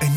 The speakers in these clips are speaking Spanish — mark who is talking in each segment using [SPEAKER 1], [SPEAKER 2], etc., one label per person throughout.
[SPEAKER 1] En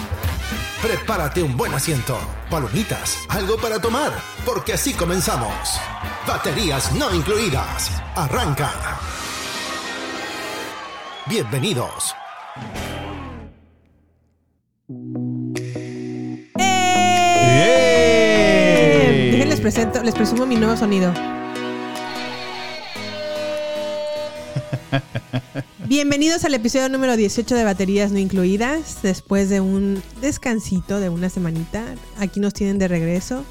[SPEAKER 1] Prepárate un buen asiento, palomitas, algo para tomar, porque así comenzamos. Baterías no incluidas. Arranca. Bienvenidos.
[SPEAKER 2] ¡Eh!
[SPEAKER 3] Dejen, les presento, les presumo mi nuevo sonido. Bienvenidos al episodio número 18 de Baterías No Incluidas. Después de un descansito de una semanita, aquí nos tienen de regreso.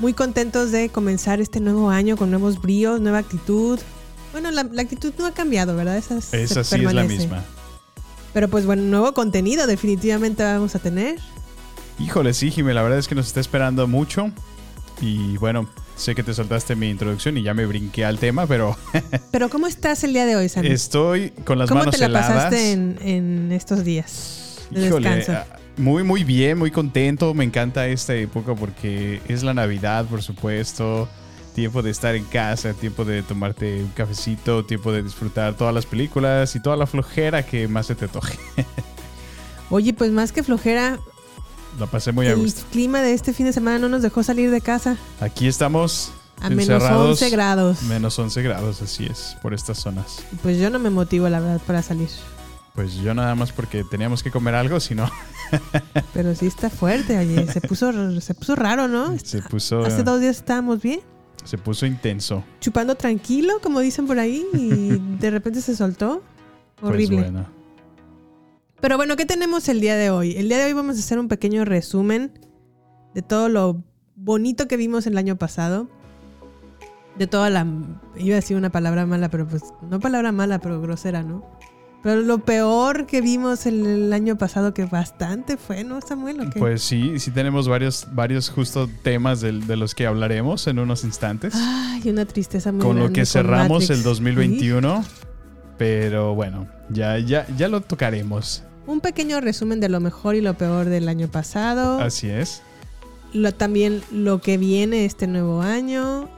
[SPEAKER 3] Muy contentos de comenzar este nuevo año con nuevos bríos, nueva actitud. Bueno, la, la actitud no ha cambiado, ¿verdad? Esa, se
[SPEAKER 2] Esa sí es la
[SPEAKER 3] permanece.
[SPEAKER 2] misma.
[SPEAKER 3] Pero pues bueno, nuevo contenido definitivamente vamos a tener.
[SPEAKER 2] Híjole, sí, Jimé, la verdad es que nos está esperando mucho. Y bueno, sé que te soltaste mi introducción y ya me brinqué al tema, pero
[SPEAKER 3] Pero ¿cómo estás el día de hoy, Sandy?
[SPEAKER 2] estoy con las
[SPEAKER 3] ¿Cómo
[SPEAKER 2] manos
[SPEAKER 3] te la
[SPEAKER 2] heladas.
[SPEAKER 3] pasaste en, en estos días de
[SPEAKER 2] Híjole,
[SPEAKER 3] descanso?
[SPEAKER 2] ah, muy, muy bien, muy contento. Me encanta esta época porque es la Navidad, por supuesto. Tiempo de estar en casa, tiempo de tomarte un cafecito, tiempo de disfrutar todas las películas y toda la flojera que más se te toque.
[SPEAKER 3] Oye, pues más que flojera,
[SPEAKER 2] La pasé muy a
[SPEAKER 3] el
[SPEAKER 2] gusto.
[SPEAKER 3] clima de este fin de semana no nos dejó salir de casa
[SPEAKER 2] Aquí estamos.
[SPEAKER 3] a menos
[SPEAKER 2] encerrados.
[SPEAKER 3] 11 grados.
[SPEAKER 2] Menos 11 grados, así es, por estas zonas.
[SPEAKER 3] Pues yo no me motivo, la verdad, para salir.
[SPEAKER 2] Pues yo nada más porque teníamos que comer algo, si no,
[SPEAKER 3] Pero sí está fuerte, oye. Se puso, se puso raro, ¿no?
[SPEAKER 2] se puso,
[SPEAKER 3] Hace dos días estábamos bien,
[SPEAKER 2] se puso intenso.
[SPEAKER 3] chupando tranquilo, como dicen por ahí, y de repente se soltó. Horrible.
[SPEAKER 2] Pues bueno.
[SPEAKER 3] Pero bueno, ¿qué tenemos el día de hoy? El día de hoy vamos a hacer un pequeño resumen de todo lo bonito que vimos el año pasado. De toda la... Iba a decir una palabra mala, pero pues no palabra mala, pero grosera, ¿no? Pero lo peor que vimos el, el año pasado, que bastante fue, ¿no, Samuel? ¿O qué?
[SPEAKER 2] Pues sí, sí tenemos varios, varios justo temas del- de, los que hablaremos en unos instantes.
[SPEAKER 3] Ay, una tristeza muy
[SPEAKER 2] con lo
[SPEAKER 3] grande
[SPEAKER 2] que cerramos
[SPEAKER 3] Ah, Matrix.
[SPEAKER 2] el
[SPEAKER 3] Sí.
[SPEAKER 2] 2021. Pero bueno, ya, ya, ya lo tocaremos.
[SPEAKER 3] Un pequeño resumen de lo mejor y lo peor del año pasado.
[SPEAKER 2] Así es.
[SPEAKER 3] lo- también lo que viene este nuevo año,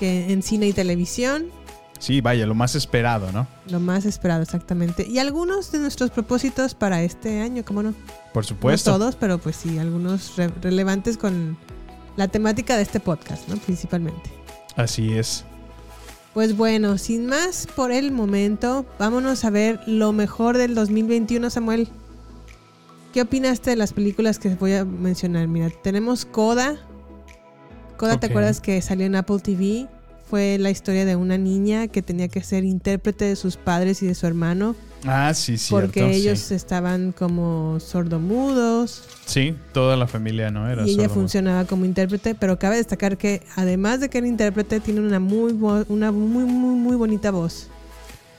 [SPEAKER 3] que en cine y televisión,
[SPEAKER 2] Sí, vaya, lo más esperado, ¿no?
[SPEAKER 3] lo más esperado exactamente. Y algunos de nuestros propósitos para este año, como no,
[SPEAKER 2] Por supuesto.
[SPEAKER 3] no todos, pero pues sí, algunos re- relevantes con la temática de este podcast, ¿no? Principalmente.
[SPEAKER 2] Así es.
[SPEAKER 3] Pues bueno, sin más por el momento, vámonos a ver lo mejor del 2021, Samuel. ¿Qué opinaste de las películas que voy a mencionar? Mira, tenemos Coda. Coda, ¿te
[SPEAKER 2] Ok.
[SPEAKER 3] acuerdas que salió en Apple TV? Fue la historia de una niña que tenía que ser intérprete de sus padres y de su hermano
[SPEAKER 2] Ah, sí, cierto.
[SPEAKER 3] porque ellos eh,
[SPEAKER 2] sí.
[SPEAKER 3] estaban como sordomudos
[SPEAKER 2] Sí, toda la familia, ¿no? Era
[SPEAKER 3] y ella
[SPEAKER 2] sordomuda.
[SPEAKER 3] funcionaba como intérprete, pero cabe destacar que además de que era intérprete, tiene una muy, bo- una muy, muy, muy bonita voz.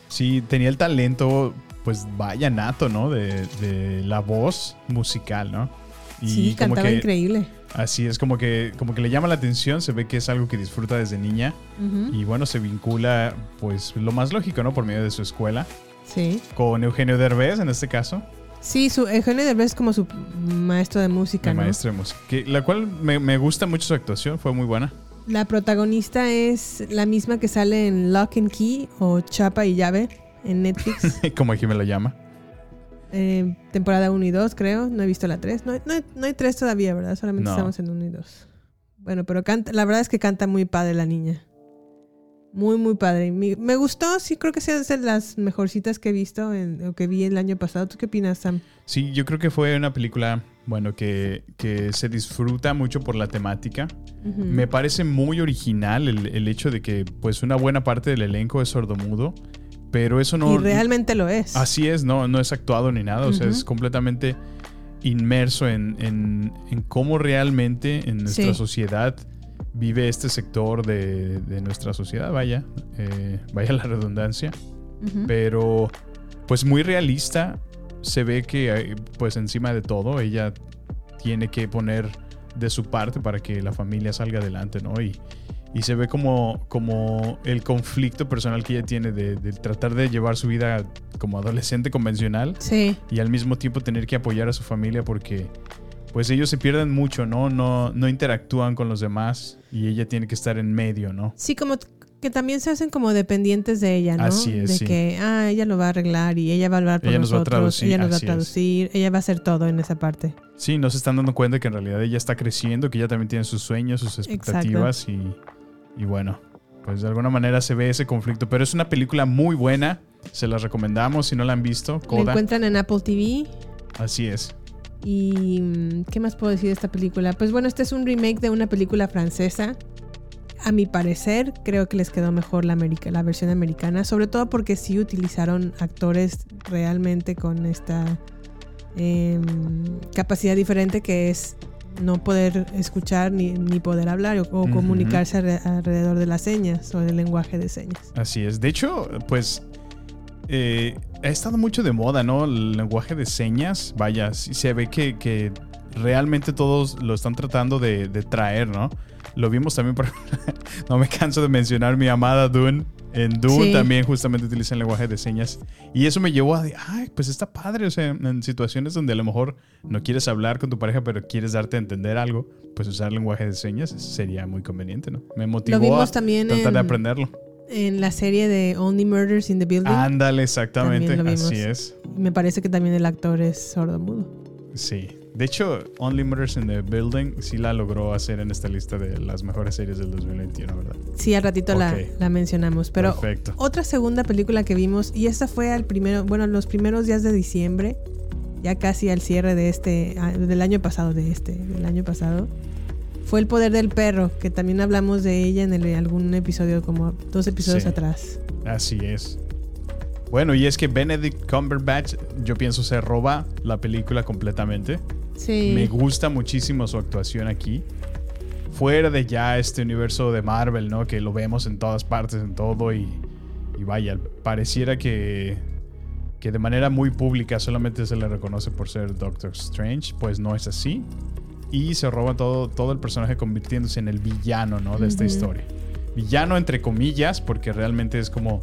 [SPEAKER 2] Sí, tenía el talento, pues vaya nato, ¿no? De, de la voz musical, ¿no?
[SPEAKER 3] sí, cantaba
[SPEAKER 2] que,
[SPEAKER 3] increíble.
[SPEAKER 2] Así es, como que, como que le llama la atención, se ve que es algo que disfruta desde niña
[SPEAKER 3] Ujú,
[SPEAKER 2] y bueno, se vincula, pues lo más lógico, ¿no? Por medio de su escuela,
[SPEAKER 3] Sí.
[SPEAKER 2] con Eugenio Derbez en este caso,
[SPEAKER 3] Sí, su, Eugenio Derbez es como su maestro de música,
[SPEAKER 2] el
[SPEAKER 3] ¿no?
[SPEAKER 2] maestro de música, que- la cual me, me gusta mucho su actuación, fue muy buena.
[SPEAKER 3] La protagonista es la misma que sale en Lock and Key o Chapa y Llave en Netflix,
[SPEAKER 2] como aquí me la llama.
[SPEAKER 3] eh, temporada 1 y 2, creo. No he visto la 3. No, hay- no, hay- no hay 3 todavía, ¿verdad? Solamente
[SPEAKER 2] No.
[SPEAKER 3] estamos en 1 y 2. Bueno, pero canta, la verdad es que canta muy padre la niña. Muy, muy padre. Me, me gustó, sí, creo que sí es de las mejorcitas que he visto en- o que vi el año pasado. ¿Tú qué opinas, Sam?
[SPEAKER 2] Sí, yo creo que fue una película bueno, que, que se disfruta mucho por la temática. Me
[SPEAKER 3] Mm.
[SPEAKER 2] parece muy original el, el hecho de que pues una buena parte del elenco es sordomudo, pero eso no...
[SPEAKER 3] y realmente lo es.
[SPEAKER 2] Así es, no, no es actuado ni nada, o sea, es completamente inmerso en, en- en cómo realmente en nuestra
[SPEAKER 3] Sí.
[SPEAKER 2] sociedad vive este sector de, de nuestra sociedad, vaya, eh, vaya la redundancia,
[SPEAKER 3] Ujú.
[SPEAKER 2] pero pues muy realista, se ve que eh, pues encima de todo ella tiene que poner de su parte para que la familia salga adelante, ¿no? Y, y se ve como, como el conflicto personal que ella tiene de, de tratar de llevar su vida como adolescente convencional
[SPEAKER 3] Sí.
[SPEAKER 2] y al mismo tiempo tener que apoyar a su familia porque pues ellos se pierden mucho, ¿no? No, no interactúan con los demás y ella tiene que estar en medio, ¿no?
[SPEAKER 3] Sí, como t- que también se hacen como dependientes de ella, ¿no?
[SPEAKER 2] Así es,
[SPEAKER 3] De
[SPEAKER 2] sí.
[SPEAKER 3] que, ah, ella lo va a arreglar y ella va a hablar por
[SPEAKER 2] Ella nos va a
[SPEAKER 3] nosotros,
[SPEAKER 2] traducir,
[SPEAKER 3] ella nos va a
[SPEAKER 2] así es.
[SPEAKER 3] traducir, ella va a hacer todo en esa parte.
[SPEAKER 2] Sí, no se están dando cuenta que en realidad ella está creciendo, que ella también tiene sus sueños, sus expectativas y, y bueno, pues de alguna manera se ve ese conflicto, pero es una película muy buena, se la recomendamos si no la han visto,
[SPEAKER 3] La
[SPEAKER 2] Coda,
[SPEAKER 3] encuentran en Apple TV
[SPEAKER 2] así es.
[SPEAKER 3] y mm, ¿qué más puedo decir de esta película? Pues bueno, este es un remake de una película francesa. A mi parecer, creo que les quedó mejor la, america- la versión americana, sobre todo porque sí utilizaron actores realmente con esta em, capacidad diferente que es no poder escuchar ni, ni poder hablar o, o
[SPEAKER 2] Ujú.
[SPEAKER 3] comunicarse alre- alrededor de las señas o del lenguaje de señas.
[SPEAKER 2] Así es. De hecho, pues eh, ha estado mucho de moda, ¿no? El lenguaje de señas. Vaya, sí se ve que, que realmente todos lo están tratando de, de traer, ¿no? Lo vimos también, por no me canso de mencionar mi amada Dune. En Dune
[SPEAKER 3] Sí.
[SPEAKER 2] también justamente utilizan lenguaje de señas. Y eso me llevó a, de- ay, pues está padre. O sea, en situaciones donde a lo mejor no quieres hablar con tu pareja, pero quieres darte a entender algo, pues usar lenguaje de señas sería muy conveniente, ¿no? Me motivó
[SPEAKER 3] vimos
[SPEAKER 2] a
[SPEAKER 3] también
[SPEAKER 2] tratar de
[SPEAKER 3] en-
[SPEAKER 2] aprenderlo.
[SPEAKER 3] En la serie de Only Murders in the Building,
[SPEAKER 2] Ándale, exactamente.
[SPEAKER 3] También lo vimos.
[SPEAKER 2] Así es.
[SPEAKER 3] me parece que también el actor es sordomudo.
[SPEAKER 2] Sí. De hecho, Only Murders in the Building sí la logró hacer en esta lista de las mejores series del 2021, ¿verdad?
[SPEAKER 3] Sí, al ratito la-
[SPEAKER 2] Ok.
[SPEAKER 3] la, mencionamos. Pero
[SPEAKER 2] Perfecto.
[SPEAKER 3] otra segunda película que vimos, y esta fue al primero, bueno, los primeros días de diciembre, ya casi al cierre de este, ah, del año pasado, de este, del año pasado, fue El Poder del Perro, que también hablamos de ella en el- algún episodio, como dos episodios
[SPEAKER 2] Sí.
[SPEAKER 3] atrás.
[SPEAKER 2] Así es. Bueno, y es que Benedict Cumberbatch, yo pienso, se roba la película completamente.
[SPEAKER 3] Sí.
[SPEAKER 2] Me gusta muchísimo su actuación aquí. Fuera de ya este universo de Marvel, ¿no? Que lo vemos en todas partes, en todo. Y, y vaya, pareciera que, que de manera muy pública solamente se le reconoce por ser Doctor Strange. Pues no es así. Y se roba todo, todo el personaje convirtiéndose en el villano, ¿no? De esta historia. Villano entre comillas, porque realmente es como,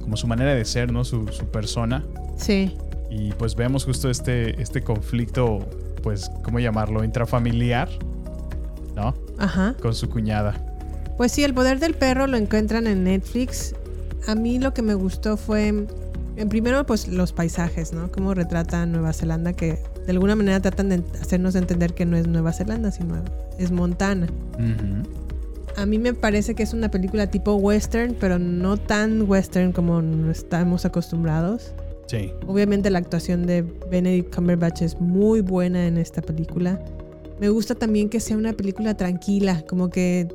[SPEAKER 2] como su manera de ser, ¿no? Su, su persona.
[SPEAKER 3] Sí.
[SPEAKER 2] Y pues vemos justo este, este conflicto, pues, ¿cómo llamarlo? Intrafamiliar, ¿no?
[SPEAKER 3] Ajá.
[SPEAKER 2] Con su cuñada.
[SPEAKER 3] Pues sí, El Poder del Perro lo encuentran en Netflix. A mí lo que me gustó fue, en primero, pues los paisajes, ¿no? Cómo retratan Nueva Zelanda, que de alguna manera tratan de hacernos entender que no es Nueva Zelanda, sino es Montana. A mí me parece que es una película tipo western, pero no tan western como estamos acostumbrados.
[SPEAKER 2] Sí.
[SPEAKER 3] Obviamente la actuación de Benedict Cumberbatch es muy buena en esta película. Me gusta también que sea una película tranquila, como que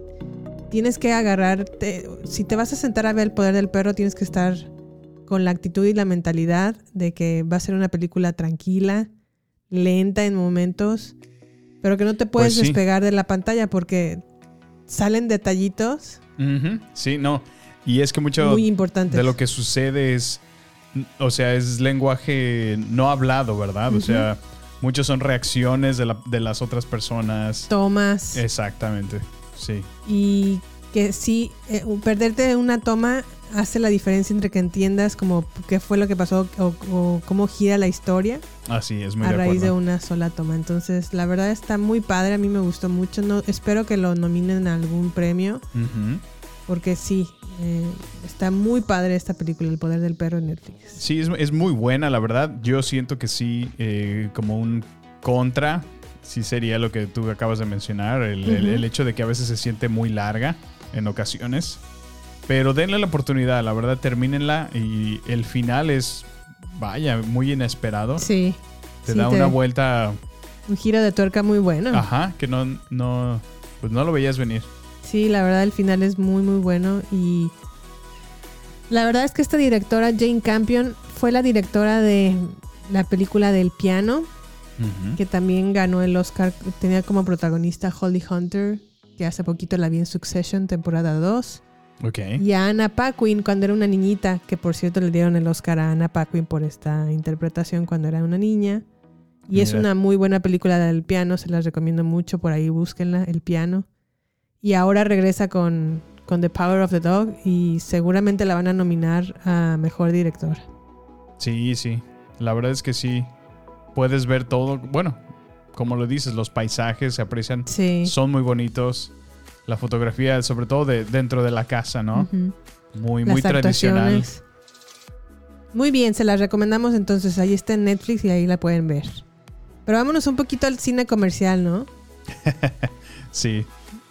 [SPEAKER 3] tienes que agarrarte, si te vas a sentar a ver El Poder del Perro, tienes que estar con la actitud y la mentalidad de que va a ser una película tranquila, lenta en momentos, pero que no te puedes
[SPEAKER 2] Pues sí.
[SPEAKER 3] despegar de la pantalla porque salen detallitos
[SPEAKER 2] Ujú. Sí, no. Y es que mucho
[SPEAKER 3] muy importantes.
[SPEAKER 2] de lo que sucede es, o sea, es lenguaje no hablado, ¿verdad? O sea, muchos son reacciones de, la- de las otras personas.
[SPEAKER 3] tomas.
[SPEAKER 2] Eh, Exactamente. Sí.
[SPEAKER 3] y que sí, eh, perderte una toma hace la diferencia entre que entiendas como qué fue lo que pasó o, o cómo gira la historia
[SPEAKER 2] Así es, muy
[SPEAKER 3] a
[SPEAKER 2] de
[SPEAKER 3] raíz de
[SPEAKER 2] acuerdo.
[SPEAKER 3] una sola toma. Entonces, la verdad está muy padre, a mí me gustó mucho. No, espero que lo nominen a algún premio,
[SPEAKER 2] Ujú.
[SPEAKER 3] porque sí, eh, está muy padre esta película, El Poder del Perro en Netflix.
[SPEAKER 2] Sí, es, es muy buena, la verdad. Yo siento que sí, eh, como un contra, sí sería lo que tú acabas de mencionar, el, el-
[SPEAKER 3] Ujú.
[SPEAKER 2] el hecho de que a veces se siente muy larga en ocasiones. Pero denle la oportunidad, la verdad, termínenla y el final es, vaya, muy inesperado.
[SPEAKER 3] Sí.
[SPEAKER 2] Te
[SPEAKER 3] sí,
[SPEAKER 2] da una vuelta
[SPEAKER 3] Un giro de tuerca muy bueno.
[SPEAKER 2] Ajá, que no, no, pues no lo veías venir.
[SPEAKER 3] Sí, la verdad el final es muy muy bueno y la verdad es que esta directora Jane Campion fue la directora de la película del piano que también ganó el Oscar, tenía como protagonista Holly Hunter, que hace poquito la vi en Succession temporada 2,
[SPEAKER 2] Ok.
[SPEAKER 3] y a Anna Paquin cuando era una niñita, que por cierto le dieron el Oscar a Anna Paquin por esta interpretación cuando era una niña. Y es
[SPEAKER 2] Mira.
[SPEAKER 3] una muy buena película del piano, se las recomiendo mucho, por ahí búsquenla, el piano. Y ahora regresa con, con The Power of the Dog y seguramente la van a nominar a Mejor Directora.
[SPEAKER 2] Sí, sí. La verdad es que sí. Puedes ver todo. Bueno, como lo dices, los paisajes se aprecian.
[SPEAKER 3] Sí.
[SPEAKER 2] Son muy bonitos. La fotografía, sobre todo de dentro de la casa, ¿no?
[SPEAKER 3] Ujú.
[SPEAKER 2] Muy,
[SPEAKER 3] Las
[SPEAKER 2] muy tradicional.
[SPEAKER 3] actuaciones. Muy bien, se las recomendamos entonces. Ahí está en Netflix y ahí la pueden ver. Pero vámonos un poquito al cine comercial, ¿no?
[SPEAKER 2] Sí.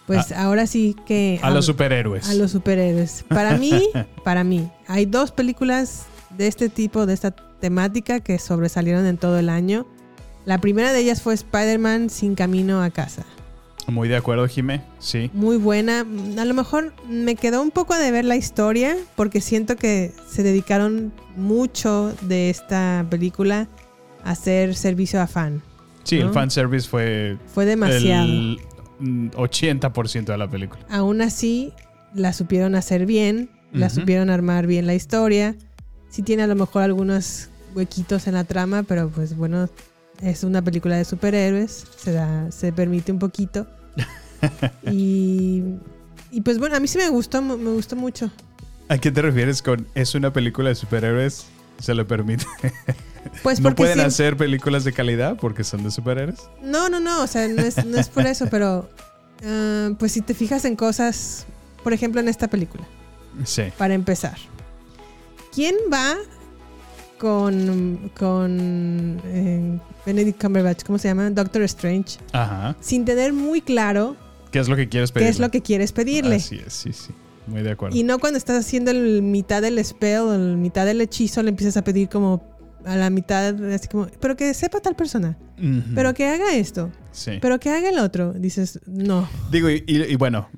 [SPEAKER 3] Pues ahora sí que...
[SPEAKER 2] Ah. A los
[SPEAKER 3] hab-
[SPEAKER 2] superhéroes.
[SPEAKER 3] a los superhéroes. Para mí, para mí, hay dos películas de este tipo, de esta temática, que sobresalieron en todo el año. La primera de ellas fue Spider-Man Sin Camino a Casa.
[SPEAKER 2] Muy de acuerdo, Jimé. Sí.
[SPEAKER 3] Muy buena. A lo mejor me quedó un poco de ver la historia porque siento que se dedicaron mucho de esta película a hacer servicio a fan.
[SPEAKER 2] Sí, el
[SPEAKER 3] ¿No?
[SPEAKER 2] fanservice fue
[SPEAKER 3] Fue demasiado.
[SPEAKER 2] el mm, 80% de la película.
[SPEAKER 3] Aún así, la supieron hacer bien, la
[SPEAKER 2] Ujú.
[SPEAKER 3] supieron armar bien la historia. Sí tiene a lo mejor algunos huequitos en la trama, pero pues bueno, es una película de superhéroes, se, da, se permite un poquito. y, y pues bueno, a mí sí me gustó, mu- me gustó mucho.
[SPEAKER 2] ¿A qué te refieres con es una película de superhéroes? Se lo permite.
[SPEAKER 3] Pues
[SPEAKER 2] ¿No
[SPEAKER 3] porque
[SPEAKER 2] pueden
[SPEAKER 3] sí-
[SPEAKER 2] hacer películas de calidad porque son de superhéroes?
[SPEAKER 3] No, no, no, o sea, no es, no es por eso, pero ah, pues si te fijas en cosas, por ejemplo, en esta película,
[SPEAKER 2] Sí.
[SPEAKER 3] para empezar. ¿Quién va con, con eh, Benedict Cumberbatch, ¿cómo se llama? Doctor Strange,
[SPEAKER 2] Ajá.
[SPEAKER 3] sin tener muy claro
[SPEAKER 2] ¿Qué es lo que quieres pedir?
[SPEAKER 3] qué es lo que quieres pedirle.
[SPEAKER 2] Así es, Ah, sí, sí. Muy de acuerdo.
[SPEAKER 3] Y no cuando estás haciendo el mitad del spell, o el mitad del hechizo, le empiezas a pedir como a la mitad, así como, pero que sepa tal persona,
[SPEAKER 2] Ujú.
[SPEAKER 3] pero que haga esto.
[SPEAKER 2] Mm. Sí.
[SPEAKER 3] Pero que haga el otro. Dices, no.
[SPEAKER 2] Digo, y, y- y bueno,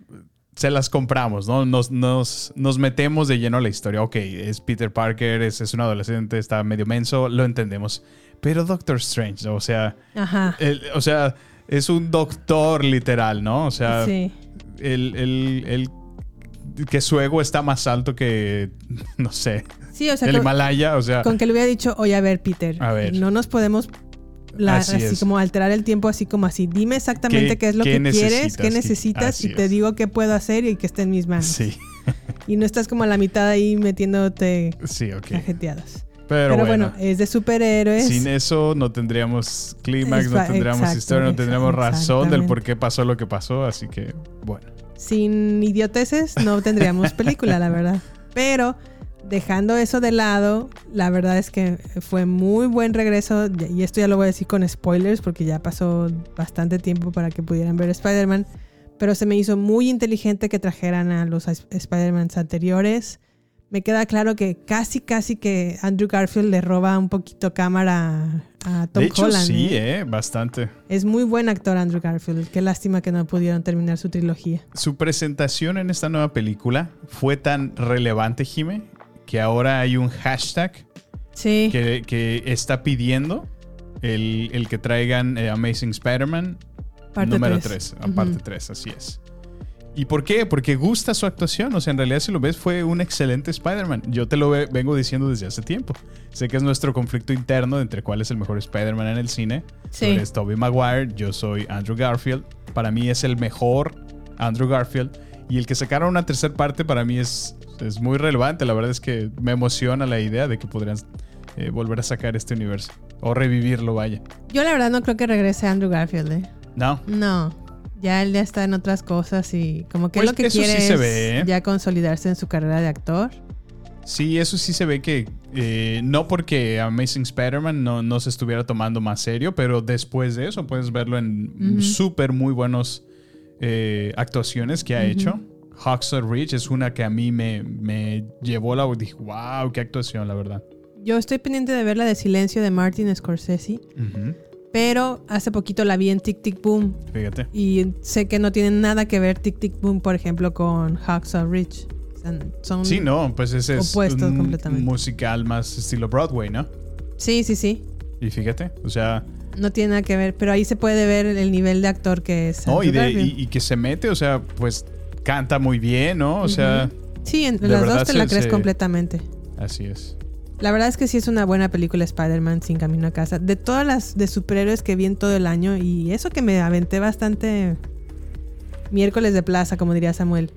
[SPEAKER 2] se las compramos, ¿no? Nos, nos, nos metemos de lleno a la historia. Ok, es Peter Parker, es, es un adolescente, está medio menso, lo entendemos. Pero Doctor Strange, o sea,
[SPEAKER 3] Ajá.
[SPEAKER 2] el- o sea, es un doctor literal, ¿no? O sea,
[SPEAKER 3] sí.
[SPEAKER 2] el, el- el- que su ego está más alto que, no sé,
[SPEAKER 3] Sí, o sea,
[SPEAKER 2] el
[SPEAKER 3] con,
[SPEAKER 2] Himalaya, o sea,
[SPEAKER 3] con que le hubiera dicho, oye, a ver, Peter,
[SPEAKER 2] A ver.
[SPEAKER 3] no nos podemos la-
[SPEAKER 2] Así
[SPEAKER 3] así,
[SPEAKER 2] es.
[SPEAKER 3] como alterar el tiempo así como así. Dime exactamente
[SPEAKER 2] ¿Qué-
[SPEAKER 3] qué, es lo
[SPEAKER 2] qué
[SPEAKER 3] que quieres,
[SPEAKER 2] necesitas?
[SPEAKER 3] qué necesitas
[SPEAKER 2] Así
[SPEAKER 3] y te
[SPEAKER 2] es.
[SPEAKER 3] digo qué puedo hacer y que esté en mis manos.
[SPEAKER 2] sí,
[SPEAKER 3] Y no estás como a la mitad ahí metiéndote
[SPEAKER 2] sí, ok.
[SPEAKER 3] cajeteadas.
[SPEAKER 2] Pero,
[SPEAKER 3] Pero, bueno,
[SPEAKER 2] bueno
[SPEAKER 3] es de superhéroes.
[SPEAKER 2] Sin eso no tendríamos clímax, no
[SPEAKER 3] Pues. Exacto,
[SPEAKER 2] tendríamos
[SPEAKER 3] exacto,
[SPEAKER 2] historia, no tendríamos razón del
[SPEAKER 3] exactamente.
[SPEAKER 2] por qué pasó lo que pasó, así que bueno.
[SPEAKER 3] sin idioteces no tendríamos película, la verdad. Pero dejando eso de lado, la verdad es que fue muy buen regreso. Y esto ya lo voy a decir con spoilers porque ya pasó bastante tiempo para que pudieran ver Spider-Man. Pero se me hizo muy inteligente que trajeran a los Sp- Spider-Mans anteriores. Me queda claro que casi, casi que Andrew Garfield le roba un poquito cámara a a Tom
[SPEAKER 2] de hecho,
[SPEAKER 3] Holland.
[SPEAKER 2] sí,
[SPEAKER 3] ¿eh?
[SPEAKER 2] eh, bastante.
[SPEAKER 3] Es muy buen actor Andrew Garfield. Qué lástima que no pudieron terminar su trilogía.
[SPEAKER 2] Su presentación en esta nueva película fue tan relevante, Jime, que ahora hay un hashtag
[SPEAKER 3] Sí.
[SPEAKER 2] que, que está pidiendo el, el que traigan eh, Amazing Spider-Man
[SPEAKER 3] Parte
[SPEAKER 2] número
[SPEAKER 3] tres.
[SPEAKER 2] 3, parte
[SPEAKER 3] Ujú.
[SPEAKER 2] 3, así es. ¿Y por qué? Porque gusta su actuación. O sea, en realidad, si lo ves, fue un excelente Spider-Man. Yo te lo ve- vengo diciendo desde hace tiempo. Sé que es nuestro conflicto interno de entre cuál es el mejor Spider-Man en el cine.
[SPEAKER 3] Sí.
[SPEAKER 2] Tú eres Tobey Maguire, yo soy Andrew Garfield. Para mí es el mejor Andrew Garfield. Y el que sacaron una tercera parte para mí es, es muy relevante. La verdad es que me emociona la idea de que podrían eh, volver a sacar este universo. O revivirlo, vaya.
[SPEAKER 3] Yo la verdad no creo que regrese Andrew Garfield, ¿eh?
[SPEAKER 2] No,
[SPEAKER 3] No. Ya él ya está en otras cosas y como que
[SPEAKER 2] Pues
[SPEAKER 3] lo que
[SPEAKER 2] eso
[SPEAKER 3] quiere
[SPEAKER 2] sí se
[SPEAKER 3] es
[SPEAKER 2] ve, ¿eh?
[SPEAKER 3] ya consolidarse en su carrera de actor.
[SPEAKER 2] Sí, eso sí se ve que eh, no porque Amazing Spider-Man no, no se estuviera tomando más serio, pero después de eso puedes verlo en
[SPEAKER 3] Ujú.
[SPEAKER 2] súper muy buenas actuaciones que ha hecho. Huxley Rich es una que a mí me, me llevó la... Dije, wow, qué actuación, la verdad.
[SPEAKER 3] Yo estoy pendiente de ver la de Silencio de Martin Scorsese,
[SPEAKER 2] Ujú.
[SPEAKER 3] Pero hace poquito la vi en Tic Tic Boom.
[SPEAKER 2] Fíjate.
[SPEAKER 3] Y sé que no tienen nada que ver Tic Tic Boom, por ejemplo, con Hawks of Rich. O sea, son,
[SPEAKER 2] Sí, no, pues ese es
[SPEAKER 3] Opuestos
[SPEAKER 2] un
[SPEAKER 3] completamente.
[SPEAKER 2] musical más estilo Broadway, ¿no?
[SPEAKER 3] Sí, sí, sí.
[SPEAKER 2] Y fíjate, o sea,
[SPEAKER 3] No tiene nada que ver, pero ahí se puede ver el nivel de actor que es.
[SPEAKER 2] no, y,
[SPEAKER 3] Andrew
[SPEAKER 2] de-
[SPEAKER 3] Garfield.
[SPEAKER 2] y- y que se mete, o sea, pues canta muy bien, ¿no? O sea,
[SPEAKER 3] sí, entre
[SPEAKER 2] de
[SPEAKER 3] las
[SPEAKER 2] verdad
[SPEAKER 3] dos te la
[SPEAKER 2] se-
[SPEAKER 3] crees
[SPEAKER 2] se-
[SPEAKER 3] completamente.
[SPEAKER 2] así es.
[SPEAKER 3] La verdad es que sí es una buena película Spider-Man sin camino a casa. De todas las de superhéroes que vi en todo el año, y eso que me aventé bastante miércoles de plaza, como diría Samuel.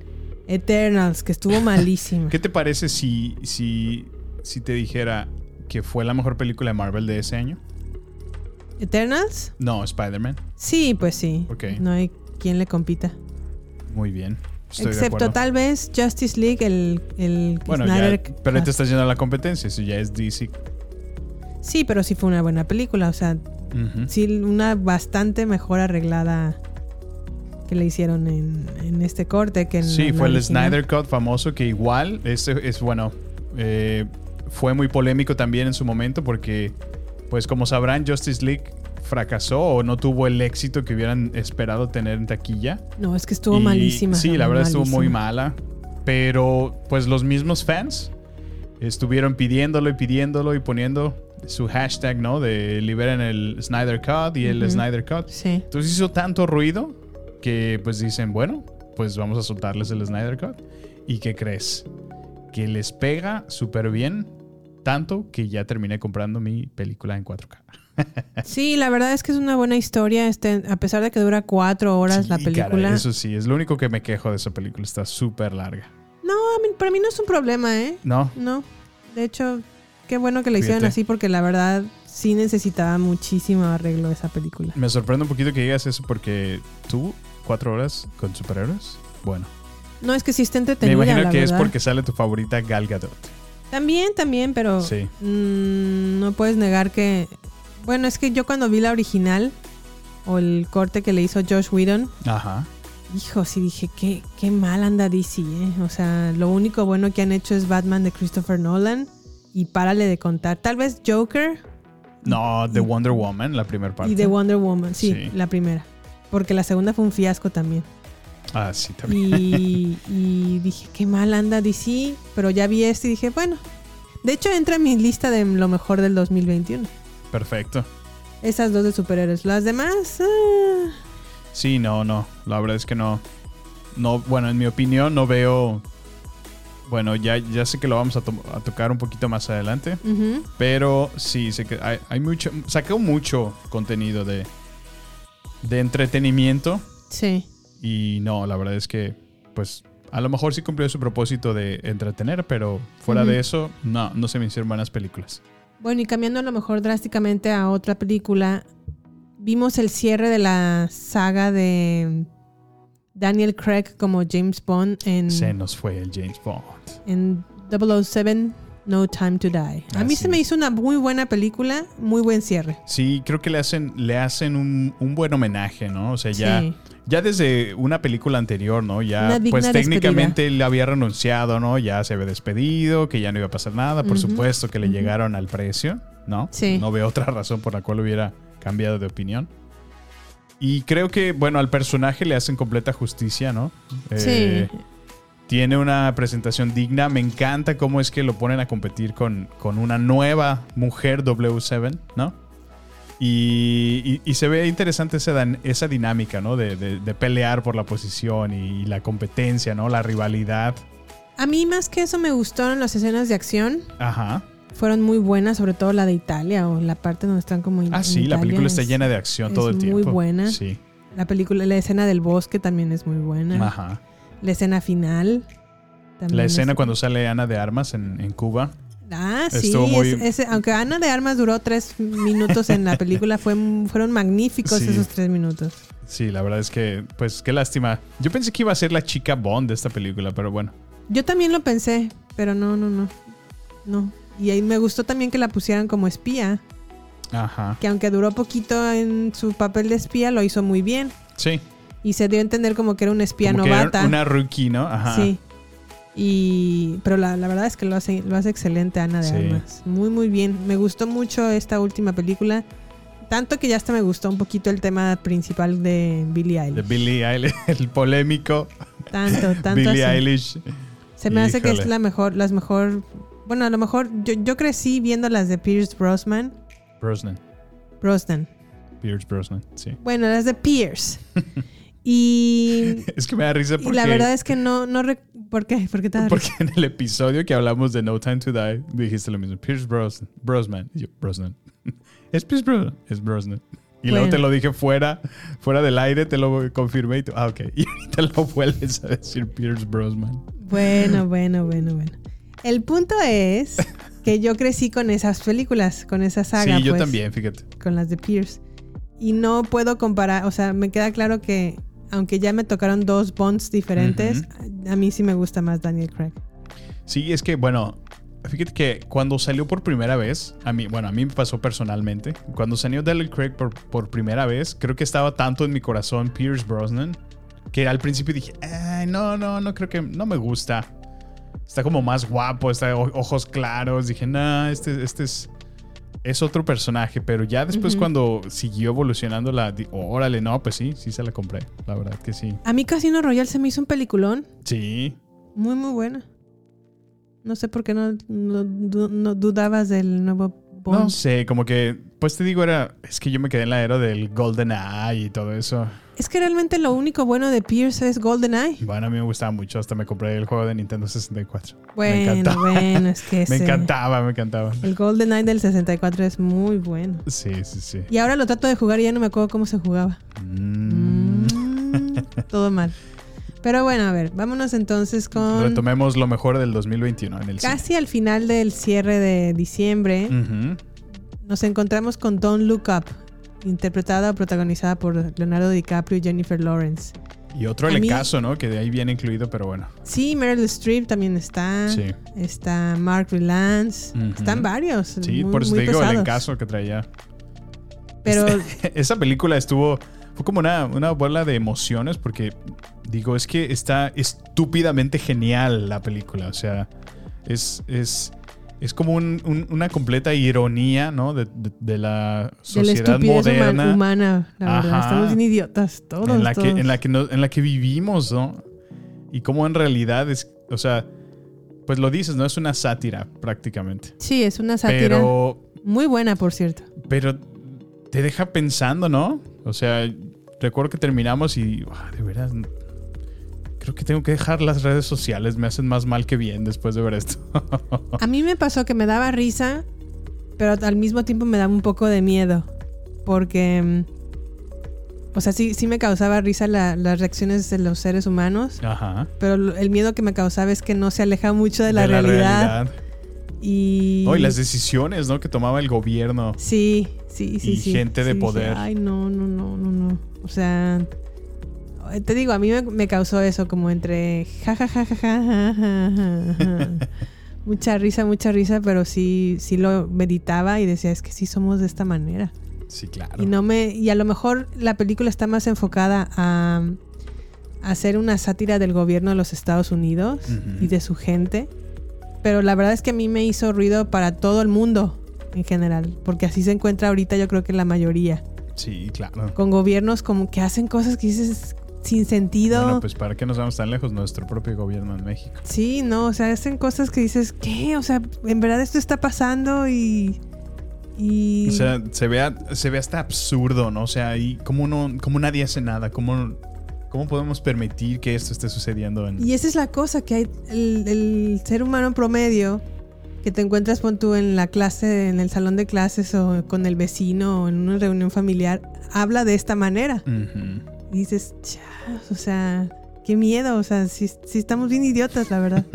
[SPEAKER 3] Eternals, que estuvo malísima.
[SPEAKER 2] ¿Qué te parece si, si, si te dijera que fue la mejor película de Marvel de ese año?
[SPEAKER 3] ¿Eternals?
[SPEAKER 2] No, Spider-Man.
[SPEAKER 3] Sí, pues sí.
[SPEAKER 2] Ok.
[SPEAKER 3] No hay quien le compita.
[SPEAKER 2] Muy bien. Estoy de
[SPEAKER 3] Excepto
[SPEAKER 2] acuerdo.
[SPEAKER 3] tal vez Justice League, el, el
[SPEAKER 2] Bueno, ya,
[SPEAKER 3] Snyder Ah,
[SPEAKER 2] pero este ahí te
[SPEAKER 3] Cut.
[SPEAKER 2] estás yendo a la competencia, eso ya es DC.
[SPEAKER 3] Sí, pero sí fue una buena película. O sea,
[SPEAKER 2] Ujú.
[SPEAKER 3] sí, una bastante mejor arreglada que le hicieron en, en este corte. Que en
[SPEAKER 2] Sí,
[SPEAKER 3] la
[SPEAKER 2] fue el
[SPEAKER 3] original.
[SPEAKER 2] Snyder Cut famoso que igual es, es bueno. eh, fue muy polémico también en su momento porque, pues como sabrán, Justice League fracasó o no tuvo el éxito que hubieran esperado tener en taquilla.
[SPEAKER 3] No, es que estuvo
[SPEAKER 2] Y-
[SPEAKER 3] malísima.
[SPEAKER 2] Sí, la verdad estuvo muy
[SPEAKER 3] malísima.
[SPEAKER 2] mala. Pero pues los mismos fans estuvieron pidiéndolo y pidiéndolo y poniendo su hashtag, ¿no? De liberen el Snyder Cut y el
[SPEAKER 3] Ujú.
[SPEAKER 2] Snyder Cut.
[SPEAKER 3] Sí.
[SPEAKER 2] Entonces hizo tanto ruido que pues dicen, bueno, pues vamos a soltarles el Snyder Cut. ¿Y qué crees? Que les pega súper bien, tanto que ya terminé comprando mi película en 4K.
[SPEAKER 3] sí, la verdad es que es una buena historia. Este, a pesar de que dura cuatro horas
[SPEAKER 2] Sí,
[SPEAKER 3] la
[SPEAKER 2] caray,
[SPEAKER 3] película.
[SPEAKER 2] eso sí, es lo único que me quejo de esa película, está súper larga.
[SPEAKER 3] No, a mí- para mí no es un problema, ¿eh?
[SPEAKER 2] ¿No?
[SPEAKER 3] No. De hecho, qué bueno que la hicieron
[SPEAKER 2] Fíjate.
[SPEAKER 3] así porque la verdad sí necesitaba muchísimo arreglo esa película.
[SPEAKER 2] Me sorprende un poquito que digas eso porque tú, cuatro horas con superhéroes, bueno.
[SPEAKER 3] No, es que sí está
[SPEAKER 2] Me
[SPEAKER 3] entretenida,
[SPEAKER 2] imagino
[SPEAKER 3] la
[SPEAKER 2] que es
[SPEAKER 3] verdad.
[SPEAKER 2] porque sale tu favorita Gal Gadot.
[SPEAKER 3] También, también, pero
[SPEAKER 2] Sí.
[SPEAKER 3] mm, no puedes negar que... Bueno, es que yo cuando vi la original o el corte que le hizo Josh Whedon,
[SPEAKER 2] Ajá.
[SPEAKER 3] hijo, sí dije, qué, qué mal anda DC, ¿eh? O sea, lo único bueno que han hecho es Batman de Christopher Nolan y párale de contar. Tal vez Joker
[SPEAKER 2] No, The Wonder Woman, la primera parte.
[SPEAKER 3] y de Wonder Woman, sí,
[SPEAKER 2] Sí.
[SPEAKER 3] la primera. Porque la segunda fue un fiasco también.
[SPEAKER 2] Ah, sí, también.
[SPEAKER 3] Y, y dije, qué mal anda DC, pero ya vi este y dije, bueno. De hecho, entra en mi lista de lo mejor del 2021.
[SPEAKER 2] Perfecto.
[SPEAKER 3] Esas dos de superhéroes. Las demás, ah,
[SPEAKER 2] Sí, no, no. La verdad es que no. No, bueno, en mi opinión no veo. Bueno, ya, ya sé que lo vamos a, to- a tocar un poquito más adelante.
[SPEAKER 3] ujú.
[SPEAKER 2] Pero sí, sé que hay, hay mucho. Sacó mucho contenido de, de entretenimiento.
[SPEAKER 3] sí.
[SPEAKER 2] Y no, la verdad es que, pues, a lo mejor sí cumplió su propósito de entretener, pero fuera
[SPEAKER 3] Ujú.
[SPEAKER 2] de eso, no, no se me hicieron buenas películas.
[SPEAKER 3] Bueno, y cambiando a lo mejor drásticamente a otra película, vimos el cierre de la saga de Daniel Craig como James Bond en,
[SPEAKER 2] Se nos fue el James Bond.
[SPEAKER 3] en 007 No Time to Die. A mí
[SPEAKER 2] Así
[SPEAKER 3] se me
[SPEAKER 2] es.
[SPEAKER 3] hizo una muy buena película, muy buen cierre.
[SPEAKER 2] Sí, creo que le hacen, le hacen un, un buen homenaje, ¿no? O sea, ya,
[SPEAKER 3] Sí.
[SPEAKER 2] ya desde una película anterior, ¿no? Ya,
[SPEAKER 3] Una digna
[SPEAKER 2] pues
[SPEAKER 3] despedida.
[SPEAKER 2] técnicamente él había renunciado, ¿no? Ya se había despedido, que ya no iba a pasar nada. Por
[SPEAKER 3] Ujú.
[SPEAKER 2] supuesto que le
[SPEAKER 3] Ujú.
[SPEAKER 2] llegaron al precio, ¿no?
[SPEAKER 3] Sí.
[SPEAKER 2] No veo otra razón por la cual hubiera cambiado de opinión. Y creo que, bueno, al personaje le hacen completa justicia, ¿no? Eh,
[SPEAKER 3] sí.
[SPEAKER 2] Tiene una presentación digna. Me encanta cómo es que lo ponen a competir con, con una nueva mujer W7, ¿no? Y, y- y se ve interesante esa, dan- esa dinámica, ¿no? De, de- de pelear por la posición y, y la competencia, ¿no? La rivalidad.
[SPEAKER 3] A mí más que eso me gustaron las escenas de acción.
[SPEAKER 2] Ajá.
[SPEAKER 3] Fueron muy buenas, sobre todo la de Italia o la parte donde están como... in-
[SPEAKER 2] Ah,
[SPEAKER 3] en
[SPEAKER 2] sí, la
[SPEAKER 3] Italia
[SPEAKER 2] película está
[SPEAKER 3] es-
[SPEAKER 2] llena de acción
[SPEAKER 3] es
[SPEAKER 2] todo el
[SPEAKER 3] muy
[SPEAKER 2] tiempo.
[SPEAKER 3] buena.
[SPEAKER 2] Sí.
[SPEAKER 3] La película, la escena del bosque también es muy buena.
[SPEAKER 2] Ajá.
[SPEAKER 3] La escena final. Ah, también
[SPEAKER 2] La
[SPEAKER 3] es-
[SPEAKER 2] escena cuando sale Ana de Armas en, en Cuba.
[SPEAKER 3] Ah, sí.
[SPEAKER 2] estuvo muy-
[SPEAKER 3] es- es- aunque Ana de Armas duró tres minutos en la película, fue, fueron magníficos
[SPEAKER 2] Sí.
[SPEAKER 3] esos tres minutos.
[SPEAKER 2] Sí, la verdad es que, pues, qué lástima. Yo pensé que iba a ser la chica Bond de esta película, pero bueno.
[SPEAKER 3] Yo también lo pensé, pero no, no, no. No. Y ahí me gustó también que la pusieran como espía,
[SPEAKER 2] Ajá.
[SPEAKER 3] que aunque duró poquito en su papel de espía, lo hizo muy bien.
[SPEAKER 2] Sí.
[SPEAKER 3] Y se dio a entender como que era una espía
[SPEAKER 2] Como que era
[SPEAKER 3] novata.
[SPEAKER 2] una rookie, ¿no? Ajá.
[SPEAKER 3] Sí. Y, pero la, la verdad es que lo hace, lo hace excelente Ana de
[SPEAKER 2] Sí.
[SPEAKER 3] Armas. Muy, muy bien. Me gustó mucho esta última película. Tanto que ya hasta me gustó un poquito el tema principal de Billie
[SPEAKER 2] De
[SPEAKER 3] Eilish.
[SPEAKER 2] Billie Eilish, el polémico
[SPEAKER 3] Tanto, tanto
[SPEAKER 2] Billie
[SPEAKER 3] así.
[SPEAKER 2] Eilish.
[SPEAKER 3] Se me hace que es
[SPEAKER 2] Híjole.
[SPEAKER 3] la mejor, las mejor. Bueno, a lo mejor yo, yo crecí viendo las de Pierce Brosnan.
[SPEAKER 2] Brosnan.
[SPEAKER 3] Brosnan.
[SPEAKER 2] Pierce Brosnan, sí.
[SPEAKER 3] Bueno, las de Pierce. y,
[SPEAKER 2] Es que me da risa
[SPEAKER 3] y
[SPEAKER 2] porque,
[SPEAKER 3] la verdad es que no, no rec- ¿Por qué? ¿Por qué te da
[SPEAKER 2] porque
[SPEAKER 3] risa?
[SPEAKER 2] en el episodio que hablamos de No Time to Die dijiste lo mismo. Pierce Brosnan. Brosnan. Y yo, Brosnan. Es Pierce Brosnan. Es Brosnan. Y luego
[SPEAKER 3] Bueno.
[SPEAKER 2] te lo dije fuera, fuera del aire, te lo confirmé y tú, ah, ok. Y te lo vuelves a decir Pierce Brosnan.
[SPEAKER 3] Bueno, bueno, bueno, bueno. El punto es que yo crecí con esas películas, con esa saga.
[SPEAKER 2] sí, yo
[SPEAKER 3] pues.
[SPEAKER 2] también, fíjate.
[SPEAKER 3] con las de Pierce. Y no puedo comparar, o sea, me queda claro que aunque ya me tocaron dos Bonds diferentes, a a mí sí me gusta más Daniel Craig.
[SPEAKER 2] Sí, es que, bueno, fíjate que cuando salió por primera vez, a mí, bueno, a mí me pasó personalmente, cuando salió Daniel Craig por, por primera vez, creo que estaba tanto en mi corazón Pierce Brosnan, que al principio dije, "Ay, no, no, no creo que, no me gusta. Está como más guapo, está o- ojos claros, dije, nah, este, este es... Es otro personaje, pero ya después
[SPEAKER 3] Ujú.
[SPEAKER 2] cuando siguió evolucionando la... di- Órale, no, pues sí, sí se la compré. La verdad que sí.
[SPEAKER 3] A mí Casino Royale se me hizo un peliculón
[SPEAKER 2] Sí.
[SPEAKER 3] muy, muy bueno. No sé por qué no, no, du- no dudabas del nuevo Bond.
[SPEAKER 2] No sé, como que, pues te digo, era, es que yo me quedé en la era del Golden Eye y todo eso.
[SPEAKER 3] Es que realmente lo único bueno de Pierce es GoldenEye.
[SPEAKER 2] Bueno, a mí me gustaba mucho, hasta me compré el juego de Nintendo 64. me
[SPEAKER 3] Bueno,
[SPEAKER 2] encantaba.
[SPEAKER 3] bueno, es que
[SPEAKER 2] me
[SPEAKER 3] ese-
[SPEAKER 2] encantaba, me encantaba.
[SPEAKER 3] El GoldenEye del 64 es muy bueno.
[SPEAKER 2] Sí, sí, sí.
[SPEAKER 3] Y ahora lo trato de jugar y ya no me acuerdo cómo se jugaba.
[SPEAKER 2] Mm.
[SPEAKER 3] Mm, todo mal. Pero bueno, a ver, vámonos entonces con
[SPEAKER 2] Retomemos lo mejor del 2021 en el cine.
[SPEAKER 3] casi al final del cierre de diciembre.
[SPEAKER 2] Ujú. Mm.
[SPEAKER 3] Nos encontramos con Don't Look Up, interpretada o protagonizada por Leonardo DiCaprio y Jennifer Lawrence.
[SPEAKER 2] Y otro
[SPEAKER 3] A
[SPEAKER 2] el
[SPEAKER 3] mí-
[SPEAKER 2] caso, ¿no? Que de ahí viene incluido, pero bueno.
[SPEAKER 3] Sí, Meryl Streep también está.
[SPEAKER 2] Sí.
[SPEAKER 3] Está Mark Rylance.
[SPEAKER 2] Ujú.
[SPEAKER 3] Están varios.
[SPEAKER 2] Sí,
[SPEAKER 3] muy-
[SPEAKER 2] por eso te
[SPEAKER 3] muy
[SPEAKER 2] digo el
[SPEAKER 3] pesados.
[SPEAKER 2] encaso que traía.
[SPEAKER 3] Pero
[SPEAKER 2] Esa película estuvo. Fue como una, una bola de emociones porque, digo, es que está estúpidamente genial la película. O sea, es. es es como un- un- una completa ironía, ¿no? De, de- de la
[SPEAKER 3] de la
[SPEAKER 2] sociedad
[SPEAKER 3] estupidez huma-
[SPEAKER 2] moderna
[SPEAKER 3] humana, la verdad.
[SPEAKER 2] Ajá.
[SPEAKER 3] Estamos bien idiotas todos.
[SPEAKER 2] en la que
[SPEAKER 3] todos.
[SPEAKER 2] en la que no- en la que vivimos, ¿no? Y cómo en realidad es, o sea, pues lo dices, no es una sátira prácticamente.
[SPEAKER 3] Sí, es una sátira
[SPEAKER 2] Pero
[SPEAKER 3] muy buena, por cierto.
[SPEAKER 2] Pero te deja pensando, ¿no? O sea, recuerdo que terminamos y ah, de veras creo que tengo que dejar las redes sociales, me hacen más mal que bien después de ver esto. Oh.
[SPEAKER 3] A mí me pasó que me daba risa, pero al mismo tiempo me daba un poco de miedo. Porque. mm, O sea, sí, sí me causaba risa la- las reacciones de los seres humanos.
[SPEAKER 2] Ajá.
[SPEAKER 3] Pero lo- el miedo que me causaba es que no se aleja mucho de la realidad. Y.
[SPEAKER 2] No, y las decisiones, ¿no? Que tomaba el gobierno.
[SPEAKER 3] Sí, sí, sí.
[SPEAKER 2] y
[SPEAKER 3] sí.
[SPEAKER 2] gente de
[SPEAKER 3] Sí, dije,
[SPEAKER 2] poder.
[SPEAKER 3] Ay, no, no, no, no, no. O sea. Te digo, a mí me, me causó eso, como entre. Ja, ja, ja, ja, ja, ja, ja, ja. Mucha risa, mucha risa, pero sí, sí lo meditaba y decía, es que sí somos de esta manera.
[SPEAKER 2] Sí, claro.
[SPEAKER 3] Y no me. Y a lo mejor la película está más enfocada a a hacer una sátira del gobierno de los Estados Unidos
[SPEAKER 2] Ujú.
[SPEAKER 3] y de su gente. Pero la verdad es que a mí me hizo ruido para todo el mundo en general. Porque así se encuentra ahorita, yo creo que la mayoría.
[SPEAKER 2] Sí, claro.
[SPEAKER 3] Con gobiernos como que hacen cosas que dices sin sentido.
[SPEAKER 2] Bueno, pues para qué nos vamos tan lejos, nuestro propio gobierno en México.
[SPEAKER 3] Sí, no, o sea, hacen cosas que dices, ¿qué? O sea, en verdad esto está pasando y. y
[SPEAKER 2] O sea, se ve, a- se ve hasta absurdo, ¿no? O sea, y cómo, no, cómo nadie hace nada, cómo, cómo podemos permitir que esto esté sucediendo en...
[SPEAKER 3] Y esa es la cosa que hay el, el ser humano promedio que te encuentras pon tú en la clase, en el salón de clases o con el vecino o en una reunión familiar, habla de esta manera.
[SPEAKER 2] Ujú.
[SPEAKER 3] Y dices, "Chas, o sea, qué miedo, o sea, si, si estamos bien idiotas, la verdad.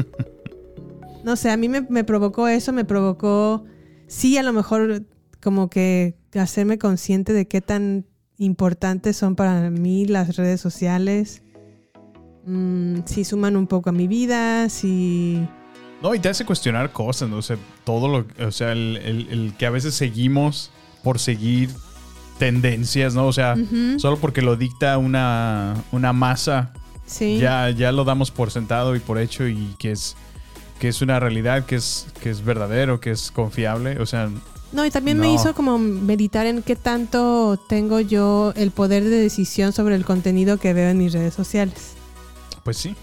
[SPEAKER 3] no sé, a mí me, me provocó eso, me provocó, sí, a lo mejor como que hacerme consciente de qué tan importantes son para mí las redes sociales. Mm, si suman un poco a mi vida, si...
[SPEAKER 2] No, y te hace cuestionar cosas, ¿no? O sea, todo lo. O sea, el, el- el que a veces seguimos por seguir tendencias, ¿no? O sea,
[SPEAKER 3] Ujú,
[SPEAKER 2] solo porque lo dicta una, una masa,
[SPEAKER 3] sí.
[SPEAKER 2] ya, ya lo damos por sentado y por hecho y que es, que es una realidad, que es, que es verdadero, que es confiable. O sea,
[SPEAKER 3] No, y también me
[SPEAKER 2] No.
[SPEAKER 3] hizo como meditar en qué tanto tengo yo el poder de decisión sobre el contenido que veo en mis redes sociales.
[SPEAKER 2] Pues sí.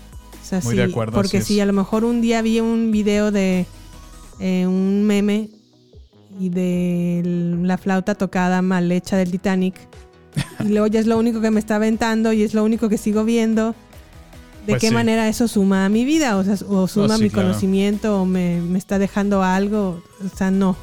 [SPEAKER 3] O sea,
[SPEAKER 2] Muy
[SPEAKER 3] sí,
[SPEAKER 2] de acuerdo,
[SPEAKER 3] Porque
[SPEAKER 2] así
[SPEAKER 3] si
[SPEAKER 2] es.
[SPEAKER 3] a lo mejor un día vi un video de eh, un meme y de el- la flauta tocada mal hecha del Titanic, y luego ya es lo único que me está aventando y es lo único que sigo viendo, ¿de
[SPEAKER 2] Pues
[SPEAKER 3] qué
[SPEAKER 2] sí. Ah,
[SPEAKER 3] manera eso suma a mi vida? O sea, o suma
[SPEAKER 2] sí,
[SPEAKER 3] mi
[SPEAKER 2] claro.
[SPEAKER 3] conocimiento o me, me está dejando algo. O sea, no.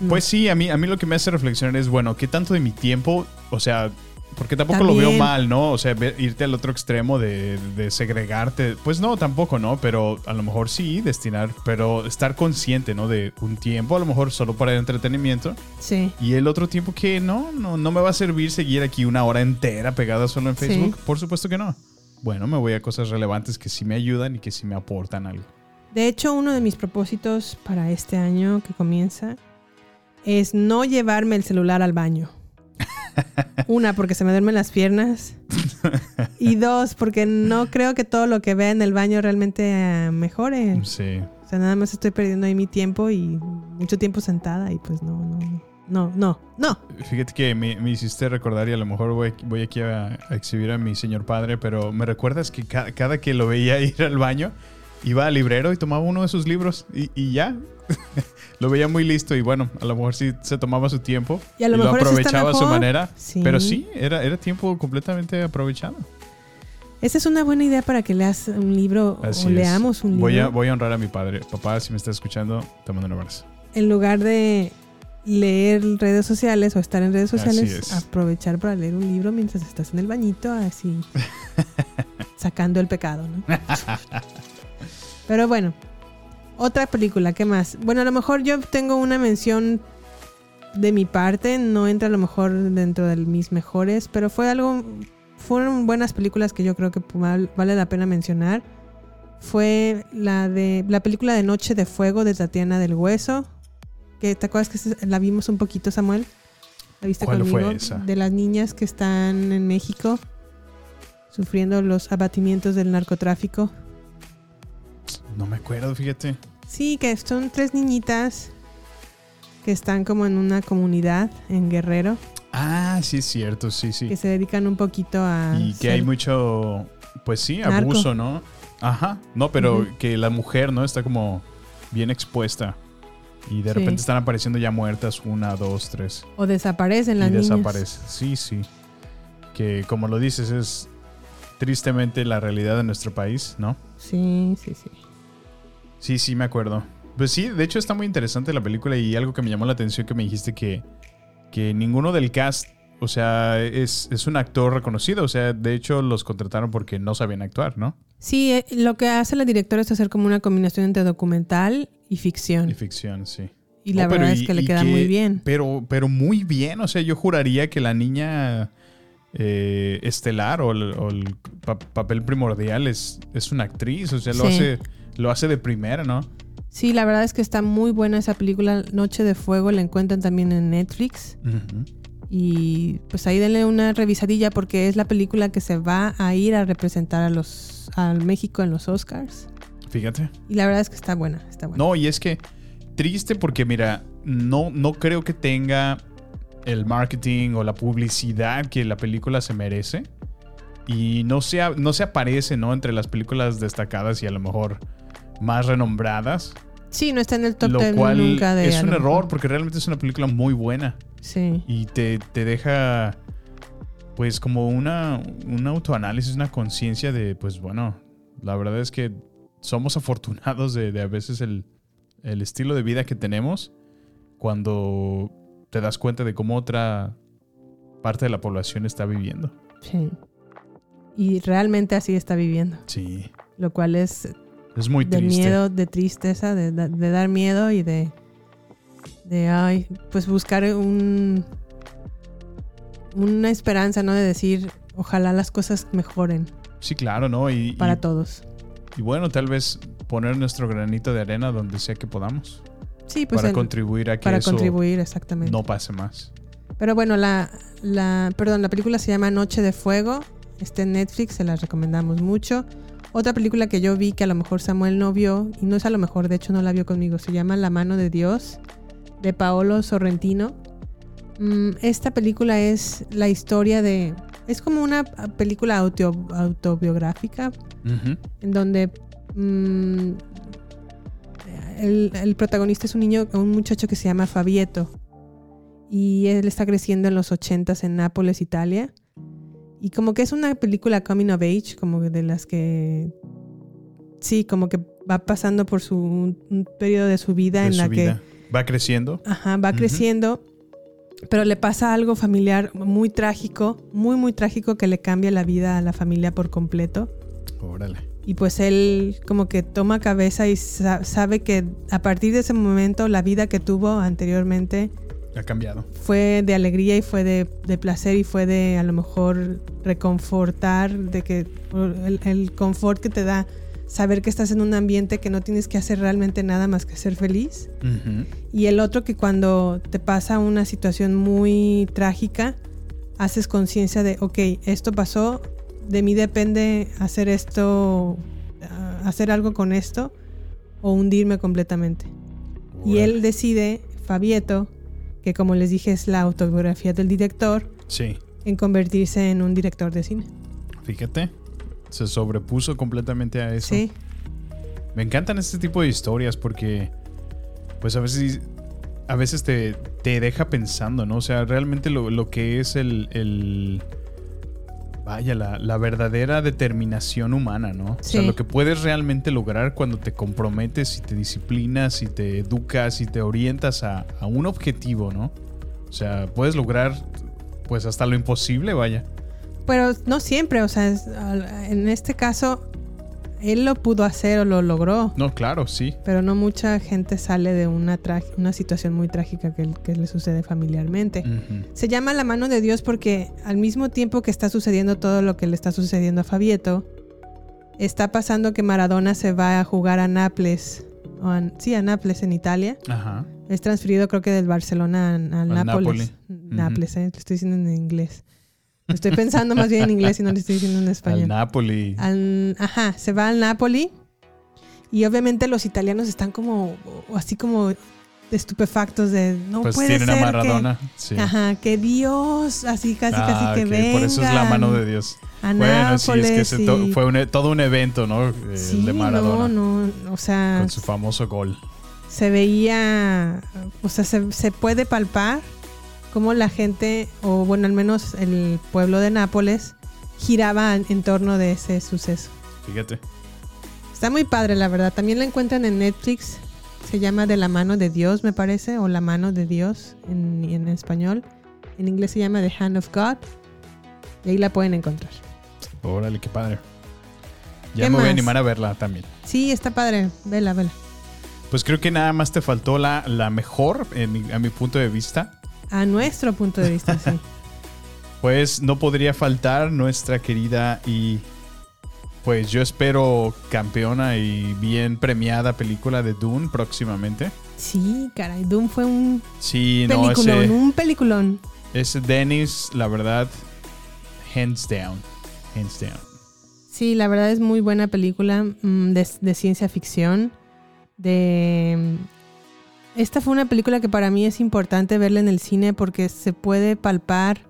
[SPEAKER 3] No.
[SPEAKER 2] Pues sí, a mí, a mí lo que me hace reflexionar es, bueno, ¿qué tanto de mi tiempo? O sea, porque tampoco lo veo
[SPEAKER 3] También.
[SPEAKER 2] mal, ¿no? O sea, ve- irte al otro extremo de, de segregarte. Pues no, tampoco, ¿no? Pero a lo mejor sí, destinar, pero estar consciente, ¿no? De un tiempo, a lo mejor solo para el entretenimiento.
[SPEAKER 3] Sí.
[SPEAKER 2] Y el otro tiempo que no, no, no me va a servir seguir aquí una hora entera pegada solo en
[SPEAKER 3] Sí.
[SPEAKER 2] Facebook. Por supuesto que no. Bueno, me voy a cosas relevantes que sí me ayudan y que sí me aportan algo.
[SPEAKER 3] De hecho, uno de mis propósitos para este año que comienza es no llevarme el celular al baño. Una, porque se me duermen las piernas. Y dos, porque no creo que todo lo que vea en el baño realmente eh, mejore.
[SPEAKER 2] Mm, Sí.
[SPEAKER 3] O sea, nada más estoy perdiendo ahí mi tiempo y mucho tiempo sentada y pues no, no, no. No, no, no.
[SPEAKER 2] Fíjate que me, me hiciste recordar y a lo mejor voy, voy aquí a, a exhibir a mi señor padre, pero me recuerdas que ca- cada que lo veía ir al baño, iba al librero y tomaba uno de sus libros y, y ya. lo veía muy listo y bueno, a lo mejor sí se tomaba su tiempo
[SPEAKER 3] Y a lo mejor eso está
[SPEAKER 2] aprovechaba a su
[SPEAKER 3] mejor.
[SPEAKER 2] manera.
[SPEAKER 3] Sí.
[SPEAKER 2] Pero sí, era, era tiempo completamente aprovechado.
[SPEAKER 3] Esa es una buena idea para que leas un libro
[SPEAKER 2] Así
[SPEAKER 3] o
[SPEAKER 2] es.
[SPEAKER 3] Oh, leamos un libro.
[SPEAKER 2] Voy a, voy a honrar a mi padre. Papá, si me está escuchando, te mando un abrazo.
[SPEAKER 3] en lugar de leer redes sociales o estar en redes
[SPEAKER 2] Así
[SPEAKER 3] sociales,
[SPEAKER 2] es.
[SPEAKER 3] aprovechar para leer un libro mientras estás en el bañito, así sacando el pecado, ¿no? Pero bueno, otra película, ¿qué más? Bueno, a lo mejor yo tengo una mención de mi parte, no entra a lo mejor dentro de mis mejores, pero fue algo, fueron buenas películas que yo creo que val- vale la pena mencionar. Fue la de la película de Noche de Fuego de Tatiana del Hueso, que te acuerdas que se- la vimos un poquito, Samuel. ¿La viste
[SPEAKER 2] ¿Cuál
[SPEAKER 3] conmigo?
[SPEAKER 2] fue esa?
[SPEAKER 3] De las niñas que están en México sufriendo los abatimientos del narcotráfico.
[SPEAKER 2] No me acuerdo, fíjate.
[SPEAKER 3] Sí, que son tres niñitas que están como en una comunidad en Guerrero
[SPEAKER 2] Ah, sí, es cierto, sí, sí.
[SPEAKER 3] que se dedican un poquito a
[SPEAKER 2] y que
[SPEAKER 3] ser-
[SPEAKER 2] hay mucho, pues sí,
[SPEAKER 3] Ah, Narco.
[SPEAKER 2] abuso, ¿no? Ajá, no, pero
[SPEAKER 3] Ujú.
[SPEAKER 2] que la mujer, ¿no? Está como bien expuesta. Y de
[SPEAKER 3] Sí.
[SPEAKER 2] repente están apareciendo ya muertas, una, dos, tres.
[SPEAKER 3] o desaparecen las
[SPEAKER 2] y
[SPEAKER 3] niñas.
[SPEAKER 2] desaparece. Sí, sí. Que como lo dices, es tristemente la realidad de nuestro país, ¿no?
[SPEAKER 3] Sí, sí, sí.
[SPEAKER 2] Sí, sí, me acuerdo. Pues sí, de hecho está muy interesante la película y algo que me llamó la atención que me dijiste que, que ninguno del cast, o sea, es, es un actor reconocido. O sea, de hecho los contrataron porque no sabían actuar, ¿no?
[SPEAKER 3] Sí, eh, lo que hace la directora es hacer como una combinación entre documental y ficción.
[SPEAKER 2] Y ficción, sí.
[SPEAKER 3] Y la
[SPEAKER 2] No, pero
[SPEAKER 3] verdad es
[SPEAKER 2] y-
[SPEAKER 3] que le
[SPEAKER 2] y
[SPEAKER 3] queda muy bien.
[SPEAKER 2] Pero, pero muy bien, o sea, yo juraría que la niña eh, estelar o el, o el pa- papel primordial es, es una actriz, o sea, lo,
[SPEAKER 3] Sí.
[SPEAKER 2] hace, lo hace de primera, ¿no?
[SPEAKER 3] Sí, la verdad es que está muy buena esa película Noche de Fuego, la encuentran también en Netflix. Y pues ahí denle una revisadilla porque es la película que se va a ir a representar a los al México en los Oscars.
[SPEAKER 2] Fíjate.
[SPEAKER 3] Y la verdad es que está buena, está buena.
[SPEAKER 2] No, y es que triste porque, mira, no, no creo que tenga el marketing o la publicidad que la película se merece. Y no se, a- no se aparece, ¿no? Entre las películas destacadas y a lo mejor más renombradas.
[SPEAKER 3] Sí, no está en el top
[SPEAKER 2] lo
[SPEAKER 3] 10
[SPEAKER 2] cual
[SPEAKER 3] nunca de
[SPEAKER 2] es
[SPEAKER 3] a
[SPEAKER 2] un
[SPEAKER 3] lo mejor.
[SPEAKER 2] error porque realmente es una película muy buena.
[SPEAKER 3] Sí.
[SPEAKER 2] Y te, te deja, pues, como una, un autoanálisis, una conciencia de, pues, bueno, la verdad es que somos afortunados de, de a veces el, el estilo de vida que tenemos cuando te das cuenta de cómo otra parte de la población está viviendo.
[SPEAKER 3] Sí. Y realmente así está viviendo,
[SPEAKER 2] Sí.
[SPEAKER 3] lo cual es
[SPEAKER 2] Es muy
[SPEAKER 3] de
[SPEAKER 2] triste.
[SPEAKER 3] miedo, de tristeza, de, da- de dar miedo y de, de ay, pues buscar un una esperanza, ¿no? De decir, ojalá las cosas mejoren
[SPEAKER 2] Sí, claro, ¿no? Y, y-
[SPEAKER 3] para todos.
[SPEAKER 2] y bueno, tal vez poner nuestro granito de arena donde sea que podamos
[SPEAKER 3] Sí, pues
[SPEAKER 2] para
[SPEAKER 3] el-
[SPEAKER 2] contribuir a que
[SPEAKER 3] para
[SPEAKER 2] eso
[SPEAKER 3] contribuir, exactamente.
[SPEAKER 2] no pase más.
[SPEAKER 3] Pero bueno, la, la, perdón, la película se llama Noche de Fuego. Está en Netflix, se las recomendamos mucho. Otra película que yo vi que a lo mejor Samuel no vio, y no es a lo mejor, de hecho no la vio conmigo, se llama La mano de Dios de Paolo Sorrentino. Mm, esta película es la historia de... Es como una película auto- autobiográfica,
[SPEAKER 2] Ujú.
[SPEAKER 3] en donde mm, el, el protagonista es un niño, un muchacho que se llama Fabieto. Y él está creciendo en los 80s en Nápoles, Italia. Y como que es una película coming of age, como de las que. Sí, como que va pasando por su, un, un periodo de su vida
[SPEAKER 2] De
[SPEAKER 3] en
[SPEAKER 2] su
[SPEAKER 3] la que.
[SPEAKER 2] vida. Va creciendo.
[SPEAKER 3] Ajá, va
[SPEAKER 2] Ujú.
[SPEAKER 3] creciendo, pero le pasa algo familiar muy trágico, muy, muy trágico que le cambia la vida a la familia por completo.
[SPEAKER 2] Órale.
[SPEAKER 3] Y pues él como que toma cabeza y sa- sabe que a partir de ese momento la vida que tuvo anteriormente
[SPEAKER 2] Ha cambiado.
[SPEAKER 3] fue de alegría y fue de, de placer y fue de a lo mejor reconfortar, de que el, el confort que te da saber que estás en un ambiente que no tienes que hacer realmente nada más que ser feliz.
[SPEAKER 2] Ujú.
[SPEAKER 3] Y el otro que cuando te pasa una situación muy trágica, haces conciencia de, ok, esto pasó, de mí depende hacer esto, ah, hacer algo con esto o hundirme completamente. Y
[SPEAKER 2] Órale.
[SPEAKER 3] él decide, Fabieto, que como les dije es la autobiografía del director,
[SPEAKER 2] Sí.
[SPEAKER 3] en convertirse en un director de cine.
[SPEAKER 2] Fíjate. Se sobrepuso completamente a eso.
[SPEAKER 3] Sí,
[SPEAKER 2] Me encantan este tipo de historias porque, pues a veces, a veces te, te deja pensando, ¿no? O sea, realmente lo, lo que es el, el- vaya, la, la verdadera determinación humana, ¿no? O sea,
[SPEAKER 3] Sí.
[SPEAKER 2] lo que puedes realmente lograr cuando te comprometes y te disciplinas y te educas y te orientas a, a un objetivo, ¿no? O sea, puedes lograr, pues hasta lo imposible, vaya.
[SPEAKER 3] pero no siempre, o sea, es- al- en este caso, él lo pudo hacer o lo logró.
[SPEAKER 2] No, claro, sí.
[SPEAKER 3] Pero no mucha gente sale de una, tra- una situación muy trágica que, que le sucede familiarmente.
[SPEAKER 2] Ujú.
[SPEAKER 3] Se llama la mano de Dios porque al mismo tiempo que está sucediendo todo lo que le está sucediendo a Fabieto, está pasando que Maradona se va a jugar a Nápoles. o a- sí, a Nápoles en Italia.
[SPEAKER 2] Ajá.
[SPEAKER 3] Es transferido creo que del Barcelona al, al
[SPEAKER 2] Al
[SPEAKER 3] Nápoles. Nápoles, eh, lo estoy diciendo en inglés. Lo estoy pensando más bien en inglés y no lo estoy diciendo en español
[SPEAKER 2] Al Napoli.
[SPEAKER 3] Ah, al- ajá, se va al Napoli y obviamente los italianos están como o- así como estupefactos de no
[SPEAKER 2] pues
[SPEAKER 3] puede
[SPEAKER 2] tienen
[SPEAKER 3] ser
[SPEAKER 2] a
[SPEAKER 3] que-
[SPEAKER 2] Maradona. sí.
[SPEAKER 3] Ajá, que Dios, así casi
[SPEAKER 2] Ah,
[SPEAKER 3] casi que
[SPEAKER 2] ok,
[SPEAKER 3] venga.
[SPEAKER 2] Por eso es la mano de Dios.
[SPEAKER 3] A
[SPEAKER 2] Bueno, sí, es que
[SPEAKER 3] Nápoles
[SPEAKER 2] se to-
[SPEAKER 3] y-
[SPEAKER 2] fue un e- todo un evento, ¿no? Eh, El
[SPEAKER 3] Sí,
[SPEAKER 2] de Maradona.
[SPEAKER 3] No, no, o sea,
[SPEAKER 2] Con su famoso gol.
[SPEAKER 3] se veía, o sea, se, se puede palpar cómo la gente, o bueno, al menos el pueblo de Nápoles, giraba en- en torno de ese suceso.
[SPEAKER 2] Fíjate.
[SPEAKER 3] Está muy padre, la verdad. También la encuentran en Netflix. Se llama De la mano de Dios, me parece, o La mano de Dios en, en español. En inglés se llama The Hand of God. Y ahí la pueden encontrar.
[SPEAKER 2] Órale, qué padre. Ya
[SPEAKER 3] ¿Qué
[SPEAKER 2] me voy a
[SPEAKER 3] más?
[SPEAKER 2] animar a verla también.
[SPEAKER 3] Sí, está padre. Vela, vela.
[SPEAKER 2] Pues creo que nada más te faltó la, la mejor, en mi- a mi punto de vista.
[SPEAKER 3] A nuestro punto de vista, sí.
[SPEAKER 2] Pues no podría faltar nuestra querida y pues yo espero campeona y bien premiada película de Dune próximamente.
[SPEAKER 3] Sí, caray. Doom fue un
[SPEAKER 2] Sí, no,
[SPEAKER 3] peliculón,
[SPEAKER 2] ese,
[SPEAKER 3] un peliculón.
[SPEAKER 2] ese Dennis, la verdad, hands down. Hands down.
[SPEAKER 3] Sí, la verdad es muy buena película mm, de, de ciencia ficción. De mm, esta fue una película que para mí es importante verla en el cine porque se puede palpar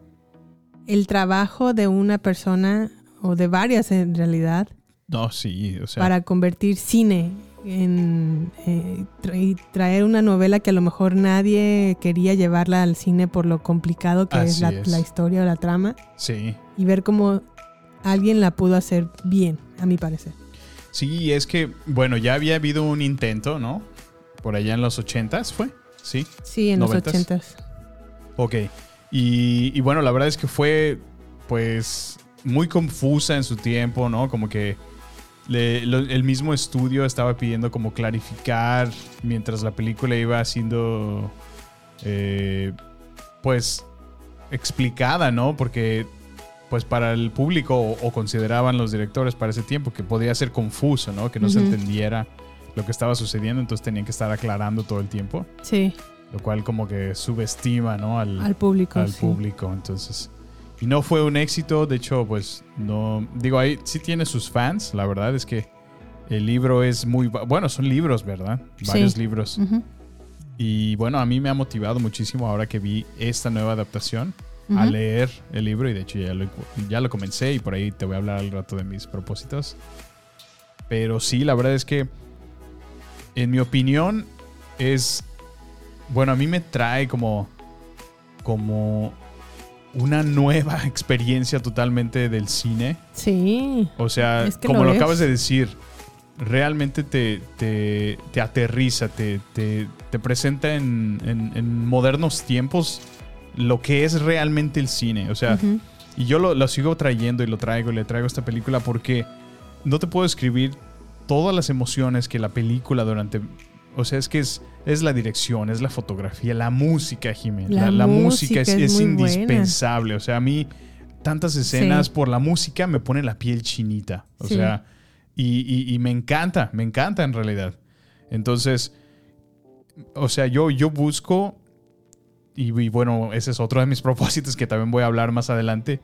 [SPEAKER 3] el trabajo de una persona o de varias en realidad
[SPEAKER 2] No, sí, o sea.
[SPEAKER 3] para convertir cine en eh, tra- y traer una novela que a lo mejor nadie quería llevarla al cine por lo complicado que es
[SPEAKER 2] Así
[SPEAKER 3] la-
[SPEAKER 2] es.
[SPEAKER 3] la historia o la trama
[SPEAKER 2] Sí.
[SPEAKER 3] y ver cómo alguien la pudo hacer bien, a mi parecer.
[SPEAKER 2] Sí, es que, bueno, ya había habido un intento, ¿no? Por allá en los ochentas fue, ¿sí?
[SPEAKER 3] Sí, en los
[SPEAKER 2] ¿Noventas?
[SPEAKER 3] ochentas.
[SPEAKER 2] Ok. Y, y bueno, la verdad es que fue, pues, muy confusa en su tiempo, ¿no? Como que le- lo- el mismo estudio estaba pidiendo como clarificar mientras la película iba haciendo, eh, pues, explicada, ¿no? Porque, pues, para el público o, o consideraban los directores para ese tiempo que podía ser confuso, ¿no? Que no se
[SPEAKER 3] Ujú.
[SPEAKER 2] entendiera lo que estaba sucediendo, entonces tenían que estar aclarando todo el tiempo
[SPEAKER 3] Sí,
[SPEAKER 2] lo cual como que subestima ¿no? al,
[SPEAKER 3] al público.
[SPEAKER 2] Mm. al
[SPEAKER 3] sí.
[SPEAKER 2] público. Entonces, y no fue un éxito, de hecho, pues no, digo, ahí sí tiene sus fans, la verdad es que el libro es muy, va- bueno, son libros, ¿verdad?
[SPEAKER 3] Sí.
[SPEAKER 2] Varios libros.
[SPEAKER 3] Ujú.
[SPEAKER 2] Y bueno, a mí me ha motivado muchísimo ahora que vi esta nueva adaptación a
[SPEAKER 3] Ujú.
[SPEAKER 2] leer el libro y de hecho ya lo, ya lo comencé y por ahí te voy a hablar al rato de mis propósitos. Pero sí, la verdad es que en mi opinión es, bueno, a mí me trae como, como una nueva experiencia totalmente del cine.
[SPEAKER 3] Sí.
[SPEAKER 2] O sea,
[SPEAKER 3] Es que
[SPEAKER 2] como
[SPEAKER 3] lo
[SPEAKER 2] lo,
[SPEAKER 3] es.
[SPEAKER 2] acabas de decir, realmente te, te, te aterriza, te, te, te presenta en, en- en modernos tiempos lo que es realmente el cine. O sea,
[SPEAKER 3] Ujú.
[SPEAKER 2] y yo lo, lo sigo trayendo y lo traigo y le traigo esta película porque no te puedo escribir todas las emociones que la película durante... O sea, es que es, es la dirección, es la fotografía, la música, Jiménez. La,
[SPEAKER 3] La
[SPEAKER 2] la
[SPEAKER 3] música
[SPEAKER 2] música es,
[SPEAKER 3] es
[SPEAKER 2] es
[SPEAKER 3] muy buena.
[SPEAKER 2] indispensable. O sea, a mí tantas escenas
[SPEAKER 3] Sí.
[SPEAKER 2] por la música me pone la piel chinita. O
[SPEAKER 3] Sí.
[SPEAKER 2] sea, y, y- y me encanta, me encanta en realidad. Entonces, o sea, yo, yo busco, y, y bueno, ese es otro de mis propósitos que también voy a hablar más adelante,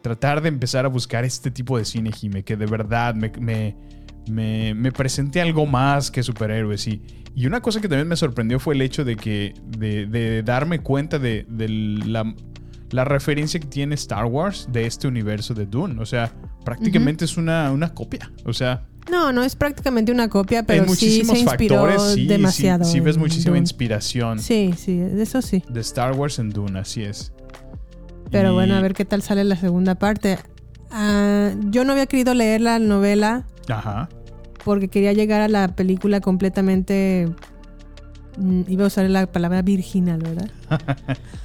[SPEAKER 2] tratar de empezar a buscar este tipo de cine, Jime, que de verdad me, me, me- me presente algo más que superhéroes. Y, y una cosa que también me sorprendió fue el hecho de que, de, de darme cuenta de, de la, la referencia que tiene Star Wars de este universo de Dune. O sea, prácticamente es una, una copia. O sea,
[SPEAKER 3] No, no es prácticamente una copia, pero
[SPEAKER 2] en
[SPEAKER 3] sí
[SPEAKER 2] muchísimos
[SPEAKER 3] se inspiró
[SPEAKER 2] factores, sí, sí-
[SPEAKER 3] demasiado.
[SPEAKER 2] sí ves
[SPEAKER 3] en
[SPEAKER 2] muchísima
[SPEAKER 3] Dune.
[SPEAKER 2] inspiración
[SPEAKER 3] Sí, sí, eso sí.
[SPEAKER 2] de Star Wars en Dune, así es.
[SPEAKER 3] Pero
[SPEAKER 2] Y-
[SPEAKER 3] bueno, a ver qué tal sale la segunda parte. Ah, yo no había querido leer la novela
[SPEAKER 2] Ajá.
[SPEAKER 3] porque quería llegar a la película completamente. mm, iba a usar la palabra virginal, ¿verdad?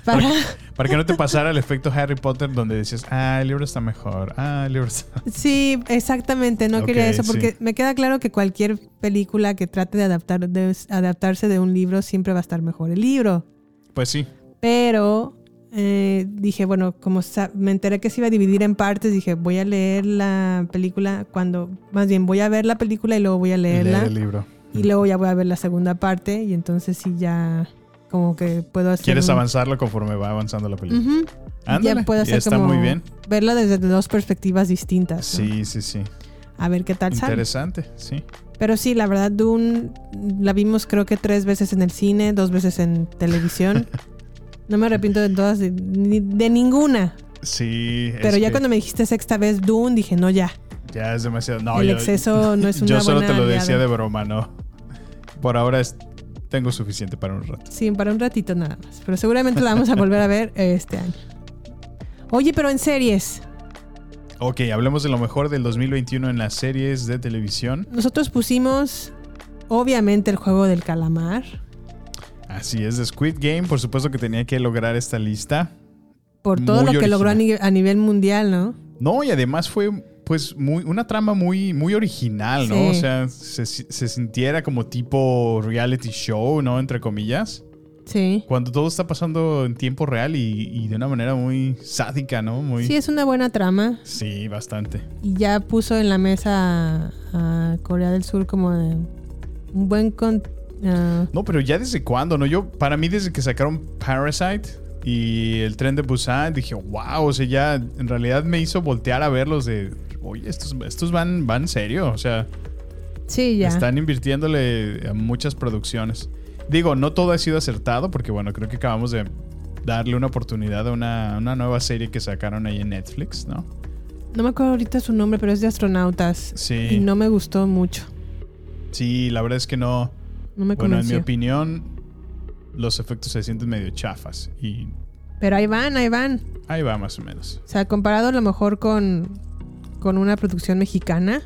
[SPEAKER 3] Para-
[SPEAKER 2] Para que no te pasara el efecto Harry Potter donde decías, ah, el libro está mejor, ah, el libro está...
[SPEAKER 3] sí, exactamente. No quería
[SPEAKER 2] Ok,
[SPEAKER 3] eso porque
[SPEAKER 2] sí.
[SPEAKER 3] me queda claro que cualquier película que trate de, adaptar, de adaptarse de un libro siempre va a estar mejor el libro.
[SPEAKER 2] Pues sí,
[SPEAKER 3] Pero eh, dije, bueno, como sa- me enteré que se iba a dividir en partes, dije, voy a leer la película cuando, más bien, voy a ver la película y luego voy a leerla.
[SPEAKER 2] leer el libro.
[SPEAKER 3] y luego ya voy a ver la segunda parte y entonces sí ya como que puedo hacer...
[SPEAKER 2] Quieres
[SPEAKER 3] un-
[SPEAKER 2] avanzarlo conforme va avanzando la película.
[SPEAKER 3] Ujú.
[SPEAKER 2] Ándale,
[SPEAKER 3] ya puedo hacer
[SPEAKER 2] está
[SPEAKER 3] como
[SPEAKER 2] muy bien.
[SPEAKER 3] verla desde dos perspectivas distintas. ¿no?
[SPEAKER 2] Sí, sí, sí.
[SPEAKER 3] A ver qué tal sale.
[SPEAKER 2] Interesante, sí.
[SPEAKER 3] Pero sí, la verdad, Dune la vimos creo que tres veces en el cine, dos veces en televisión. No me arrepiento de todas, de- ni- de ninguna,
[SPEAKER 2] Sí. este, es
[SPEAKER 3] Pero ya
[SPEAKER 2] que
[SPEAKER 3] cuando me dijiste sexta vez Dune, dije, no, ya.
[SPEAKER 2] Ya es demasiado... No,
[SPEAKER 3] el
[SPEAKER 2] yo-
[SPEAKER 3] exceso no es una
[SPEAKER 2] Yo solo
[SPEAKER 3] buena
[SPEAKER 2] te lo decía
[SPEAKER 3] aliada.
[SPEAKER 2] de broma, ¿no? Por ahora es- tengo suficiente para un rato.
[SPEAKER 3] Sí, para un ratito nada más. Pero seguramente la vamos a volver a ver eh, este año. Oye, pero en series.
[SPEAKER 2] Ok, hablemos de lo mejor del 2021 en las series de televisión.
[SPEAKER 3] Nosotros pusimos, obviamente, el juego del calamar.
[SPEAKER 2] Así es, de Squid Game, por supuesto que tenía que lograr esta lista.
[SPEAKER 3] Por todo
[SPEAKER 2] Muy
[SPEAKER 3] lo que
[SPEAKER 2] original.
[SPEAKER 3] logró a, ni- a nivel mundial, ¿no?
[SPEAKER 2] No, y además fue pues muy, una trama muy, muy original, ¿no?
[SPEAKER 3] Sí.
[SPEAKER 2] O sea, se, se sintiera como tipo reality show, ¿no? Entre comillas.
[SPEAKER 3] Sí.
[SPEAKER 2] Cuando todo está pasando en tiempo real y, y de una manera muy sádica, ¿no? Muy,
[SPEAKER 3] Sí, es una buena trama.
[SPEAKER 2] sí, bastante.
[SPEAKER 3] Y ya puso en la mesa a, a Corea del Sur como de un buen... con- ah,
[SPEAKER 2] No, pero ya desde cuándo, ¿no? Yo, para mí, desde que sacaron Parasite y el tren de Busan, dije, wow, o sea, ya en realidad me hizo voltear a verlos de, oye, estos, estos van, van en serio, o sea,
[SPEAKER 3] sí, ya.
[SPEAKER 2] están invirtiéndole a muchas producciones. Digo, no todo ha sido acertado, porque bueno, creo que acabamos de darle una oportunidad a una, una nueva serie que sacaron ahí en Netflix, ¿no?
[SPEAKER 3] No me acuerdo ahorita su nombre, pero es de astronautas.
[SPEAKER 2] Sí.
[SPEAKER 3] Y no me gustó mucho.
[SPEAKER 2] Sí, la verdad es que no.
[SPEAKER 3] No me
[SPEAKER 2] Bueno, en mi
[SPEAKER 3] convenció.
[SPEAKER 2] opinión, los efectos se sienten medio chafas y
[SPEAKER 3] Pero ahí van, ahí van.
[SPEAKER 2] ahí va más o menos.
[SPEAKER 3] O sea, comparado a lo mejor con, con una producción mexicana,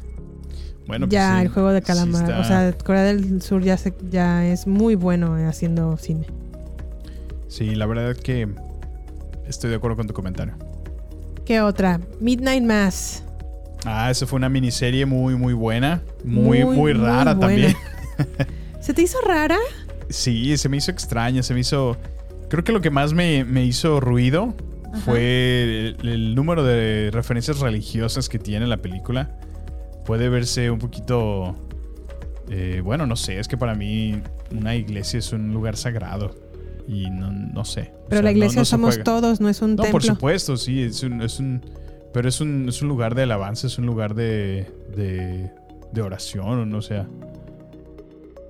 [SPEAKER 2] Bueno, pues
[SPEAKER 3] ya
[SPEAKER 2] sí,
[SPEAKER 3] el juego de
[SPEAKER 2] sí
[SPEAKER 3] calamar.
[SPEAKER 2] está-
[SPEAKER 3] O sea, Corea del Sur ya, se- ya es muy bueno eh, haciendo cine.
[SPEAKER 2] Sí, la verdad es que estoy de acuerdo con tu comentario.
[SPEAKER 3] ¿Qué otra? Midnight Mass.
[SPEAKER 2] Ah, esa fue una miniserie muy, muy buena. Muy, muy,
[SPEAKER 3] Muy, muy
[SPEAKER 2] rara
[SPEAKER 3] buena.
[SPEAKER 2] también.
[SPEAKER 3] ¿Se te hizo rara?
[SPEAKER 2] Sí, se me hizo extraña, se me hizo... Creo que lo que más me, me hizo ruido fue el, el número de referencias religiosas que tiene la película. Puede verse un poquito... eh, bueno, no sé, es que para mí una iglesia es un lugar sagrado. Y no, no sé. O
[SPEAKER 3] Pero
[SPEAKER 2] sea,
[SPEAKER 3] la
[SPEAKER 2] no-
[SPEAKER 3] iglesia
[SPEAKER 2] no se
[SPEAKER 3] somos
[SPEAKER 2] juega.
[SPEAKER 3] todos, no es un
[SPEAKER 2] No,
[SPEAKER 3] templo.
[SPEAKER 2] por supuesto, sí, es un, es un- pero es un, es un lugar de alabanza, es un lugar de, de, de oración, o no sea.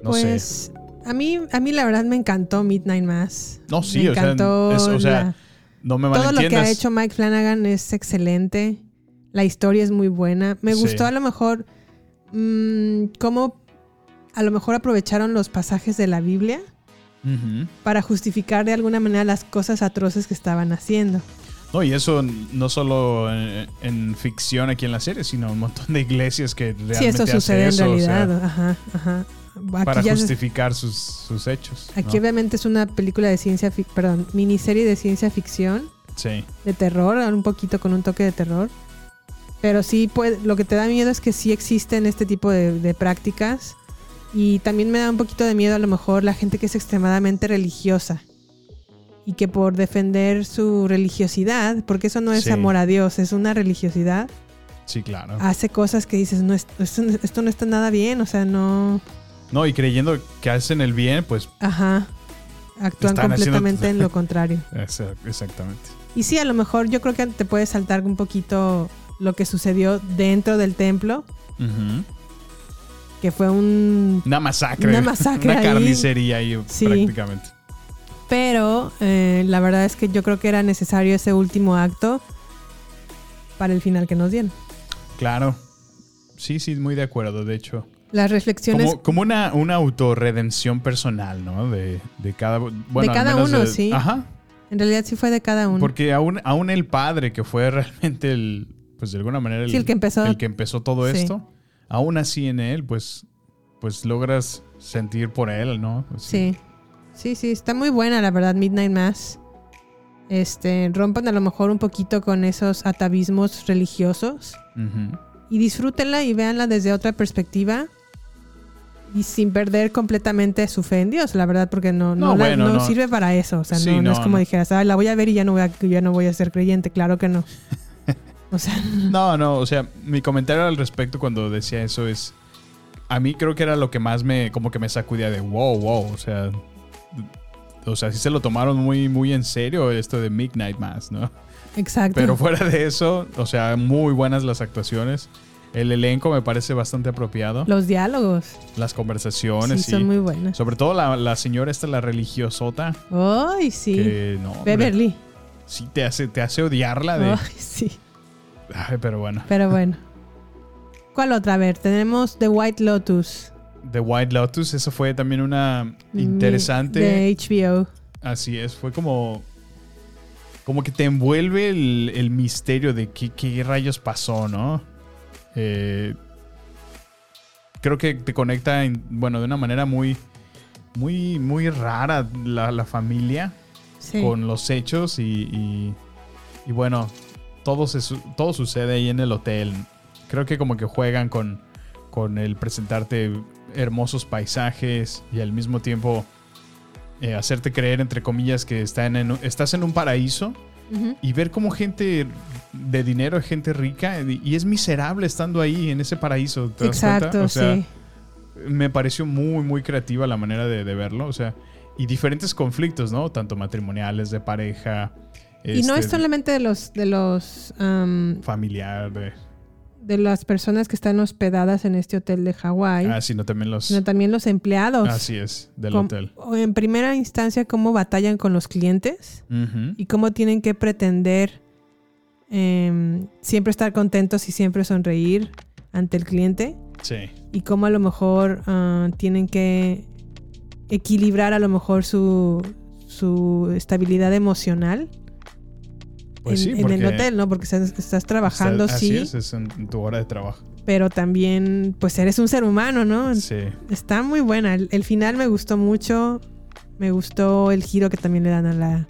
[SPEAKER 2] No
[SPEAKER 3] pues A mí, a mí la verdad me encantó Midnight Mass.
[SPEAKER 2] No, sí,
[SPEAKER 3] Me
[SPEAKER 2] o sea,
[SPEAKER 3] encantó
[SPEAKER 2] es- o sea,
[SPEAKER 3] la-
[SPEAKER 2] no me
[SPEAKER 3] todo lo que
[SPEAKER 2] malentiendas.
[SPEAKER 3] ha hecho Mike Flanagan es excelente. La historia es muy buena. Me
[SPEAKER 2] Sí.
[SPEAKER 3] gustó a lo mejor mm, cómo a lo mejor aprovecharon los pasajes de la Biblia
[SPEAKER 2] Ujú.
[SPEAKER 3] para justificar de alguna manera las cosas atroces que estaban haciendo.
[SPEAKER 2] No, y eso no solo en, en ficción aquí en la serie, sino un montón de iglesias que realmente
[SPEAKER 3] Sí, esto
[SPEAKER 2] hace
[SPEAKER 3] sucede en
[SPEAKER 2] eso, o sea,
[SPEAKER 3] realidad. ajá, ajá. Aquí
[SPEAKER 2] para
[SPEAKER 3] ya se-
[SPEAKER 2] justificar sus, sus hechos.
[SPEAKER 3] Aquí
[SPEAKER 2] ¿no?
[SPEAKER 3] obviamente es una película de ciencia ficción, perdón, miniserie de ciencia ficción,
[SPEAKER 2] Sí.
[SPEAKER 3] de terror, un poquito con un toque de terror. Pero sí, pues, lo que te da miedo es que sí existen este tipo de, de prácticas. Y también me da un poquito de miedo a lo mejor la gente que es extremadamente religiosa. Y que por defender su religiosidad, porque eso no es
[SPEAKER 2] Sí. Ah.
[SPEAKER 3] amor a Dios, es una religiosidad,
[SPEAKER 2] Sí, claro.
[SPEAKER 3] hace cosas que dices, no, es- esto, esto no está nada bien, o sea, no...
[SPEAKER 2] No, y creyendo que hacen el bien, pues
[SPEAKER 3] Ajá. Actúan
[SPEAKER 2] Están haciendo-
[SPEAKER 3] completamente en lo contrario.
[SPEAKER 2] esa- exactamente.
[SPEAKER 3] Y sí, a lo mejor yo creo que te puede saltar un poquito lo que sucedió dentro del templo,
[SPEAKER 2] Ujú.
[SPEAKER 3] que fue un...
[SPEAKER 2] Una masacre.
[SPEAKER 3] Una masacre
[SPEAKER 2] Una
[SPEAKER 3] ahí.
[SPEAKER 2] carnicería ahí
[SPEAKER 3] Sí.
[SPEAKER 2] prácticamente.
[SPEAKER 3] Pero eh, la verdad es que yo creo que era necesario ese último acto para el final que nos dieron.
[SPEAKER 2] Claro. Sí, sí, muy de acuerdo, de hecho.
[SPEAKER 3] Las reflexiones
[SPEAKER 2] Como, como una, una autorredención personal, ¿no? De, de cada, bueno, al
[SPEAKER 3] cada
[SPEAKER 2] menos
[SPEAKER 3] uno,
[SPEAKER 2] de-
[SPEAKER 3] sí.
[SPEAKER 2] Ajá,
[SPEAKER 3] en realidad sí fue de cada uno.
[SPEAKER 2] Porque aún, aún el padre, que fue realmente el, pues de alguna manera
[SPEAKER 3] Sí, el que empezó-
[SPEAKER 2] el que empezó todo
[SPEAKER 3] sí.
[SPEAKER 2] esto, aún así en él, pues, pues logras sentir por él, ¿no? Así.
[SPEAKER 3] Sí. Sí, sí, está muy buena la verdad Midnight Mass. Este, rompan a lo mejor un poquito con esos atavismos religiosos.
[SPEAKER 2] Ujú.
[SPEAKER 3] y disfrútenla y véanla desde otra perspectiva y sin perder completamente su fe en Dios, la verdad, porque no, no,
[SPEAKER 2] No,
[SPEAKER 3] la-
[SPEAKER 2] bueno,
[SPEAKER 3] no
[SPEAKER 2] no.
[SPEAKER 3] sirve para eso. O sea,
[SPEAKER 2] Sí,
[SPEAKER 3] no, no
[SPEAKER 2] no,
[SPEAKER 3] es como
[SPEAKER 2] no.
[SPEAKER 3] dijeras, "Ay, la voy a ver y ya no voy a, ya no voy a ser creyente, claro que no. O sea,
[SPEAKER 2] No, no, o sea, mi comentario al respecto cuando decía eso es, a mí creo que era lo que más me, como que me sacudía de, wow, wow, o sea, o sea, sí se lo tomaron muy, muy en serio esto de Midnight Mass, ¿no?
[SPEAKER 3] exacto.
[SPEAKER 2] Pero fuera de eso, o sea, muy buenas las actuaciones. El elenco me parece bastante apropiado.
[SPEAKER 3] Los diálogos
[SPEAKER 2] Las
[SPEAKER 3] sí,
[SPEAKER 2] conversaciones. y
[SPEAKER 3] son muy buenos.
[SPEAKER 2] Sobre todo la, la señora esta, la religiosota.
[SPEAKER 3] Ay, sí.
[SPEAKER 2] Que no. hombre,
[SPEAKER 3] Beverly.
[SPEAKER 2] sí, te hace, te hace odiarla de.
[SPEAKER 3] Ay, sí. Ah.
[SPEAKER 2] Ay, pero bueno.
[SPEAKER 3] Pero bueno. ¿Cuál otra? A ver, tenemos The White Lotus.
[SPEAKER 2] The White Lotus, eso fue también una
[SPEAKER 3] mi-
[SPEAKER 2] interesante.
[SPEAKER 3] Mm, De HBO.
[SPEAKER 2] Así es, fue como. Como que te envuelve el, el misterio de qué, qué rayos pasó, ¿no? Eh, creo que te conecta, en- bueno, de una manera muy. Muy, muy rara la, la familia
[SPEAKER 3] Sí.
[SPEAKER 2] con los hechos y. y- y bueno, todo, se su- todo sucede ahí en el hotel. Creo que como que juegan con, con el presentarte hermosos paisajes y al mismo tiempo eh, hacerte creer, entre comillas, que está en- en- estás en un paraíso
[SPEAKER 3] Ujú.
[SPEAKER 2] y ver cómo gente de dinero, gente rica, y y es miserable estando ahí en ese paraíso. ¿te das cuenta?
[SPEAKER 3] Exacto,
[SPEAKER 2] O sea,
[SPEAKER 3] sí.
[SPEAKER 2] me pareció muy, muy creativa la manera de, de verlo. O sea, y diferentes conflictos, ¿no? Tanto matrimoniales, de pareja.
[SPEAKER 3] y no
[SPEAKER 2] este,
[SPEAKER 3] es solamente de los, de los am,
[SPEAKER 2] Familiar. De,
[SPEAKER 3] de las personas que están hospedadas en este hotel de Hawái,
[SPEAKER 2] ah, sino también los.
[SPEAKER 3] sino también los empleados.
[SPEAKER 2] Así es, del
[SPEAKER 3] Com-
[SPEAKER 2] hotel.
[SPEAKER 3] o En primera instancia, cómo batallan con los clientes
[SPEAKER 2] Ujú.
[SPEAKER 3] y cómo tienen que pretender em, siempre estar contentos y siempre sonreír ante el cliente
[SPEAKER 2] Sí.
[SPEAKER 3] y cómo a lo mejor ah, tienen que equilibrar a lo mejor su, su estabilidad emocional en,
[SPEAKER 2] Pues sí,
[SPEAKER 3] en el
[SPEAKER 2] porque
[SPEAKER 3] hotel, ¿no? Porque estás, estás trabajando,
[SPEAKER 2] está-
[SPEAKER 3] sí,
[SPEAKER 2] Así es, es en, en tu hora de trabajo.
[SPEAKER 3] pero también pues eres un ser humano, ¿no?
[SPEAKER 2] Sí.
[SPEAKER 3] Está muy buena. El, el final me gustó mucho. Me gustó el giro que también le dan a la,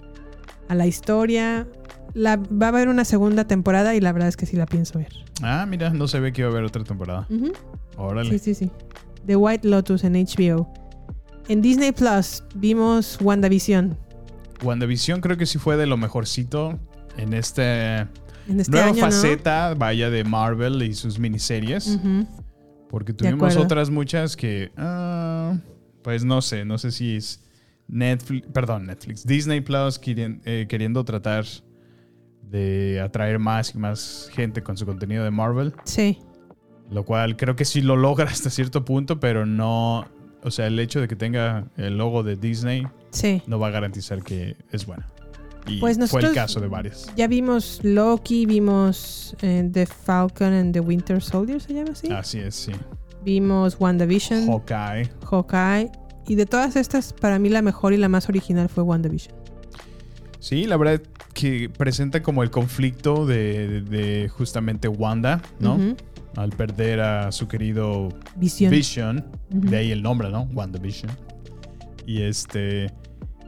[SPEAKER 3] a la historia. La, va a haber una segunda temporada y la verdad es que sí la pienso ver.
[SPEAKER 2] Ah, mira, no se ve que iba a haber otra temporada.
[SPEAKER 3] Ujú.
[SPEAKER 2] Órale.
[SPEAKER 3] Mm, Sí, sí, sí. The White Lotus en HBO. En Disney Plus vimos WandaVision
[SPEAKER 2] WandaVision creo que sí fue de lo mejorcito en este
[SPEAKER 3] en este
[SPEAKER 2] nueva
[SPEAKER 3] año, ¿no?
[SPEAKER 2] faceta, vaya, de Marvel y sus miniseries.
[SPEAKER 3] Ujú.
[SPEAKER 2] Porque
[SPEAKER 3] De
[SPEAKER 2] tuvimos
[SPEAKER 3] acuerdo.
[SPEAKER 2] otras muchas que. ah, pues no sé, no sé si es Netflix, perdón, Netflix, Disney Plus querien- eh, queriendo tratar de atraer más y más gente con su contenido de Marvel.
[SPEAKER 3] Sí.
[SPEAKER 2] Lo cual creo que sí lo logra hasta cierto punto, pero no. o sea, el hecho de que tenga el logo de Disney
[SPEAKER 3] Sí.
[SPEAKER 2] no va a garantizar que es buena.
[SPEAKER 3] Pues
[SPEAKER 2] Y fue el
[SPEAKER 3] nosotros-
[SPEAKER 2] caso de varias.
[SPEAKER 3] Ya vimos Loki, vimos eh, The Falcon and the Winter Soldier, se llama así.
[SPEAKER 2] Así es, Ah, sí.
[SPEAKER 3] Vimos WandaVision,
[SPEAKER 2] Hawkeye.
[SPEAKER 3] Hawkeye. Y de todas estas, para mí la mejor y la más original fue WandaVision.
[SPEAKER 2] Sí, la verdad que presenta como el conflicto de, de- de justamente Wanda, ¿no?
[SPEAKER 3] Ujú.
[SPEAKER 2] Al perder a su querido
[SPEAKER 3] Visión.
[SPEAKER 2] Vision,
[SPEAKER 3] Ujú.
[SPEAKER 2] de ahí el nombre, ¿no? WandaVision. Y este.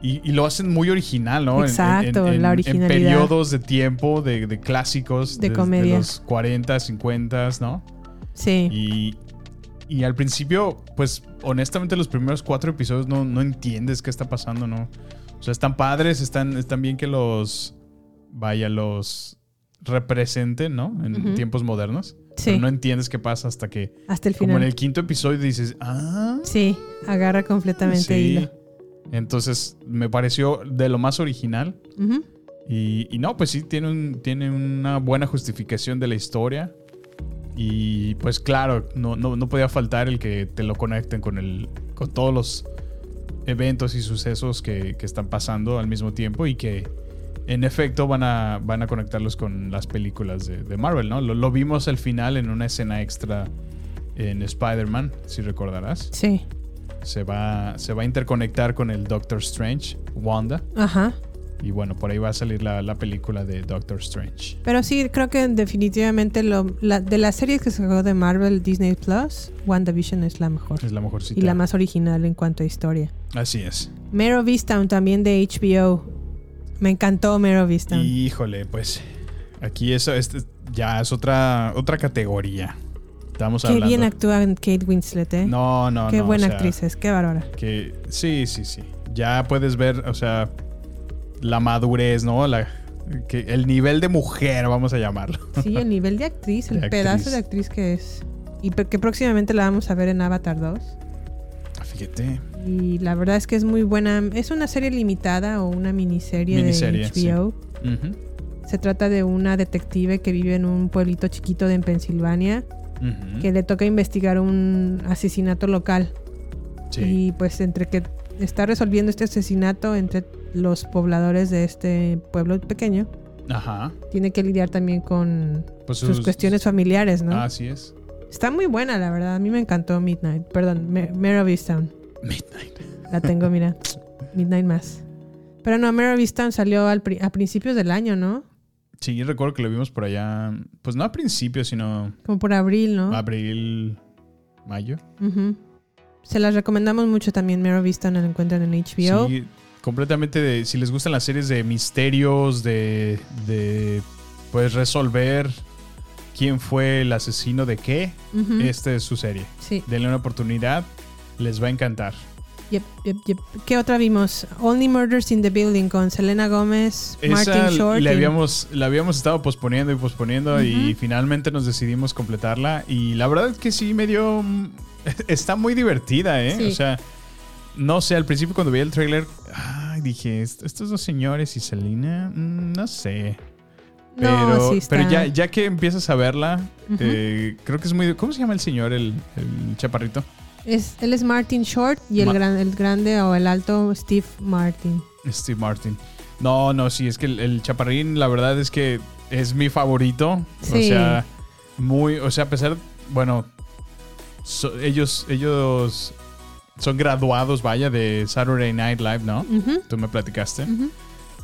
[SPEAKER 2] Y, y lo hacen muy original, ¿no? En- en-
[SPEAKER 3] Exacto,
[SPEAKER 2] en,
[SPEAKER 3] la
[SPEAKER 2] En
[SPEAKER 3] originalidad.
[SPEAKER 2] periodos de tiempo, de, de clásicos.
[SPEAKER 3] De
[SPEAKER 2] desde
[SPEAKER 3] comedia.
[SPEAKER 2] los 40, 50, ¿no?
[SPEAKER 3] Sí.
[SPEAKER 2] Y, y al principio, pues honestamente los primeros cuatro episodios no, no entiendes qué está pasando, ¿no? O sea, están padres, están, están bien que los, vaya, los representen, ¿no? En
[SPEAKER 3] Ujú.
[SPEAKER 2] tiempos modernos.
[SPEAKER 3] Sí.
[SPEAKER 2] Pero no entiendes qué pasa hasta que,
[SPEAKER 3] Hasta el
[SPEAKER 2] como
[SPEAKER 3] final.
[SPEAKER 2] en el quinto episodio, dices, ah,
[SPEAKER 3] Sí, agarra completamente
[SPEAKER 2] sí".
[SPEAKER 3] hilo.
[SPEAKER 2] Entonces, me pareció de lo más original.
[SPEAKER 3] Ujú.
[SPEAKER 2] Y, y no, pues sí, tiene, un, tiene una buena justificación de la historia. Y pues claro, no, no, no podía faltar el que te lo conecten con, el, con todos los eventos y sucesos que, que están pasando al mismo tiempo y que en efecto van a, van a conectarlos con las películas de, de Marvel, ¿no? Lo, lo vimos al final en una escena extra en Spider-Man, si recordarás.
[SPEAKER 3] Sí.
[SPEAKER 2] Se va, se va a interconectar con el Doctor Strange, Wanda.
[SPEAKER 3] Ajá.
[SPEAKER 2] Y bueno, por ahí va a salir la, la película de Doctor Strange.
[SPEAKER 3] Pero sí, creo que definitivamente lo, la- de las series que sacó de Marvel, Disney Plus, WandaVision es la mejor.
[SPEAKER 2] Es la mejorcita.
[SPEAKER 3] Y la más original en cuanto a historia.
[SPEAKER 2] Así es.
[SPEAKER 3] Mero Vistown también de HBO. Me encantó Mero Vistown.
[SPEAKER 2] Híjole, pues aquí eso este ya es otra, otra categoría. Estamos
[SPEAKER 3] Qué
[SPEAKER 2] hablando.
[SPEAKER 3] bien actúa Kate Winslet, ¿eh?
[SPEAKER 2] no, no,
[SPEAKER 3] Qué
[SPEAKER 2] no, o
[SPEAKER 3] buena
[SPEAKER 2] sea,
[SPEAKER 3] actriz ¿eh? es, qué bárbara.
[SPEAKER 2] Que, sí, sí, sí. Ya puedes ver, o sea, la madurez, ¿no? La, que, el nivel de mujer, vamos a llamarlo.
[SPEAKER 3] Sí, el nivel de actriz, el
[SPEAKER 2] De
[SPEAKER 3] pedazo
[SPEAKER 2] actriz.
[SPEAKER 3] de actriz que es. Y pe- que próximamente la vamos a ver en Avatar 2.
[SPEAKER 2] Fíjate.
[SPEAKER 3] Y la verdad es que es muy buena. Es una serie limitada o una miniserie,
[SPEAKER 2] Miniserie, sí.
[SPEAKER 3] de HBO.
[SPEAKER 2] Ujú,
[SPEAKER 3] Se trata de una detective que vive en un pueblito chiquito de en Pensilvania
[SPEAKER 2] ujú.
[SPEAKER 3] que le toca investigar un asesinato local.
[SPEAKER 2] Sí.
[SPEAKER 3] Y pues entre que está resolviendo este asesinato entre los pobladores de este pueblo pequeño,
[SPEAKER 2] Ajá.
[SPEAKER 3] tiene que lidiar también con
[SPEAKER 2] Pues
[SPEAKER 3] sus, cuestiones familiares, ¿no?
[SPEAKER 2] Así es.
[SPEAKER 3] Está muy buena, la verdad. A mí me encantó Midnight. Perdón, Me- Mare of Easttown.
[SPEAKER 2] Midnight.
[SPEAKER 3] La tengo, mira. Midnight más. Pero no, Mare of Easttown salió al pri- a principios del año, ¿no?
[SPEAKER 2] Sí, recuerdo que lo vimos por allá, pues no a principios, sino
[SPEAKER 3] Como por abril, ¿no?
[SPEAKER 2] Ah, abril, mayo.
[SPEAKER 3] Ujú. Se las recomendamos mucho también. Mare of Easttown la encuentran en HBO.
[SPEAKER 2] Sí, completamente de, si les gustan las series de misterios, de, de pues resolver quién fue el asesino de qué,
[SPEAKER 3] Ujú.
[SPEAKER 2] esta es su serie.
[SPEAKER 3] Sí.
[SPEAKER 2] Denle una oportunidad, les va a encantar.
[SPEAKER 3] Yep, yep, yep. ¿Qué otra vimos? Only Murders in the Building con Selena Gómez,
[SPEAKER 2] Esa
[SPEAKER 3] Martin Short.
[SPEAKER 2] la
[SPEAKER 3] y-
[SPEAKER 2] habíamos, la habíamos estado posponiendo y posponiendo y finalmente nos decidimos completarla. Y la verdad es que sí me dio... mm, Está muy divertida, ¿eh?
[SPEAKER 3] Sí.
[SPEAKER 2] O sea, no sé, al principio cuando vi el tráiler, ay, dije, "Est- estos dos señores y Selena, mm, no sé. Pero,
[SPEAKER 3] no, sí está.
[SPEAKER 2] pero ya, ya que empiezas a verla,
[SPEAKER 3] Ujú.
[SPEAKER 2] eh, creo que es muy... ¿Cómo se llama el señor, el, el chaparrito?
[SPEAKER 3] Es, él es Martin Short y el,
[SPEAKER 2] Ma-
[SPEAKER 3] gran, el grande o el alto Steve Martin.
[SPEAKER 2] Steve Martin. No, no, sí, es que el, el chaparrín, la verdad es que es mi favorito. O
[SPEAKER 3] Sí.
[SPEAKER 2] sea, muy, o sea, a pesar, bueno, so- ellos, ellos son graduados, vaya, de Saturday Night Live, ¿no?
[SPEAKER 3] Ujú,
[SPEAKER 2] Tú me platicaste.
[SPEAKER 3] ujú.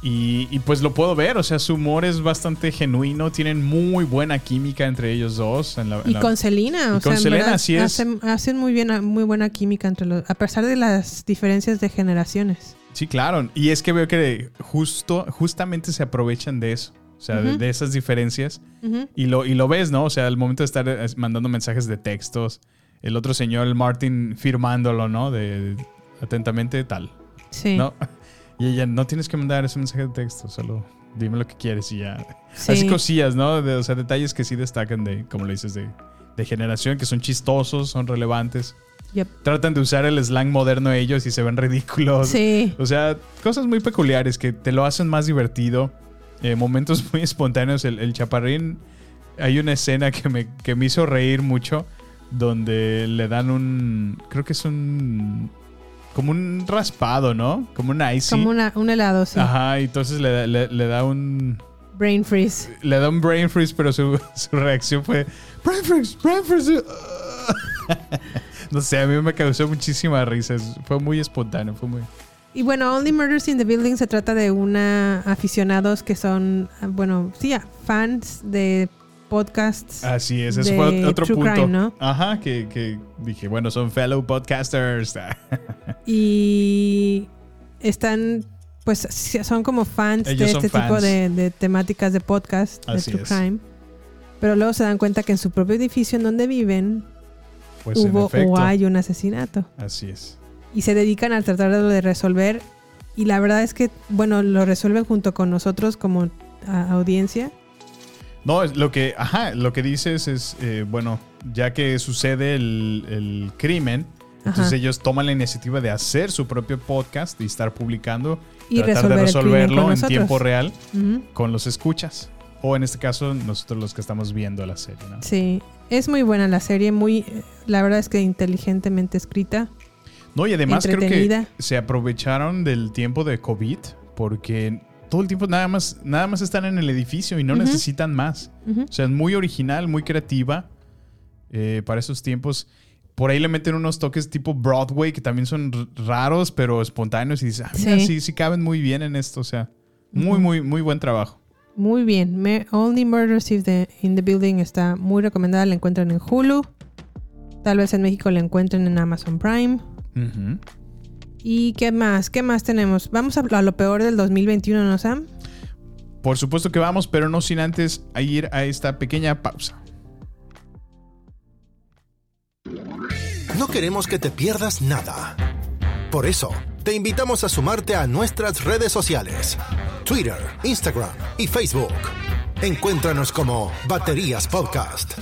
[SPEAKER 2] Y, y pues lo puedo ver, o sea, su humor es bastante genuino, tienen muy buena química entre ellos dos. en la- en
[SPEAKER 3] Y
[SPEAKER 2] la-
[SPEAKER 3] con Selena,
[SPEAKER 2] y
[SPEAKER 3] o
[SPEAKER 2] con
[SPEAKER 3] sea, en
[SPEAKER 2] Selena,
[SPEAKER 3] verdad,
[SPEAKER 2] así es.
[SPEAKER 3] Hacen, hacen muy bien, muy buena química entre los, a pesar de las diferencias de generaciones.
[SPEAKER 2] Sí, claro. Y es que veo que justo, justamente se aprovechan de eso, o sea, de-
[SPEAKER 3] Ujú.
[SPEAKER 2] de esas diferencias.
[SPEAKER 3] Ujú.
[SPEAKER 2] Y lo, y lo ves, ¿no? O sea, al momento de estar eh, mandando mensajes de textos, el otro señor, el Martin, firmándolo, ¿no? De, de- atentamente tal,
[SPEAKER 3] Sí,
[SPEAKER 2] ¿no? Y ella, no tienes que mandar ese mensaje de texto, solo dime lo que quieres y ya.
[SPEAKER 3] sí.
[SPEAKER 2] Así cosillas, ¿no? De- o sea, detalles que sí destacan de, como lo dices, de, de generación, que son chistosos, son relevantes.
[SPEAKER 3] Yep.
[SPEAKER 2] Tratan de usar el slang moderno ellos y se ven ridículos.
[SPEAKER 3] Sí.
[SPEAKER 2] O sea, cosas muy peculiares que te lo hacen más divertido. eh, momentos muy espontáneos. El, el chaparrín, hay una escena que me, que me hizo reír mucho donde le dan un. Creo que es un. Como un raspado, ¿no? Como un icy.
[SPEAKER 3] Como una- un helado, sí.
[SPEAKER 2] Ajá, y entonces le, da- le- le da un.
[SPEAKER 3] Brain freeze.
[SPEAKER 2] Le da un brain freeze, pero su, su reacción fue. ¡Brain freeze! ¡Brain freeze! uh". no sé, a mí me causó muchísima risa. es- Fue muy espontáneo, fue muy.
[SPEAKER 3] Y bueno, Only Murders in the Building se trata de una aficionados que son, ah, bueno, sí, ah, fans de podcasts.
[SPEAKER 2] Así es, ese
[SPEAKER 3] de
[SPEAKER 2] fue ot- otro
[SPEAKER 3] True
[SPEAKER 2] punto.
[SPEAKER 3] Crime, ¿no?
[SPEAKER 2] Ajá, que, que dije, bueno, son fellow podcasters.
[SPEAKER 3] Y están, pues, sí, son como fans de
[SPEAKER 2] Ellos son
[SPEAKER 3] este tipo
[SPEAKER 2] fans.
[SPEAKER 3] de, de temáticas de podcast,
[SPEAKER 2] Así
[SPEAKER 3] de True
[SPEAKER 2] es.
[SPEAKER 3] Crime. Pero luego se dan cuenta que en su propio edificio en donde viven
[SPEAKER 2] Pues en
[SPEAKER 3] hubo
[SPEAKER 2] efecto.
[SPEAKER 3] o hay un asesinato.
[SPEAKER 2] Así es.
[SPEAKER 3] y se dedican a tratar de resolver. Y la verdad es que, bueno, lo resuelven junto con nosotros como a- audiencia.
[SPEAKER 2] No, es lo que, ajá, lo que dices es, eh, bueno, ya que sucede el, el crimen, entonces
[SPEAKER 3] Ajá.
[SPEAKER 2] ellos toman la iniciativa de hacer su propio podcast y estar publicando,
[SPEAKER 3] Y
[SPEAKER 2] tratar
[SPEAKER 3] resolver
[SPEAKER 2] de
[SPEAKER 3] el crimen
[SPEAKER 2] resolverlo
[SPEAKER 3] con
[SPEAKER 2] en
[SPEAKER 3] nosotros.
[SPEAKER 2] tiempo real
[SPEAKER 3] Ujú.
[SPEAKER 2] con los escuchas. O en este caso, nosotros los que estamos viendo la serie, ¿no?
[SPEAKER 3] Sí, es muy buena la serie, muy, la verdad es que inteligentemente escrita.
[SPEAKER 2] No, y además creo que
[SPEAKER 3] Entretenida.
[SPEAKER 2] se aprovecharon del tiempo de COVID porque todo el tiempo nada más, nada más están en el edificio y no
[SPEAKER 3] Ujú.
[SPEAKER 2] necesitan más.
[SPEAKER 3] Ujú.
[SPEAKER 2] O sea, es muy original, muy creativa eh, para esos tiempos. Por ahí le meten unos toques tipo Broadway que también son r- raros, pero espontáneos. Y dices, ah, mira, sí.
[SPEAKER 3] Sí.
[SPEAKER 2] sí, caben muy bien en esto. O sea, muy, muy, muy buen trabajo.
[SPEAKER 3] Muy bien, Me- Only Murders in the, in the Building está muy recomendada, la encuentran en Hulu. Tal vez en México la encuentren en Amazon Prime.
[SPEAKER 2] Ujú.
[SPEAKER 3] ¿Y qué más? ¿Qué más tenemos? Vamos a, a lo peor del 2021, ¿no, Sam?
[SPEAKER 2] Por supuesto que vamos, pero no sin antes a ir a esta pequeña pausa.
[SPEAKER 1] No queremos que te pierdas nada. Por eso, te invitamos a sumarte a nuestras redes sociales, Twitter, Instagram y Facebook. Encuéntranos como Baterías Podcast.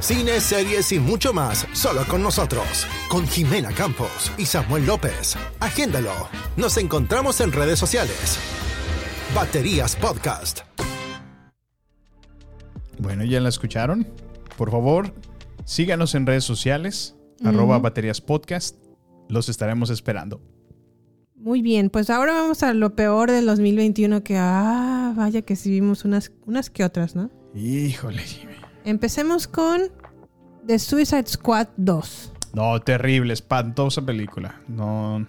[SPEAKER 1] Cine, series y mucho más, solo con nosotros, con Jimena Campos y Samuel López. Agéndalo. Nos encontramos en redes sociales. Baterías Podcast.
[SPEAKER 2] Bueno, ya la escucharon. Por favor, síganos en redes sociales, arroba baterías podcast. Los estaremos esperando.
[SPEAKER 3] Muy bien, pues ahora vamos a lo peor del 2021 que, ah, vaya que sí vimos unas, unas que otras, ¿no?
[SPEAKER 2] Híjole, Jimmy.
[SPEAKER 3] Empecemos con The Suicide Squad 2.
[SPEAKER 2] No, terrible, espantosa película. No.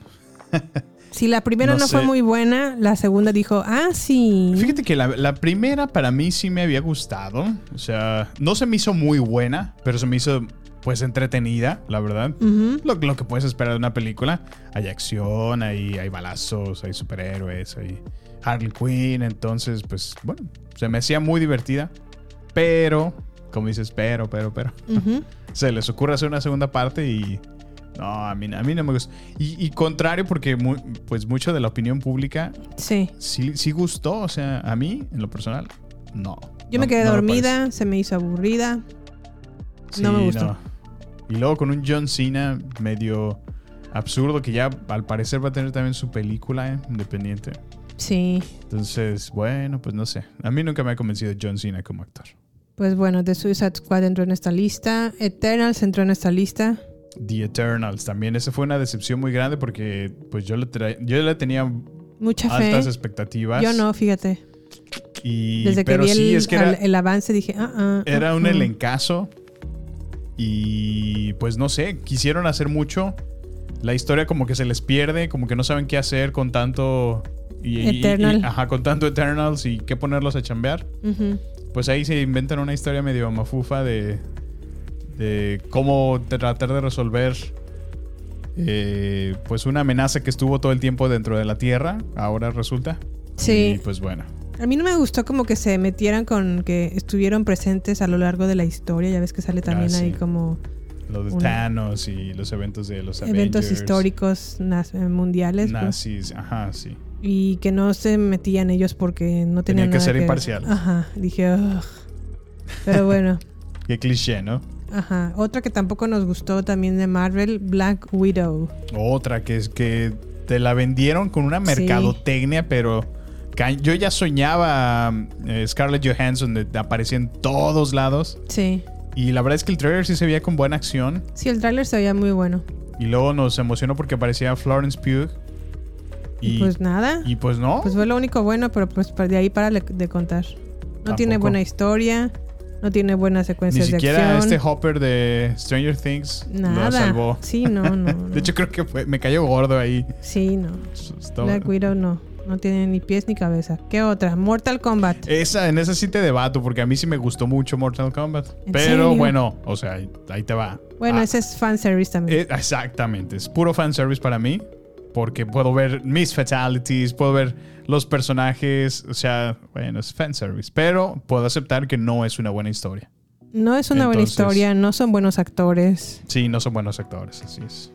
[SPEAKER 3] Si la primera
[SPEAKER 2] No
[SPEAKER 3] no, fue
[SPEAKER 2] sé.
[SPEAKER 3] muy buena, la segunda dijo, ah, sí.
[SPEAKER 2] Fíjate que la, la primera para mí sí me había gustado. O sea, no se me hizo muy buena, pero se me hizo pues entretenida, la verdad.
[SPEAKER 3] Ujú.
[SPEAKER 2] Lo, lo que puedes esperar de una película. Hay acción, hay, hay balazos, hay superhéroes, hay Harley Quinn. Entonces, pues bueno, se me hacía muy divertida. Pero, como dices, pero, pero, pero.
[SPEAKER 3] Ujú.
[SPEAKER 2] se les ocurre hacer una segunda parte y... No, a mí, a mí no me gusta. Y, y contrario, porque mu- pues mucho de la opinión pública
[SPEAKER 3] Sí.
[SPEAKER 2] sí, sí gustó. O sea, a mí, en lo personal, no.
[SPEAKER 3] Yo
[SPEAKER 2] No-
[SPEAKER 3] me quedé
[SPEAKER 2] no
[SPEAKER 3] dormida, se me hizo aburrida.
[SPEAKER 2] parece.
[SPEAKER 3] no me
[SPEAKER 2] Sí,
[SPEAKER 3] gustó.
[SPEAKER 2] Y luego con un John Cena medio absurdo que ya al parecer va a tener también su película eh, independiente.
[SPEAKER 3] Sí.
[SPEAKER 2] Entonces, bueno, pues no sé. A mí nunca me ha convencido John Cena como actor.
[SPEAKER 3] Pues bueno, The Suicide Squad entró en esta lista. Eternals entró en esta lista.
[SPEAKER 2] The Eternals también. Esa fue una decepción muy grande porque pues yo le, tra- yo le tenía
[SPEAKER 3] Mucha fe.
[SPEAKER 2] altas expectativas.
[SPEAKER 3] Yo no, fíjate.
[SPEAKER 2] Y,
[SPEAKER 3] Desde que
[SPEAKER 2] pero
[SPEAKER 3] vi el,
[SPEAKER 2] sí, es que era,
[SPEAKER 3] al- el avance dije, ah, ah.
[SPEAKER 2] era
[SPEAKER 3] ah,
[SPEAKER 2] un
[SPEAKER 3] ah".
[SPEAKER 2] elencazo. Y pues no sé, quisieron hacer mucho. La historia como que se les pierde, como que no saben qué hacer con tanto... Y, y- y-
[SPEAKER 3] Eternal.
[SPEAKER 2] ajá, con tanto Eternals y qué ponerlos a chambear.
[SPEAKER 3] Ujú.
[SPEAKER 2] Pues ahí se inventan una historia medio mafufa de, de cómo tratar de resolver eh, pues una amenaza que estuvo todo el tiempo dentro de la Tierra, ahora resulta.
[SPEAKER 3] Sí.
[SPEAKER 2] Y pues bueno.
[SPEAKER 3] A mí no me gustó como que se metieran con que estuvieron presentes a lo largo de la historia. Ya ves que sale también
[SPEAKER 2] Ah, sí.
[SPEAKER 3] ahí como
[SPEAKER 2] Lo de
[SPEAKER 3] Un-
[SPEAKER 2] Thanos y los eventos de los
[SPEAKER 3] eventos
[SPEAKER 2] Avengers,
[SPEAKER 3] históricos nas- eh, mundiales. pues,
[SPEAKER 2] Nazis, ajá, sí.
[SPEAKER 3] y que no se metían ellos porque no tenían
[SPEAKER 2] Tenían que
[SPEAKER 3] nada
[SPEAKER 2] ser
[SPEAKER 3] ver.
[SPEAKER 2] imparciales.
[SPEAKER 3] Ajá. Dije, "Ugh". Pero bueno.
[SPEAKER 2] Qué cliché, ¿no?
[SPEAKER 3] ajá. Otra que tampoco nos gustó también de Marvel, Black Widow.
[SPEAKER 2] Otra que es que te la vendieron con una mercadotecnia, pero ca- yo ya soñaba mm, eh, Scarlett Johansson de, de aparecía en todos lados
[SPEAKER 3] Sí.
[SPEAKER 2] Y la verdad es que el trailer sí se veía con buena acción.
[SPEAKER 3] Sí, el tráiler se veía muy bueno.
[SPEAKER 2] Y luego nos emocionó porque aparecía Florence Pugh.
[SPEAKER 3] Y,
[SPEAKER 2] Y
[SPEAKER 3] pues nada.
[SPEAKER 2] y pues no.
[SPEAKER 3] Pues fue lo único bueno, pero pues de ahí para de contar. No tiene
[SPEAKER 2] Tampoco.
[SPEAKER 3] buena historia, no tiene buenas
[SPEAKER 2] Ni
[SPEAKER 3] secuencias de
[SPEAKER 2] siquiera
[SPEAKER 3] acción.
[SPEAKER 2] este Hopper de Stranger Things
[SPEAKER 3] nada.
[SPEAKER 2] lo salvó.
[SPEAKER 3] Sí, no, no. no.
[SPEAKER 2] De hecho, creo que fue- me cayó gordo ahí.
[SPEAKER 3] sí, no.
[SPEAKER 2] Estaba-
[SPEAKER 3] Black Widow no. No tiene ni pies ni cabeza. ¿Qué otra? Mortal Kombat.
[SPEAKER 2] Esa, en esa sí te debato, porque a mí sí me gustó mucho Mortal Kombat.
[SPEAKER 3] ¿En
[SPEAKER 2] Pero
[SPEAKER 3] serio?
[SPEAKER 2] bueno, o sea, ahí, ahí te va.
[SPEAKER 3] bueno,
[SPEAKER 2] Ah,
[SPEAKER 3] ese es fanservice también.
[SPEAKER 2] eh, exactamente, es puro fanservice para mí, porque puedo ver mis fatalities, puedo ver los personajes, o sea, bueno, es fanservice, pero puedo aceptar que no es una buena historia.
[SPEAKER 3] no es una buena
[SPEAKER 2] entonces-
[SPEAKER 3] historia, no son buenos actores.
[SPEAKER 2] Sí, no son buenos actores, así es.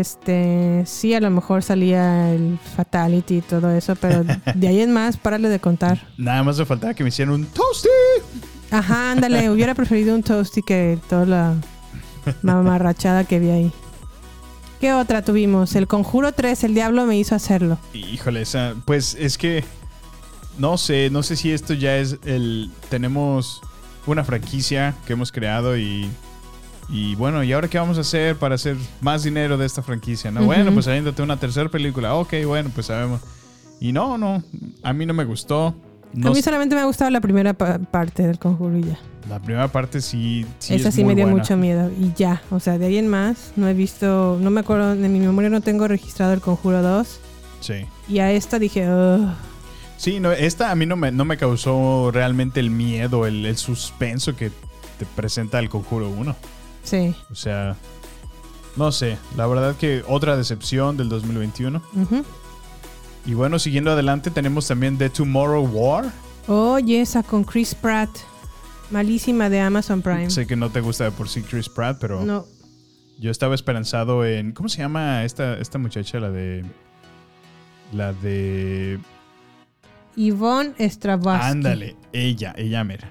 [SPEAKER 3] Este, sí, a lo mejor salía el Fatality y todo eso, pero de ahí en más, párale de contar.
[SPEAKER 2] Nada más le faltaba que me hicieran un toasty.
[SPEAKER 3] Ajá, ándale, hubiera preferido un toasty que toda la mamarrachada que vi ahí. ¿Qué otra tuvimos? El Conjuro 3, el diablo me hizo hacerlo.
[SPEAKER 2] Híjole, esa- pues es que no sé, no sé si esto ya es el tenemos una franquicia que hemos creado y y bueno, ¿y ahora qué vamos a hacer para hacer más dinero de esta franquicia? No, bueno,
[SPEAKER 3] Ujú.
[SPEAKER 2] pues aviéntate una tercera película. Ok, bueno, pues sabemos. Y no, no, a mí no me gustó. No
[SPEAKER 3] a mí
[SPEAKER 2] sé,
[SPEAKER 3] solamente me ha gustado la primera pa- parte del Conjuro y ya.
[SPEAKER 2] la primera parte sí, sí
[SPEAKER 3] Esa
[SPEAKER 2] es
[SPEAKER 3] sí me
[SPEAKER 2] muy
[SPEAKER 3] dio
[SPEAKER 2] buena.
[SPEAKER 3] mucho miedo y ya. O sea, de ahí en más, no he visto, no me acuerdo, en mi memoria no tengo registrado el Conjuro 2.
[SPEAKER 2] Sí.
[SPEAKER 3] Y a esta dije, "Ugh".
[SPEAKER 2] Sí, no, esta a mí no me, no me causó realmente el miedo, el, el suspenso que te presenta el Conjuro 1.
[SPEAKER 3] sí.
[SPEAKER 2] O sea, no sé, la verdad que otra decepción del 2021.
[SPEAKER 3] Ujú.
[SPEAKER 2] Y bueno, siguiendo adelante tenemos también The Tomorrow War.
[SPEAKER 3] Oye, esa con Chris Pratt. Malísima de Amazon Prime.
[SPEAKER 2] Sé que no te gusta de por sí Chris Pratt, pero
[SPEAKER 3] No.
[SPEAKER 2] yo estaba esperanzado en ¿cómo se llama esta esta muchacha la de la de
[SPEAKER 3] Yvonne Strahovski.
[SPEAKER 2] Ándale, ella, ella mira.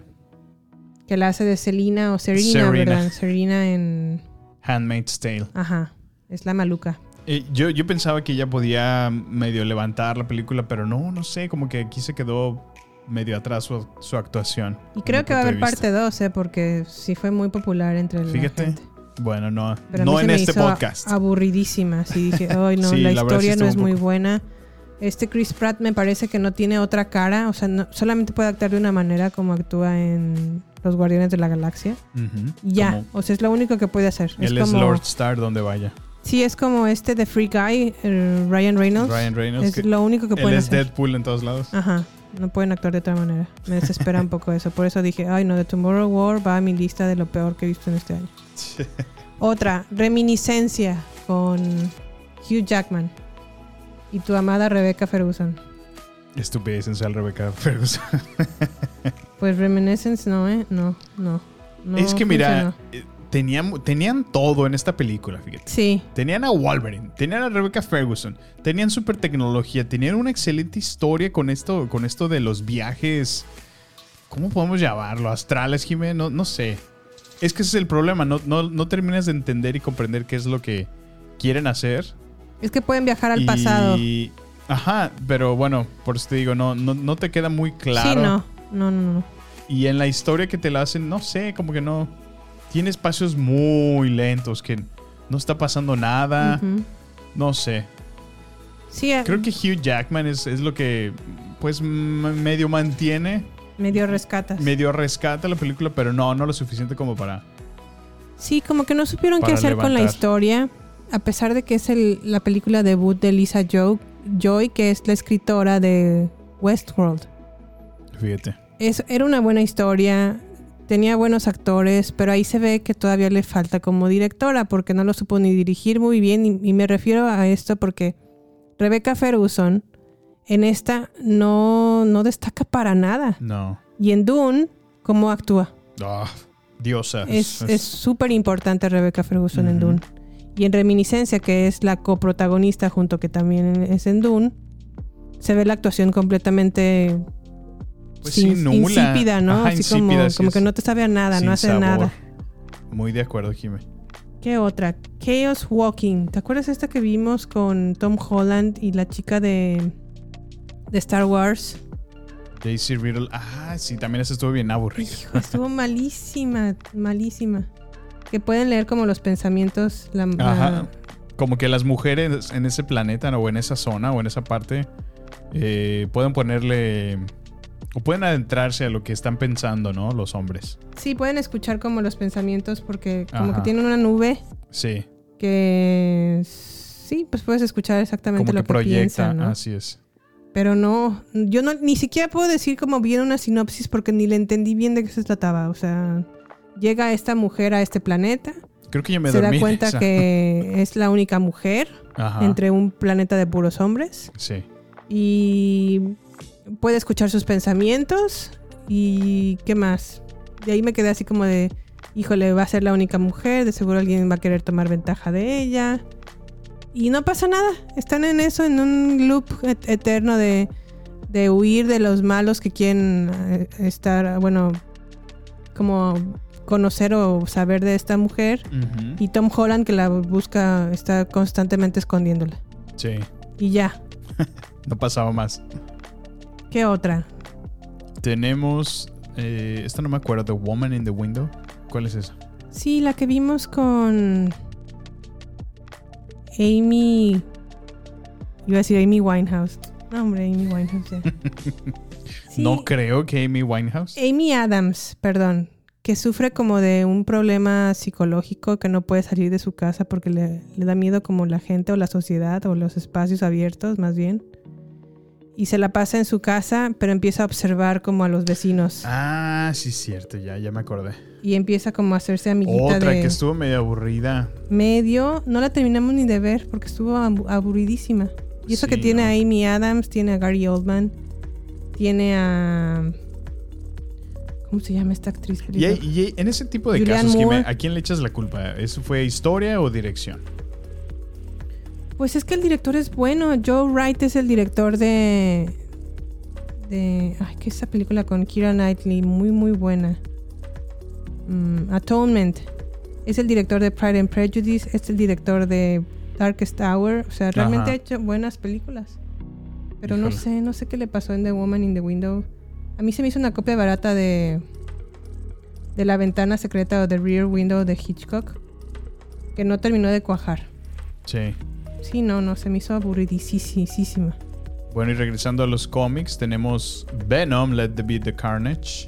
[SPEAKER 3] Que la hace de Selina o Serena,
[SPEAKER 2] Serena.
[SPEAKER 3] ¿verdad? Serena en.
[SPEAKER 2] Handmaid's Tale.
[SPEAKER 3] Ajá. Es la maluca.
[SPEAKER 2] Eh, yo, yo pensaba que ella podía medio levantar la película, pero no, no sé, como que aquí se quedó medio atrás su, su actuación.
[SPEAKER 3] Y creo
[SPEAKER 2] Mi
[SPEAKER 3] que va a
[SPEAKER 2] punto
[SPEAKER 3] haber
[SPEAKER 2] de vista.
[SPEAKER 3] parte 2, ¿eh? Porque sí fue muy popular entre la
[SPEAKER 2] Fíjate.
[SPEAKER 3] gente.
[SPEAKER 2] Bueno, no,
[SPEAKER 3] Pero a mí
[SPEAKER 2] no
[SPEAKER 3] se
[SPEAKER 2] en
[SPEAKER 3] me
[SPEAKER 2] este
[SPEAKER 3] hizo
[SPEAKER 2] podcast.
[SPEAKER 3] Aburridísima. Sí, dije, ay, no,
[SPEAKER 2] Sí,
[SPEAKER 3] la,
[SPEAKER 2] la verdad sí
[SPEAKER 3] historia no
[SPEAKER 2] estuvo
[SPEAKER 3] es
[SPEAKER 2] un
[SPEAKER 3] muy
[SPEAKER 2] poco-
[SPEAKER 3] buena. Este Chris Pratt me parece que no tiene otra cara. O sea, no- solamente puede actuar de una manera como actúa en Los Guardianes de la Galaxia.
[SPEAKER 2] Ujú.
[SPEAKER 3] Ya,
[SPEAKER 2] Como
[SPEAKER 3] o sea, es lo único que puede hacer.
[SPEAKER 2] él es
[SPEAKER 3] como,
[SPEAKER 2] Lord Star donde vaya.
[SPEAKER 3] Sí, es como este de Free Guy, eh, Ryan Reynolds.
[SPEAKER 2] Ryan Reynolds,
[SPEAKER 3] Es
[SPEAKER 2] que
[SPEAKER 3] lo único que
[SPEAKER 2] Él
[SPEAKER 3] pueden
[SPEAKER 2] es
[SPEAKER 3] hacer. Ah.
[SPEAKER 2] Deadpool en todos lados.
[SPEAKER 3] Ajá, no pueden actuar de otra manera. Me desespera un poco eso. Por eso dije, ay no, The Tomorrow War va a mi lista de lo peor que he visto en este año. Otra, Reminiscencia con Hugh Jackman y tu amada Rebecca Ferguson.
[SPEAKER 2] Estupidez en ser Rebecca Ferguson.
[SPEAKER 3] Pues Reminiscence no, ¿eh? No, no. no
[SPEAKER 2] es que
[SPEAKER 3] funcionó.
[SPEAKER 2] mira, eh, tenían, tenían todo en esta película, fíjate.
[SPEAKER 3] Sí,
[SPEAKER 2] Tenían a Wolverine, tenían a Rebecca Ferguson, tenían super tecnología, tenían una excelente historia con esto, con esto de los viajes. ¿Cómo podemos llamarlo? ¿Astrales, Jiménez? No, no sé. Es que ese es el problema. No, no, no terminas de entender y comprender qué es lo que quieren hacer.
[SPEAKER 3] es que pueden viajar al
[SPEAKER 2] Y-
[SPEAKER 3] pasado.
[SPEAKER 2] Ajá, pero bueno, por eso te digo, no, no, no te queda muy claro.
[SPEAKER 3] Sí, no, no, no, no.
[SPEAKER 2] Y en la historia que te la hacen, no sé, como que no. Tiene espacios muy lentos que no está pasando nada.
[SPEAKER 3] Ujú.
[SPEAKER 2] No sé.
[SPEAKER 3] Sí, eh,
[SPEAKER 2] Ah. Creo que Hugh Jackman es, es lo que, pues, m- medio mantiene,
[SPEAKER 3] medio rescatas.
[SPEAKER 2] medio rescata la película, pero no, no lo suficiente como para.
[SPEAKER 3] Sí, como que no supieron qué
[SPEAKER 2] Para
[SPEAKER 3] hacer con la
[SPEAKER 2] levantar.
[SPEAKER 3] historia, a pesar de que es el- la película debut de Lisa Jo- Joy, que es la escritora de Westworld.
[SPEAKER 2] Fíjate.
[SPEAKER 3] Es, era una buena historia, tenía buenos actores, pero ahí se ve que todavía le falta como directora, porque no lo supo ni dirigir muy bien. Y, y me refiero a esto porque Rebecca Ferguson en esta no, no destaca para nada.
[SPEAKER 2] No.
[SPEAKER 3] Y en Dune, ¿cómo actúa?
[SPEAKER 2] Ah, diosa.
[SPEAKER 3] Es es
[SPEAKER 2] Es-
[SPEAKER 3] súper importante Rebecca Ferguson en
[SPEAKER 2] Ujú.
[SPEAKER 3] Dune. Y en Reminiscencia, que es la coprotagonista junto que también es en Dune, se ve la actuación completamente
[SPEAKER 2] pues
[SPEAKER 3] in-
[SPEAKER 2] sí, nula.
[SPEAKER 3] insípida, ¿no?
[SPEAKER 2] Ajá,
[SPEAKER 3] Así
[SPEAKER 2] insípida,
[SPEAKER 3] como,
[SPEAKER 2] así
[SPEAKER 3] como
[SPEAKER 2] es.
[SPEAKER 3] que no te sabe a nada,
[SPEAKER 2] Sin
[SPEAKER 3] no hace
[SPEAKER 2] sabor.
[SPEAKER 3] nada.
[SPEAKER 2] Muy de acuerdo, Jimé.
[SPEAKER 3] ¿Qué otra? Chaos Walking. ¿Te acuerdas esta que vimos con Tom Holland y la chica de, de Star Wars?
[SPEAKER 2] Daisy Riddle. Ah, sí, también esa estuvo bien aburrida.
[SPEAKER 3] Hijo, estuvo malísima, malísima. Que pueden leer como los pensamientos, la, la-
[SPEAKER 2] Ajá. Como que las mujeres en ese planeta ¿no? o en esa zona o en esa parte eh, pueden ponerle o pueden adentrarse a lo que están pensando, ¿no? Los hombres.
[SPEAKER 3] Sí, pueden escuchar como los pensamientos porque como
[SPEAKER 2] Ajá.
[SPEAKER 3] que tienen una nube
[SPEAKER 2] Sí.
[SPEAKER 3] que sí, pues puedes escuchar exactamente lo
[SPEAKER 2] Como que ah,
[SPEAKER 3] que,
[SPEAKER 2] proyectan.
[SPEAKER 3] piensan, ¿no?
[SPEAKER 2] Así es.
[SPEAKER 3] Pero no, yo no ni siquiera puedo decir como bien una sinopsis porque ni le entendí bien de qué se trataba, o sea, llega esta mujer a este planeta,
[SPEAKER 2] Creo que ya me
[SPEAKER 3] se
[SPEAKER 2] dormí.
[SPEAKER 3] da cuenta
[SPEAKER 2] esa.
[SPEAKER 3] que es la única mujer
[SPEAKER 2] Ajá.
[SPEAKER 3] entre un planeta de puros hombres.
[SPEAKER 2] Sí.
[SPEAKER 3] y puede escuchar sus pensamientos y qué más. De ahí me quedé así como de, híjole, va a ser la única mujer, de seguro alguien va a querer tomar ventaja de ella. Y no pasa nada, están en eso, en un loop et- eterno de, de huir de los malos que quieren eh, estar, bueno, como conocer o saber de esta mujer.
[SPEAKER 2] Ujú.
[SPEAKER 3] Y Tom Holland que la busca está constantemente escondiéndola.
[SPEAKER 2] Sí.
[SPEAKER 3] Y ya,
[SPEAKER 2] No pasaba más.
[SPEAKER 3] ¿qué otra?
[SPEAKER 2] Tenemos. eh, esta no me acuerdo. The Woman in the Window. ¿Cuál es esa?
[SPEAKER 3] Sí, la que vimos con Amy. Iba a decir Amy Winehouse. No, hombre, Amy Winehouse ya. Sí, Eh.
[SPEAKER 2] No creo que Amy Winehouse.
[SPEAKER 3] Amy Adams, perdón. Que sufre como de un problema psicológico que no puede salir de su casa porque le, le da miedo como la gente o la sociedad o los espacios abiertos, más bien. Y se la pasa en su casa, pero empieza a observar como a los vecinos.
[SPEAKER 2] Ah, sí, cierto. Ya, ya me acordé.
[SPEAKER 3] Y empieza como a hacerse amiguita
[SPEAKER 2] Otra
[SPEAKER 3] de...
[SPEAKER 2] que estuvo medio aburrida.
[SPEAKER 3] medio, no la terminamos ni de ver porque estuvo abu- aburridísima. Y eso
[SPEAKER 2] Sí,
[SPEAKER 3] que tiene
[SPEAKER 2] ¿no?
[SPEAKER 3] a Amy Adams, tiene a Gary Oldman, tiene a... ¿Cómo se llama esta actriz?
[SPEAKER 2] Y,
[SPEAKER 3] querido?
[SPEAKER 2] hay- y hay- en ese tipo de
[SPEAKER 3] Julianne
[SPEAKER 2] casos, Jimé,
[SPEAKER 3] Moore.
[SPEAKER 2] ¿a quién le echas la culpa? ¿Eso fue historia o dirección?
[SPEAKER 3] Pues es que el director es bueno. Joe Wright es el director de... de ay, que esa película con Kira Knightley, muy, muy buena. Mm, Atonement. Es el director de Pride and Prejudice, es el director de Darkest Hour. O sea, realmente
[SPEAKER 2] Ajá.
[SPEAKER 3] ha hecho buenas películas. Pero no
[SPEAKER 2] Híjole.
[SPEAKER 3] sé, no sé qué le pasó en The Woman in the Window. A mí se me hizo una copia barata de... De la ventana secreta o The Rear Window de Hitchcock. Que no terminó de cuajar.
[SPEAKER 2] Sí.
[SPEAKER 3] Sí, no, no, se me hizo aburridísima.
[SPEAKER 2] Bueno, y regresando a los cómics, tenemos Venom, Let There Be the Carnage.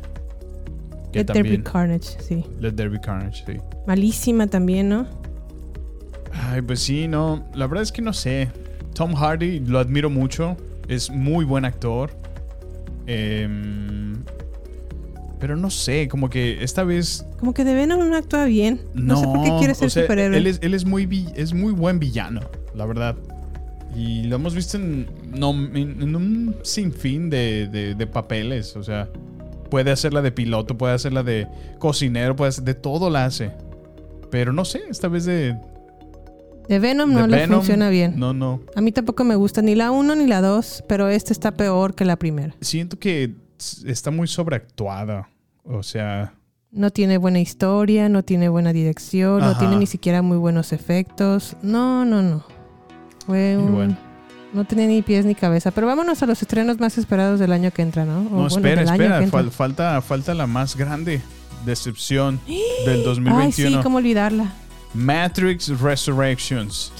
[SPEAKER 2] Que
[SPEAKER 3] Let There Be
[SPEAKER 2] también.
[SPEAKER 3] Carnage, sí.
[SPEAKER 2] Let There Be Carnage, sí.
[SPEAKER 3] Malísima también, ¿no?
[SPEAKER 2] Ay, pues sí, no. La verdad es que no sé. Tom Hardy lo admiro mucho. Es muy buen actor. Em, pero no sé, como que esta vez
[SPEAKER 3] Como que de Venom no actúa bien. No, sé por qué quiere
[SPEAKER 2] o
[SPEAKER 3] ser
[SPEAKER 2] sea,
[SPEAKER 3] superhéroe.
[SPEAKER 2] Él es, él es muy, vi- es muy buen villano, la verdad. Y lo hemos visto en, no, en- en un sinfín de, de- de papeles. O sea, puede hacerla de piloto, puede hacerla de cocinero, puede hacer de todo la hace. Pero no sé, esta vez de.
[SPEAKER 3] de Venom
[SPEAKER 2] de
[SPEAKER 3] no le
[SPEAKER 2] Venom,
[SPEAKER 3] funciona bien.
[SPEAKER 2] No, no.
[SPEAKER 3] A mí tampoco me gusta ni la 1 ni la 2, pero esta está peor que la primera.
[SPEAKER 2] Siento que s- está muy sobreactuada. O sea,
[SPEAKER 3] No tiene buena historia, no tiene buena dirección,
[SPEAKER 2] Ajá.
[SPEAKER 3] no tiene ni siquiera muy buenos efectos. No, no, no. Fue
[SPEAKER 2] y
[SPEAKER 3] un...
[SPEAKER 2] bueno.
[SPEAKER 3] No tenía ni pies ni cabeza. Pero vámonos a los estrenos más esperados del año que entra, ¿no? O,
[SPEAKER 2] No,
[SPEAKER 3] bueno,
[SPEAKER 2] espera,
[SPEAKER 3] del año
[SPEAKER 2] espera.
[SPEAKER 3] que entra.
[SPEAKER 2] fal- falta, falta la más grande decepción del 2021.
[SPEAKER 3] Ay, sí, cómo olvidarla.
[SPEAKER 2] Matrix Resurrections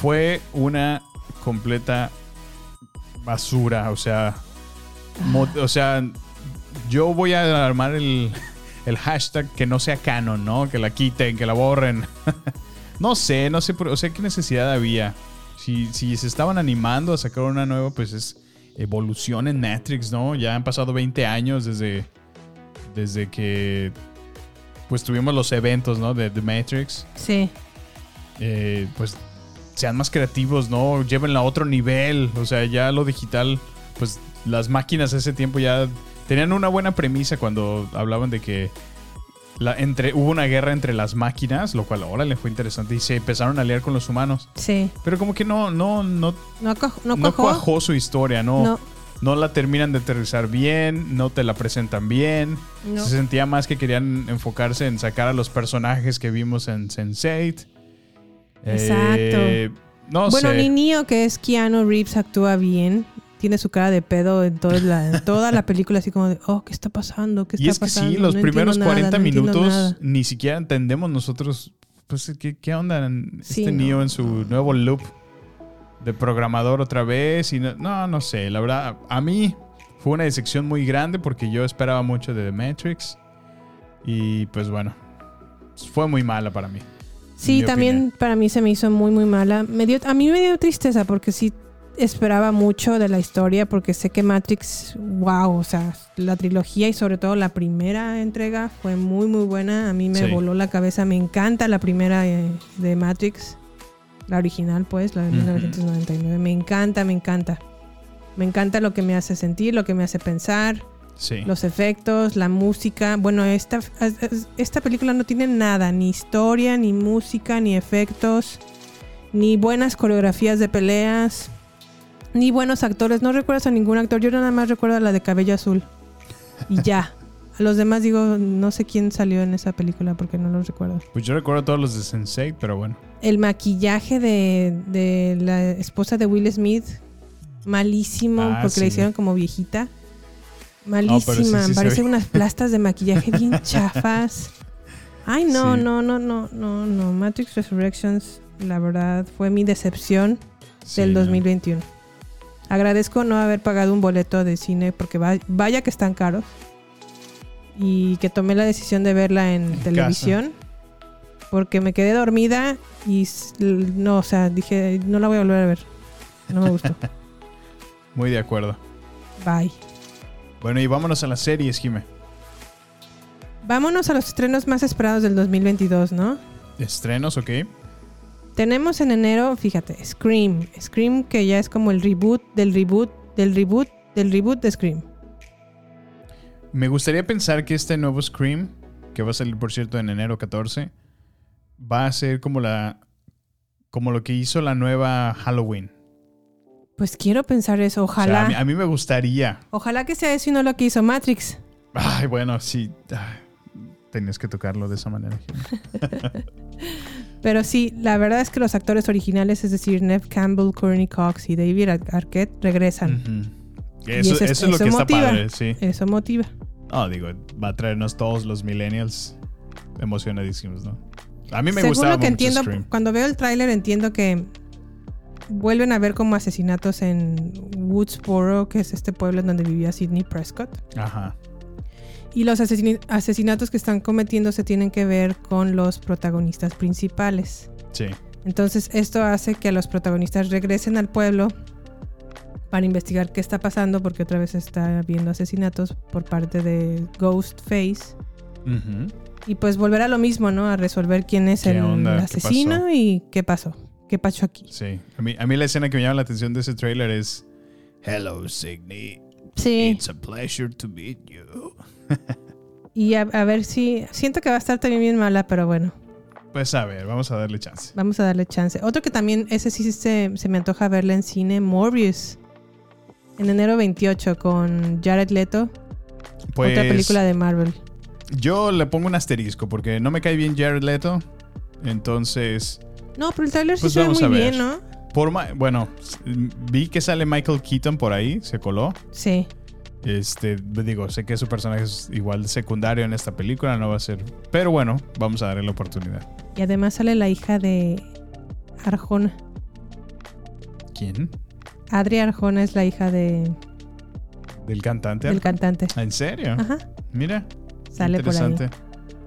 [SPEAKER 2] fue una completa basura. O sea, mo- o sea, yo voy a armar el, el hashtag que no sea canon, ¿no? Que la quiten, que la borren. no sé, no sé, por- o sea, qué necesidad había. Si, si se estaban animando a sacar una nueva, pues es evolución en Matrix, ¿no? Ya han pasado 20 años desde, desde que pues tuvimos los eventos, ¿no? De The Matrix.
[SPEAKER 3] Sí.
[SPEAKER 2] Eh, pues sean más creativos, ¿no? Llévenla a otro nivel. O sea, ya lo digital, pues las máquinas ese tiempo ya tenían una buena premisa cuando hablaban de que la, entre, hubo una guerra entre las máquinas, lo cual ahora le fue interesante y se empezaron a aliar con los humanos.
[SPEAKER 3] Sí.
[SPEAKER 2] Pero como que no, no, no,
[SPEAKER 3] No, coj- no,
[SPEAKER 2] no,
[SPEAKER 3] cojó.
[SPEAKER 2] cuajó su historia, ¿no?
[SPEAKER 3] No.
[SPEAKER 2] no. la terminan de aterrizar bien, no te la presentan bien.
[SPEAKER 3] No.
[SPEAKER 2] Se sentía más que querían enfocarse en sacar a los personajes que vimos en Sense8.
[SPEAKER 3] Exacto.
[SPEAKER 2] no
[SPEAKER 3] bueno,
[SPEAKER 2] sé.
[SPEAKER 3] ni Neo, que es Keanu Reeves, actúa bien. tiene su cara de pedo en toda la, en toda la película, así como de, oh, ¿qué está pasando? ¿Qué
[SPEAKER 2] Y
[SPEAKER 3] está
[SPEAKER 2] es que sí,
[SPEAKER 3] pasando?
[SPEAKER 2] los
[SPEAKER 3] No
[SPEAKER 2] primeros
[SPEAKER 3] entiendo nada,
[SPEAKER 2] 40
[SPEAKER 3] no entiendo
[SPEAKER 2] minutos
[SPEAKER 3] nada".
[SPEAKER 2] ni siquiera entendemos nosotros, pues, ¿qué, qué onda en
[SPEAKER 3] Sí,
[SPEAKER 2] este
[SPEAKER 3] no.
[SPEAKER 2] Neo en su nuevo loop de programador otra vez? Y no, no, no sé, la verdad, a mí fue una decepción muy grande porque yo esperaba mucho de The Matrix y pues bueno, fue muy mala para mí.
[SPEAKER 3] Sí,
[SPEAKER 2] mi
[SPEAKER 3] también
[SPEAKER 2] opinión.
[SPEAKER 3] para mí se me hizo muy, muy mala. Me dio, a mí me dio tristeza porque sí esperaba mucho de la historia porque sé que Matrix, wow, o sea, la trilogía y sobre todo la primera entrega fue muy, muy buena. A mí me
[SPEAKER 2] Sí.
[SPEAKER 3] voló la cabeza, me encanta la primera eh, de Matrix, la original pues, la de
[SPEAKER 2] Ujú.
[SPEAKER 3] 1999. Me encanta, me encanta. Me encanta lo que me hace sentir, lo que me hace pensar
[SPEAKER 2] Sí.
[SPEAKER 3] los efectos, la música. Bueno, esta, esta película no tiene nada, ni historia, ni música, ni efectos, ni buenas coreografías de peleas, ni buenos actores. No recuerdas a ningún actor, yo nada más recuerdo a la de cabello azul. Y ya. A los demás digo, no sé quién salió en esa película porque no los recuerdo.
[SPEAKER 2] Pues yo recuerdo todos los de Sensei, pero bueno.
[SPEAKER 3] El maquillaje de, de la esposa de Will Smith, malísimo,
[SPEAKER 2] Ah,
[SPEAKER 3] porque la
[SPEAKER 2] sí.
[SPEAKER 3] hicieron como viejita.
[SPEAKER 2] No, pero sí, sí
[SPEAKER 3] Malísima,
[SPEAKER 2] se
[SPEAKER 3] parece
[SPEAKER 2] ve.
[SPEAKER 3] unas plastas de maquillaje bien chafas. Ay, no,
[SPEAKER 2] Sí.
[SPEAKER 3] no, no, no, no, no. Matrix Resurrections, la verdad, fue mi decepción
[SPEAKER 2] Sí,
[SPEAKER 3] del
[SPEAKER 2] no.
[SPEAKER 3] 2021. Agradezco no haber pagado un boleto de cine porque va- vaya que están caros. Y que tomé la decisión de verla en,
[SPEAKER 2] En
[SPEAKER 3] televisión. Porque me quedé dormida y s- l- no, o sea, dije, no la voy a volver a ver. No me gustó.
[SPEAKER 2] Muy de acuerdo.
[SPEAKER 3] Bye.
[SPEAKER 2] Bueno, y vámonos a las series, Jime.
[SPEAKER 3] Vámonos a los estrenos más esperados del 2022, ¿no?
[SPEAKER 2] Estrenos, ok.
[SPEAKER 3] Tenemos en enero, fíjate, Scream. Scream que ya es como el reboot del reboot del reboot del reboot de Scream.
[SPEAKER 2] Me gustaría pensar que este nuevo Scream, que va a salir por cierto en enero 14, va a ser como la como lo que hizo la nueva Halloween.
[SPEAKER 3] Pues quiero pensar eso,
[SPEAKER 2] O sea,
[SPEAKER 3] ojalá.
[SPEAKER 2] a, mí, a mí me gustaría.
[SPEAKER 3] Ojalá que sea eso y no lo que hizo Matrix.
[SPEAKER 2] Ay, bueno, sí. ay, tenías que tocarlo de esa manera. Jimena.
[SPEAKER 3] Pero sí, la verdad es que los actores originales, es decir, Nev Campbell, Courtney Cox y David Ar- Arquette, regresan.
[SPEAKER 2] Ujú.
[SPEAKER 3] Y
[SPEAKER 2] Eso,
[SPEAKER 3] eso
[SPEAKER 2] eso
[SPEAKER 3] es-
[SPEAKER 2] es lo
[SPEAKER 3] eso
[SPEAKER 2] que está
[SPEAKER 3] motiva.
[SPEAKER 2] padre, sí.
[SPEAKER 3] Eso motiva.
[SPEAKER 2] No, digo, va a traernos todos los millennials emocionadísimos, ¿no? A mí me
[SPEAKER 3] Según
[SPEAKER 2] gustaba
[SPEAKER 3] lo que
[SPEAKER 2] mucho
[SPEAKER 3] entiendo,
[SPEAKER 2] Scream.
[SPEAKER 3] cuando veo el tráiler entiendo que vuelven a ver como asesinatos en Woodsboro, que es este pueblo en donde vivía Sidney Prescott.
[SPEAKER 2] Ajá.
[SPEAKER 3] Y los asesini- asesinatos que están cometiendo se tienen que ver con los protagonistas principales.
[SPEAKER 2] Sí.
[SPEAKER 3] Entonces esto hace que los protagonistas regresen al pueblo para investigar qué está pasando porque otra vez está habiendo asesinatos por parte de Ghostface.
[SPEAKER 2] Ujú.
[SPEAKER 3] Y pues volver a lo mismo, ¿no? A resolver quién es
[SPEAKER 2] ¿Qué
[SPEAKER 3] el
[SPEAKER 2] onda? ¿Qué
[SPEAKER 3] asesino
[SPEAKER 2] pasó?
[SPEAKER 3] y qué pasó. ¿Qué pasó aquí?
[SPEAKER 2] Sí. A mí, a mí la escena que me llama la atención de ese trailer es Hello, Signy.
[SPEAKER 3] Sí.
[SPEAKER 2] It's a pleasure to meet you.
[SPEAKER 3] Y a, a ver si... Siento que va a estar también bien mala, pero bueno,
[SPEAKER 2] Pues a ver, vamos a darle chance.
[SPEAKER 3] vamos a darle chance. Otro que también, ese sí se, se me antoja verla en cine, Morbius. En enero 28 con Jared Leto.
[SPEAKER 2] Pues
[SPEAKER 3] otra película de Marvel.
[SPEAKER 2] yo le pongo un asterisco porque no me cae bien Jared Leto. Entonces,
[SPEAKER 3] No, pero el tráiler
[SPEAKER 2] Pues
[SPEAKER 3] sí se ve
[SPEAKER 2] vamos
[SPEAKER 3] muy
[SPEAKER 2] a ver.
[SPEAKER 3] bien, ¿no?
[SPEAKER 2] por ma- bueno, s- vi que sale Michael Keaton por ahí, se coló.
[SPEAKER 3] Sí.
[SPEAKER 2] Este, digo, sé que su personaje es igual secundario en esta película, no va a ser. Pero bueno, vamos a darle la oportunidad.
[SPEAKER 3] Y además sale la hija de Arjona.
[SPEAKER 2] ¿Quién?
[SPEAKER 3] Adri Arjona es la hija de,
[SPEAKER 2] ¿Del cantante?
[SPEAKER 3] del cantante.
[SPEAKER 2] ¿En serio?
[SPEAKER 3] Ajá.
[SPEAKER 2] Mira.
[SPEAKER 3] Sale por ahí.
[SPEAKER 2] Ah. interesante.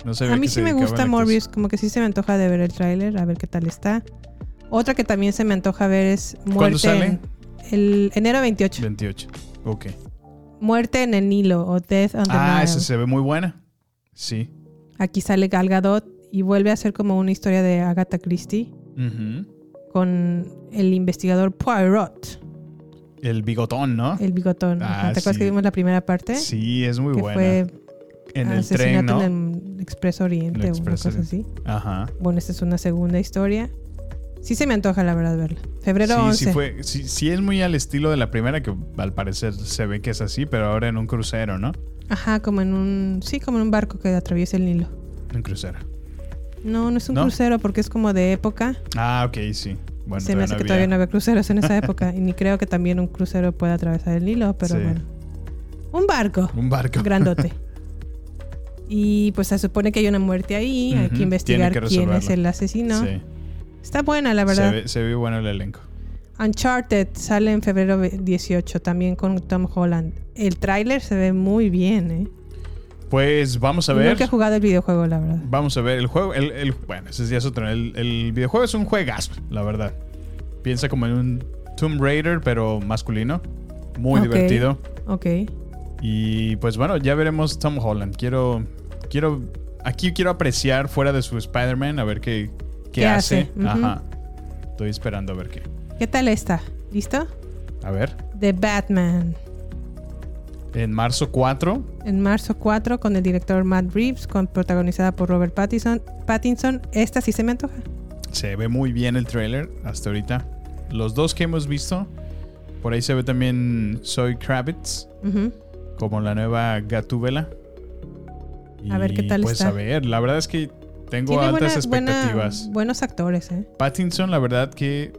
[SPEAKER 2] No sabía
[SPEAKER 3] A mí
[SPEAKER 2] que
[SPEAKER 3] sí
[SPEAKER 2] se
[SPEAKER 3] me
[SPEAKER 2] dedicaba
[SPEAKER 3] gusta
[SPEAKER 2] a la
[SPEAKER 3] Morbius, como que sí se me antoja de ver el tráiler, a ver qué tal está. Otra que también se me antoja ver es Muerte
[SPEAKER 2] sale?
[SPEAKER 3] en el enero 28.
[SPEAKER 2] actuación. 28. Ok.
[SPEAKER 3] Muerte en el Nilo o Death on the
[SPEAKER 2] Ah,
[SPEAKER 3] Nile.
[SPEAKER 2] esa se ve muy buena. Sí.
[SPEAKER 3] Aquí sale Gal Gadot y vuelve a ser como una historia de Agatha Christie
[SPEAKER 2] Ujú.
[SPEAKER 3] con el investigador Poirot.
[SPEAKER 2] El bigotón, ¿no?
[SPEAKER 3] El bigotón.
[SPEAKER 2] Ah,
[SPEAKER 3] Ajá, ¿Te acuerdas
[SPEAKER 2] sí.
[SPEAKER 3] que vimos la primera parte?
[SPEAKER 2] Sí, es muy
[SPEAKER 3] que
[SPEAKER 2] buena.
[SPEAKER 3] fue
[SPEAKER 2] en el
[SPEAKER 3] asesinato
[SPEAKER 2] tren, ¿no?
[SPEAKER 3] en el Expreso Oriente
[SPEAKER 2] El
[SPEAKER 3] o una
[SPEAKER 2] Expreso
[SPEAKER 3] cosa así.
[SPEAKER 2] Ajá.
[SPEAKER 3] Bueno, esta es una segunda historia. Sí se me antoja, la verdad, verla. Febrero
[SPEAKER 2] sí,
[SPEAKER 3] 11.
[SPEAKER 2] sí, fue, sí, sí es muy al estilo de la primera, que al parecer se ve que es así, pero ahora en un crucero, ¿no?
[SPEAKER 3] Ajá, como en un... Sí, como en un barco que atraviesa el Nilo.
[SPEAKER 2] Un crucero.
[SPEAKER 3] No, no es un
[SPEAKER 2] ¿No?
[SPEAKER 3] crucero porque es como de época.
[SPEAKER 2] Ah, ok, sí. Bueno,
[SPEAKER 3] Se me hace que todavía no había cruceros en esa época. y ni creo que también un crucero pueda atravesar el Nilo, pero
[SPEAKER 2] Sí.
[SPEAKER 3] bueno. Un barco
[SPEAKER 2] Un barco.
[SPEAKER 3] grandote. y pues se supone que hay una muerte ahí. Hay
[SPEAKER 2] Ujú,
[SPEAKER 3] que
[SPEAKER 2] tiene
[SPEAKER 3] investigar
[SPEAKER 2] que
[SPEAKER 3] quién es
[SPEAKER 2] resolverla.
[SPEAKER 3] el asesino.
[SPEAKER 2] Sí.
[SPEAKER 3] Está buena, la
[SPEAKER 2] Se
[SPEAKER 3] verdad.
[SPEAKER 2] ve, se ve bueno el elenco.
[SPEAKER 3] Uncharted sale en febrero ve- 18 también con Tom Holland. El tráiler se ve muy bien, ¿eh?
[SPEAKER 2] Pues vamos a ver.
[SPEAKER 3] Nunca he jugado el videojuego, la verdad.
[SPEAKER 2] Vamos a ver el juego. El, el- bueno, ese ya es otro. El, el videojuego es un juegazo, la verdad. Piensa como en un Tomb Raider, pero masculino. Muy
[SPEAKER 3] Ok.
[SPEAKER 2] divertido.
[SPEAKER 3] Ok.
[SPEAKER 2] Y pues bueno, ya veremos Tom Holland. Quiero. Quiero. Aquí quiero apreciar fuera de su Spider-Man a ver qué, qué,
[SPEAKER 3] ¿Qué
[SPEAKER 2] hace.
[SPEAKER 3] hace? Ujú.
[SPEAKER 2] Ajá. Estoy esperando a ver qué.
[SPEAKER 3] ¿Qué tal esta? ¿Listo?
[SPEAKER 2] A ver.
[SPEAKER 3] The Batman.
[SPEAKER 2] En marzo 4.
[SPEAKER 3] En marzo 4 con el director Matt Reeves, con, protagonizada por Robert Pattinson. Pattinson. Esta sí se me antoja.
[SPEAKER 2] Se ve muy bien el trailer hasta ahorita. Los dos que hemos visto. Por ahí se ve también Soy Kravitz.
[SPEAKER 3] Ujú.
[SPEAKER 2] como la nueva Gatúbela.
[SPEAKER 3] A ver qué
[SPEAKER 2] Y,
[SPEAKER 3] tal
[SPEAKER 2] pues,
[SPEAKER 3] está.
[SPEAKER 2] a ver, la verdad es que tengo
[SPEAKER 3] Tiene
[SPEAKER 2] altas
[SPEAKER 3] buena- buena-
[SPEAKER 2] expectativas.
[SPEAKER 3] buenos actores, ¿eh?
[SPEAKER 2] Pattinson, la verdad que,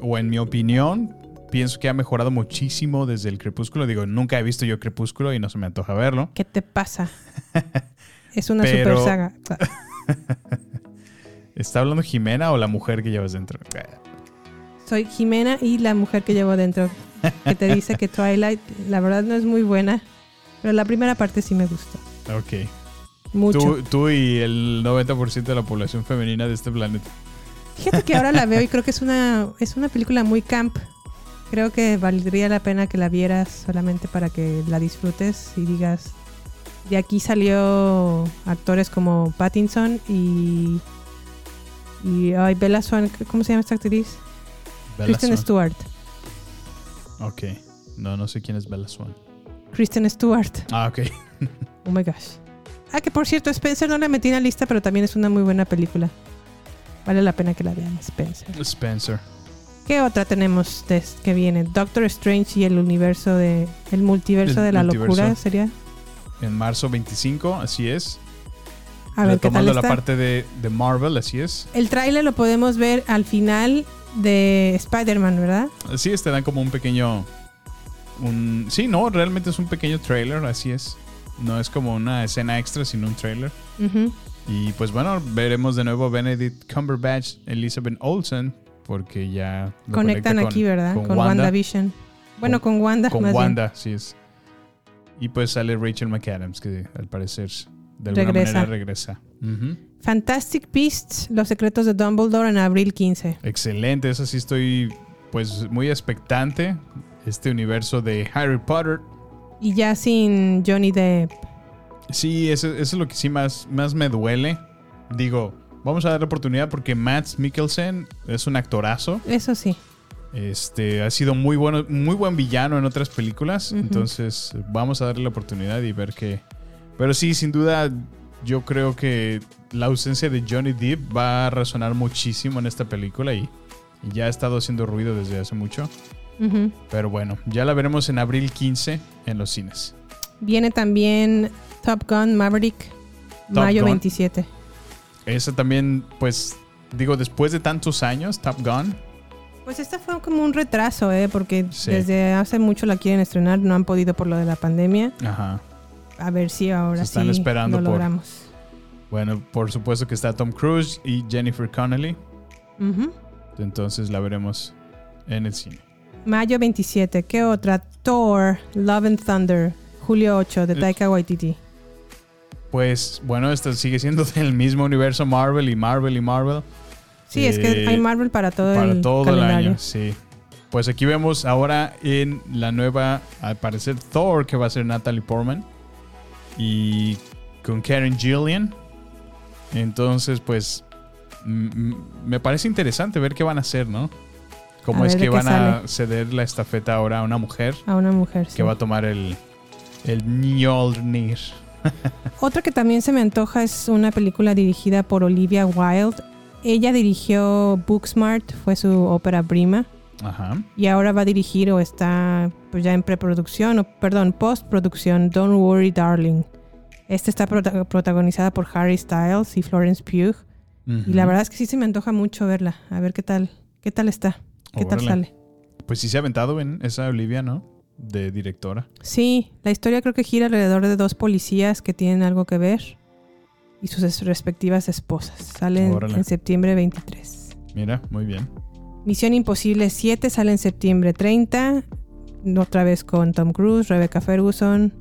[SPEAKER 2] o en mi opinión, pienso que ha mejorado muchísimo desde el Crepúsculo. Digo, nunca he visto yo Crepúsculo y no se me antoja verlo.
[SPEAKER 3] ¿Qué te pasa? es una
[SPEAKER 2] Pero-
[SPEAKER 3] super saga.
[SPEAKER 2] ¿Está hablando Jimena o la mujer que llevas dentro?
[SPEAKER 3] Soy Jimena y la mujer que llevo dentro, que te dice que Twilight, la verdad no es muy buena, pero la primera parte sí me gustó.
[SPEAKER 2] Ah, Ok.
[SPEAKER 3] Mucho.
[SPEAKER 2] Tú, tú y el 90% de la población femenina de este planeta.
[SPEAKER 3] Fíjate que ahora la veo y creo que es una, es una película muy camp. Creo que valdría la pena que la vieras solamente para que la disfrutes y digas, de aquí salió actores como Pattinson y... Y, ay, Bella Swan, ¿cómo se llama esta actriz?
[SPEAKER 2] Bella
[SPEAKER 3] Kristen
[SPEAKER 2] Swan.
[SPEAKER 3] Stewart.
[SPEAKER 2] Ok. No, no sé quién es Bella Swan.
[SPEAKER 3] Kristen Stewart.
[SPEAKER 2] Ah, ok.
[SPEAKER 3] Oh my gosh. Ah, que por cierto, Spencer no la metí en la lista, pero también es una muy buena película. Vale la pena que la vean, Spencer.
[SPEAKER 2] Spencer.
[SPEAKER 3] ¿Qué otra tenemos de- que viene? Doctor Strange y el universo de. El multiverso
[SPEAKER 2] El
[SPEAKER 3] de la
[SPEAKER 2] multiverso.
[SPEAKER 3] locura sería.
[SPEAKER 2] En marzo 25, así es.
[SPEAKER 3] A ver, ¿qué tal
[SPEAKER 2] retomando la
[SPEAKER 3] está?
[SPEAKER 2] parte de, de Marvel, así es.
[SPEAKER 3] El tráiler lo podemos ver al final de Spider-Man, ¿verdad?
[SPEAKER 2] Así es, te dan como un pequeño. Un, sí, no, realmente es un pequeño trailer, así es. No es como una escena extra, sino un trailer.
[SPEAKER 3] Ujú.
[SPEAKER 2] Y pues bueno, veremos de nuevo Benedict Cumberbatch, Elizabeth Olsen, porque ya.
[SPEAKER 3] Conectan
[SPEAKER 2] lo conecta con-
[SPEAKER 3] aquí, ¿verdad? Con, WandaVision. Bueno, con Wanda.
[SPEAKER 2] Con
[SPEAKER 3] más bien.
[SPEAKER 2] Wanda, así es. Y pues sale Rachel McAdams, que al parecer de alguna
[SPEAKER 3] Regresa.
[SPEAKER 2] manera regresa. Ujú.
[SPEAKER 3] Fantastic Beasts, Los secretos de Dumbledore en abril 15.
[SPEAKER 2] Excelente, eso sí estoy pues muy expectante. Este universo de Harry Potter.
[SPEAKER 3] Y ya sin Johnny Depp.
[SPEAKER 2] Sí, eso, eso es lo que sí más, más me duele. Digo, vamos a dar la oportunidad porque Matt Mikkelsen es un actorazo.
[SPEAKER 3] Eso sí.
[SPEAKER 2] Este ha sido muy bueno, muy buen villano en otras películas.
[SPEAKER 3] Ujú.
[SPEAKER 2] Entonces, vamos a darle la oportunidad y ver qué. Pero sí, sin duda, yo creo que la ausencia de Johnny Depp va a resonar muchísimo en esta película y- y ya ha estado haciendo ruido desde hace mucho.
[SPEAKER 3] Ujú.
[SPEAKER 2] Pero bueno, ya la veremos en abril 15 en los cines.
[SPEAKER 3] Viene también Top Gun Maverick,
[SPEAKER 2] Top
[SPEAKER 3] mayo
[SPEAKER 2] Gun.
[SPEAKER 3] 27.
[SPEAKER 2] Esa también, pues, digo, después de tantos años, Top Gun.
[SPEAKER 3] Pues esta fue como un retraso, ¿eh? porque
[SPEAKER 2] Sí.
[SPEAKER 3] desde hace mucho la quieren estrenar, no han podido por lo de la pandemia.
[SPEAKER 2] Ajá.
[SPEAKER 3] A ver si ahora
[SPEAKER 2] Se están
[SPEAKER 3] sí
[SPEAKER 2] esperando
[SPEAKER 3] lo
[SPEAKER 2] por-
[SPEAKER 3] logramos.
[SPEAKER 2] Bueno, por supuesto que está Tom Cruise y Jennifer Connelly.
[SPEAKER 3] Ujú.
[SPEAKER 2] Entonces la veremos en el cine.
[SPEAKER 3] Mayo 27, ¿qué otra? Thor, Love and Thunder, julio 8, de
[SPEAKER 2] Eh.
[SPEAKER 3] Taika Waititi.
[SPEAKER 2] Pues bueno, esto sigue siendo del mismo universo Marvel y Marvel y Marvel.
[SPEAKER 3] Sí, es que
[SPEAKER 2] Eh,
[SPEAKER 3] hay Marvel para todo
[SPEAKER 2] para
[SPEAKER 3] el
[SPEAKER 2] todo el
[SPEAKER 3] calendario.
[SPEAKER 2] año, sí. Pues aquí vemos ahora en la nueva, al parecer, Thor, que va a ser Natalie Portman. Y con Karen Gillian. Entonces, pues, m- m- me parece interesante ver qué van a hacer, ¿no? Cómo
[SPEAKER 3] A
[SPEAKER 2] es
[SPEAKER 3] ver de
[SPEAKER 2] que
[SPEAKER 3] qué
[SPEAKER 2] van a ceder la estafeta ahora a una mujer
[SPEAKER 3] A una mujer. sí.
[SPEAKER 2] que va a tomar el, el Mjolnir.
[SPEAKER 3] Otra que también se me antoja es una película dirigida por Olivia Wilde. Ella dirigió Booksmart, fue su ópera prima,
[SPEAKER 2] Ajá.
[SPEAKER 3] y ahora va a dirigir o está pues, ya en preproducción, o perdón, postproducción, Don't Worry Darling. Esta está prota- protagonizada por Harry Styles y Florence Pugh, y la verdad es que sí se me antoja mucho verla, a ver qué tal. ¿Qué tal está? ¿Qué tal
[SPEAKER 2] Órale.
[SPEAKER 3] sale?
[SPEAKER 2] Pues sí se ha aventado en esa Olivia, ¿no? De directora.
[SPEAKER 3] Sí, la historia creo que gira alrededor de dos policías que tienen algo que ver y sus es- respectivas esposas. Sale en-
[SPEAKER 2] Órale.
[SPEAKER 3] en septiembre 23.
[SPEAKER 2] Mira, muy bien.
[SPEAKER 3] Misión Imposible 7 sale en septiembre 30. Otra vez con Tom Cruise, Rebecca Ferguson.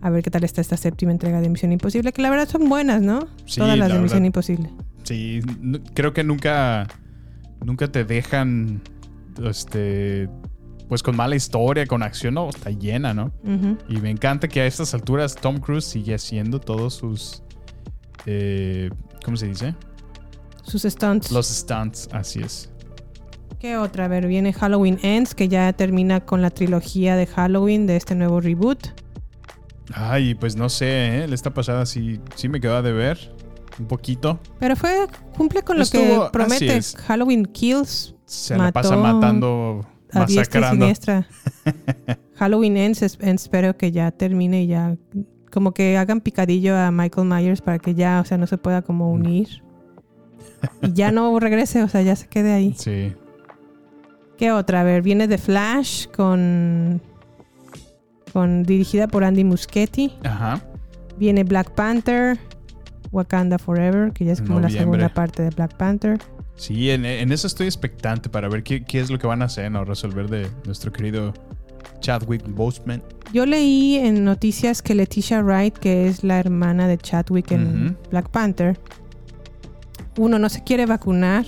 [SPEAKER 3] A ver qué tal está esta séptima entrega de Misión Imposible, que la verdad son buenas, ¿no?
[SPEAKER 2] Sí,
[SPEAKER 3] Todas las
[SPEAKER 2] la
[SPEAKER 3] de Misión
[SPEAKER 2] verdad.
[SPEAKER 3] Imposible.
[SPEAKER 2] Sí, n- creo que nunca, nunca te dejan, este, pues con mala historia, con acción, no, está llena, ¿no?
[SPEAKER 3] Ujú.
[SPEAKER 2] Y me encanta que a estas alturas Tom Cruise sigue haciendo todos sus, eh, ¿cómo se dice?
[SPEAKER 3] Sus stunts.
[SPEAKER 2] Los stunts, así es.
[SPEAKER 3] ¿Qué otra? A ver, viene Halloween Ends, que ya termina con la trilogía de Halloween de este nuevo reboot.
[SPEAKER 2] Ay, pues no sé, ¿eh? esta pasada sí, sí me quedó de ver un poquito.
[SPEAKER 3] Pero fue cumple con lo
[SPEAKER 2] Estuvo-
[SPEAKER 3] que
[SPEAKER 2] así
[SPEAKER 3] promete.
[SPEAKER 2] es.
[SPEAKER 3] Halloween Kills
[SPEAKER 2] Se la pasa
[SPEAKER 3] Mató
[SPEAKER 2] matando,
[SPEAKER 3] a diestra y
[SPEAKER 2] masacrando.
[SPEAKER 3] siniestra. Halloween Ends, es- espero que ya termine y ya como que hagan picadillo a Michael Myers para que ya, o sea, no se pueda como
[SPEAKER 2] Mm.
[SPEAKER 3] unir. Y ya no regrese, o sea, ya se quede ahí.
[SPEAKER 2] Sí,
[SPEAKER 3] ¿Qué otra? A ver, viene The Flash con con dirigida por Andy Muschietti.
[SPEAKER 2] ajá.
[SPEAKER 3] Viene Black Panther, Wakanda Forever, que ya es como la
[SPEAKER 2] Noviembre.
[SPEAKER 3] segunda parte de Black Panther.
[SPEAKER 2] Sí, en, en eso estoy expectante para ver qué, qué es lo que van a hacer o resolver de nuestro querido Chadwick Boseman.
[SPEAKER 3] Yo leí en noticias que Leticia Wright, que es la hermana de Chadwick en
[SPEAKER 2] Ujú.
[SPEAKER 3] Black Panther, uno no se quiere vacunar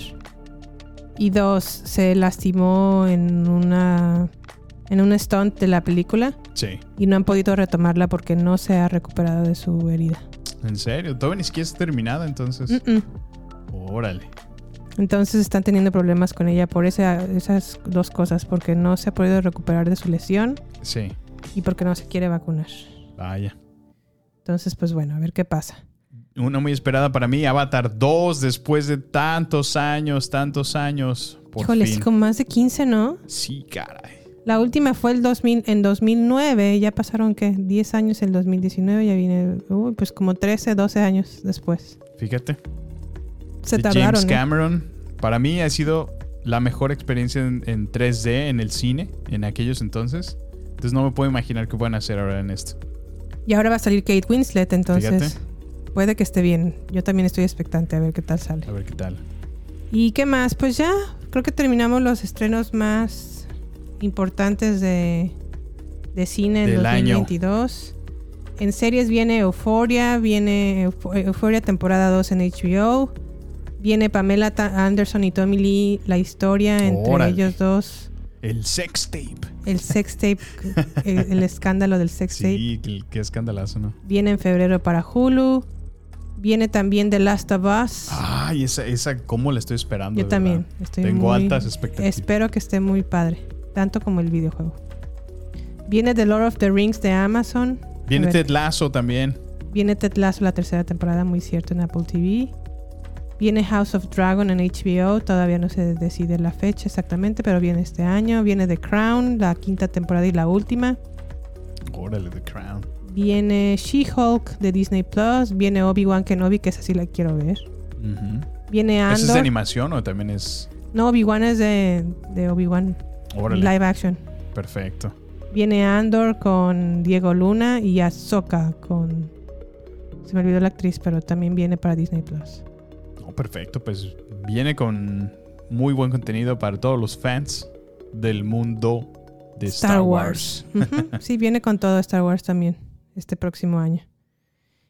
[SPEAKER 3] y dos se lastimó en una en un stunt de la película
[SPEAKER 2] Sí,
[SPEAKER 3] y no han podido retomarla porque no se ha recuperado de su herida.
[SPEAKER 2] en serio, todavía ni siquiera es terminada, entonces.
[SPEAKER 3] Mm-mm.
[SPEAKER 2] Órale.
[SPEAKER 3] Entonces están teniendo problemas con ella por esa- esas dos cosas, porque no se ha podido recuperar de su lesión
[SPEAKER 2] Sí,
[SPEAKER 3] y porque no se quiere vacunar.
[SPEAKER 2] vaya.
[SPEAKER 3] Entonces, pues bueno, a ver qué pasa.
[SPEAKER 2] Una muy esperada para mí, Avatar 2, después de tantos años, tantos años. Por
[SPEAKER 3] Híjole, sí,
[SPEAKER 2] fin.
[SPEAKER 3] con más de 15, ¿no?
[SPEAKER 2] Sí, caray.
[SPEAKER 3] La última fue el 2000, en 2009, ya pasaron que 10 años en 2019, ya viene, uy, pues como 13, 12 años después.
[SPEAKER 2] Fíjate.
[SPEAKER 3] Se
[SPEAKER 2] de
[SPEAKER 3] tardaron.
[SPEAKER 2] James
[SPEAKER 3] ¿eh?
[SPEAKER 2] Cameron. Para mí ha sido la mejor experiencia en, en 3D en el cine en aquellos entonces. Entonces no me puedo imaginar qué pueden hacer ahora en esto.
[SPEAKER 3] Y ahora va a salir Kate Winslet, entonces
[SPEAKER 2] Fíjate.
[SPEAKER 3] puede que esté bien. Yo también estoy expectante a ver qué tal sale.
[SPEAKER 2] A ver qué tal.
[SPEAKER 3] ¿Y qué más? Pues ya, creo que terminamos los estrenos más importantes de, de cine en
[SPEAKER 2] Del año.
[SPEAKER 3] 2022. En series viene Euphoria, viene Eufo- Euphoria temporada 2 en HBO. Viene Pamela Ta- Anderson y Tommy Lee, la historia entre
[SPEAKER 2] Órale.
[SPEAKER 3] ellos dos.
[SPEAKER 2] El sex tape.
[SPEAKER 3] El sex tape, el, el escándalo del sex tape.
[SPEAKER 2] Sí, qué, qué escandalazo, ¿no?
[SPEAKER 3] Viene en febrero para Hulu. Viene también The Last of Us.
[SPEAKER 2] Ay, esa, esa, ¿cómo la estoy esperando?
[SPEAKER 3] Yo
[SPEAKER 2] de
[SPEAKER 3] también.
[SPEAKER 2] verdad?
[SPEAKER 3] Estoy
[SPEAKER 2] Tengo
[SPEAKER 3] muy-
[SPEAKER 2] altas expectativas.
[SPEAKER 3] Espero que esté muy padre, tanto como el videojuego. Viene The Lord of the Rings de Amazon. A
[SPEAKER 2] Viene
[SPEAKER 3] ver,
[SPEAKER 2] Ted Lasso también.
[SPEAKER 3] viene Ted Lasso la tercera temporada, muy cierto, en Apple TV. Viene House of Dragon en HBO, todavía no se decide la fecha exactamente, pero viene este año. Viene The Crown, la quinta temporada y la última.
[SPEAKER 2] Órale, The Crown.
[SPEAKER 3] Viene She-Hulk de Disney Plus. Viene Obi-Wan Kenobi, que esa sí la quiero ver.
[SPEAKER 2] Ujú.
[SPEAKER 3] Viene
[SPEAKER 2] ¿Esa es de
[SPEAKER 3] Andor.
[SPEAKER 2] animación o también es...?
[SPEAKER 3] no, Obi-Wan es de, de Obi-Wan
[SPEAKER 2] Órale,
[SPEAKER 3] live action.
[SPEAKER 2] perfecto.
[SPEAKER 3] Viene Andor con Diego Luna y Ahsoka con. Se me olvidó la actriz, pero también viene para Disney Plus.
[SPEAKER 2] Oh, perfecto, pues viene con muy buen contenido para todos los fans del mundo de Star, Wars.
[SPEAKER 3] Ujú, sí, viene con todo Star Wars también este próximo año.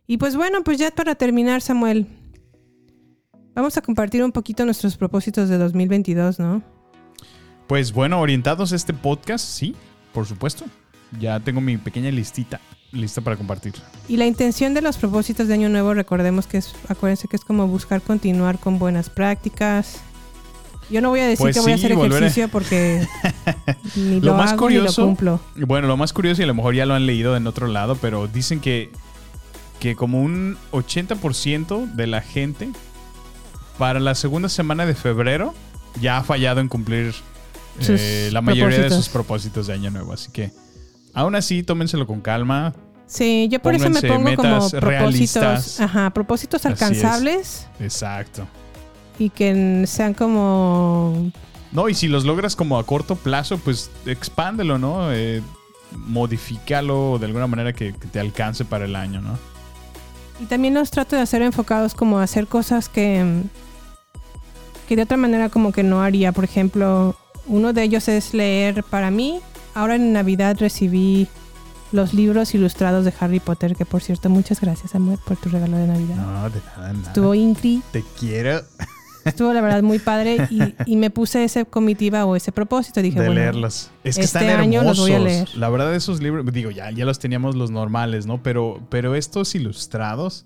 [SPEAKER 3] Y pues bueno, pues ya para terminar, Samuel, vamos a compartir un poquito nuestros propósitos de 2022, ¿no?
[SPEAKER 2] Pues bueno, orientados a este podcast, sí, por supuesto. Ya tengo mi pequeña listita lista para compartir.
[SPEAKER 3] Y la intención de los propósitos de Año Nuevo, recordemos que es, acuérdense que es como buscar continuar con buenas prácticas. Yo no voy a decir
[SPEAKER 2] Pues
[SPEAKER 3] que voy a
[SPEAKER 2] sí,
[SPEAKER 3] hacer
[SPEAKER 2] volveré.
[SPEAKER 3] ejercicio porque ni lo,
[SPEAKER 2] Lo más
[SPEAKER 3] hago
[SPEAKER 2] curioso-
[SPEAKER 3] ni lo cumplo.
[SPEAKER 2] Y Bueno, lo más curioso, y a lo mejor ya lo han leído en otro lado, pero dicen que, que como un 80% de la gente para la segunda semana de febrero ya ha fallado en cumplir
[SPEAKER 3] Sus
[SPEAKER 2] eh, la mayoría de
[SPEAKER 3] propósitos.
[SPEAKER 2] sus propósitos de año nuevo. Así que, aún así, tómenselo con calma.
[SPEAKER 3] Sí, yo por eso me
[SPEAKER 2] Pónganse
[SPEAKER 3] pongo como
[SPEAKER 2] metas
[SPEAKER 3] propósitos,
[SPEAKER 2] realistas.
[SPEAKER 3] ajá, propósitos
[SPEAKER 2] Así es.
[SPEAKER 3] alcanzables
[SPEAKER 2] Exacto.
[SPEAKER 3] y que sean como
[SPEAKER 2] No, y si los logras como a corto plazo, pues expándelo, ¿no? Eh, modifícalo de alguna manera que, que te alcance para el año, ¿no?
[SPEAKER 3] Y también los trato de hacer enfocados como a hacer cosas que, que de otra manera como que no haría. Por ejemplo, uno de ellos es leer para mí. Ahora en Navidad recibí los libros ilustrados de Harry Potter, que por cierto, muchas gracias, amor, por tu regalo de Navidad.
[SPEAKER 2] No, de nada, nada.
[SPEAKER 3] Estuvo increíble.
[SPEAKER 2] Te quiero
[SPEAKER 3] Estuvo la verdad muy padre y, y me puse esa comitiva o ese propósito. Dije,
[SPEAKER 2] de
[SPEAKER 3] bueno,
[SPEAKER 2] leerlos. Es que
[SPEAKER 3] este
[SPEAKER 2] están
[SPEAKER 3] año
[SPEAKER 2] hermosos.
[SPEAKER 3] los voy a leer.
[SPEAKER 2] La verdad, esos libros, digo, ya, ya los teníamos los normales, ¿no? Pero, pero estos ilustrados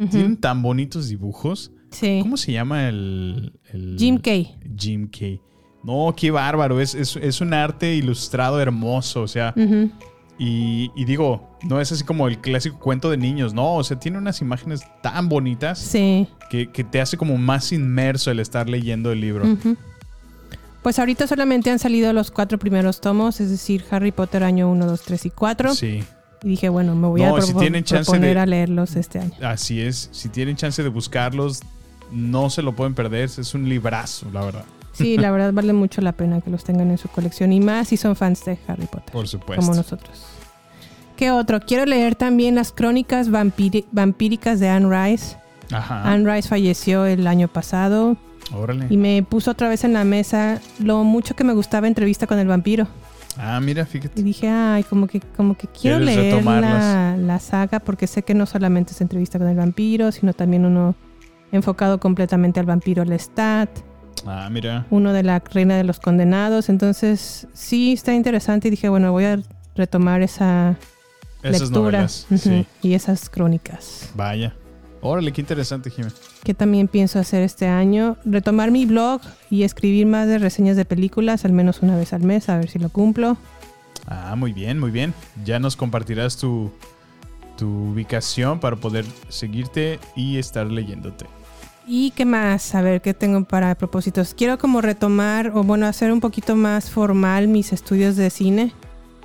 [SPEAKER 3] ujú,
[SPEAKER 2] tienen tan bonitos dibujos.
[SPEAKER 3] sí.
[SPEAKER 2] ¿Cómo se llama el, el-
[SPEAKER 3] Jim Kay.
[SPEAKER 2] Jim Kay. No, qué bárbaro. Es, es- es un arte ilustrado hermoso. O sea,
[SPEAKER 3] Ujú.
[SPEAKER 2] y, y digo, no es así como el clásico cuento de niños. No, o sea, tiene unas imágenes tan bonitas
[SPEAKER 3] Sí.
[SPEAKER 2] que, que te hace como más inmerso el estar leyendo el libro.
[SPEAKER 3] Ujú. Pues ahorita solamente han salido los cuatro primeros tomos, es decir, Harry Potter año 1, 2, 3 y 4.
[SPEAKER 2] Sí.
[SPEAKER 3] Y dije, bueno, me voy a
[SPEAKER 2] No, si
[SPEAKER 3] propo-
[SPEAKER 2] tienen chance
[SPEAKER 3] proponer
[SPEAKER 2] de-
[SPEAKER 3] a leerlos este año.
[SPEAKER 2] Así es, si tienen chance de buscarlos, no se lo pueden perder, es un librazo, la verdad.
[SPEAKER 3] Sí, la verdad vale mucho la pena que los tengan en su colección y más si son fans de Harry Potter.
[SPEAKER 2] Por supuesto.
[SPEAKER 3] Como nosotros. ¿Qué otro? Quiero leer también las crónicas vampiri- vampíricas de Anne Rice.
[SPEAKER 2] Ajá.
[SPEAKER 3] Anne Rice falleció el año pasado y
[SPEAKER 2] Órale.
[SPEAKER 3] me puso otra vez en la mesa lo mucho que me gustaba entrevista con el vampiro.
[SPEAKER 2] Ah, mira, fíjate.
[SPEAKER 3] Y dije, ay, como que, como que quiero
[SPEAKER 2] Quieres
[SPEAKER 3] leer la,
[SPEAKER 2] retomarlas.
[SPEAKER 3] la saga porque sé que no solamente es entrevista con el vampiro, sino también uno enfocado completamente al vampiro Lestat,
[SPEAKER 2] Ah, mira.
[SPEAKER 3] uno de la reina de los condenados. Entonces, sí, está interesante y dije, bueno, voy a retomar esa
[SPEAKER 2] Esas
[SPEAKER 3] lectura
[SPEAKER 2] novelas.
[SPEAKER 3] ujú,
[SPEAKER 2] Sí.
[SPEAKER 3] y esas crónicas
[SPEAKER 2] Vaya. Órale, qué interesante, Jiménez.
[SPEAKER 3] que también pienso hacer este año. Retomar mi blog y escribir más de reseñas de películas, al menos una vez al mes, a ver si lo cumplo.
[SPEAKER 2] Ah, muy bien, muy bien. Ya nos compartirás tu, tu ubicación para poder seguirte y estar leyéndote.
[SPEAKER 3] ¿Y qué más? A ver, ¿qué tengo para propósitos? Quiero como retomar o bueno, hacer un poquito más formal mis estudios de cine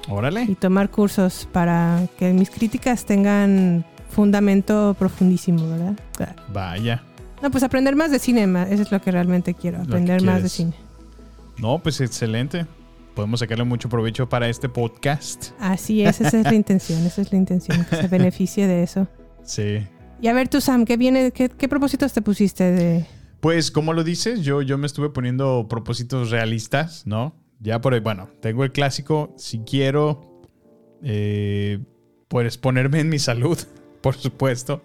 [SPEAKER 3] y
[SPEAKER 2] Órale.
[SPEAKER 3] tomar cursos para que mis críticas tengan fundamento profundísimo, ¿verdad? Claro.
[SPEAKER 2] Vaya.
[SPEAKER 3] No, pues aprender más de cine, ma- eso es lo que realmente quiero,
[SPEAKER 2] Lo que
[SPEAKER 3] aprender más de
[SPEAKER 2] quieres.
[SPEAKER 3] cine.
[SPEAKER 2] No, pues excelente. Podemos sacarle mucho provecho para este podcast.
[SPEAKER 3] Así es, esa es la intención, esa es la intención, que se beneficie de eso.
[SPEAKER 2] Sí.
[SPEAKER 3] Y a ver tú, Sam, ¿qué viene? ¿Qué, qué propósitos te pusiste de...?
[SPEAKER 2] Pues como lo dices, yo, yo me estuve poniendo propósitos realistas, ¿no? Ya por ahí, bueno, tengo el clásico, si quiero, eh, pues ponerme en mi salud, por supuesto.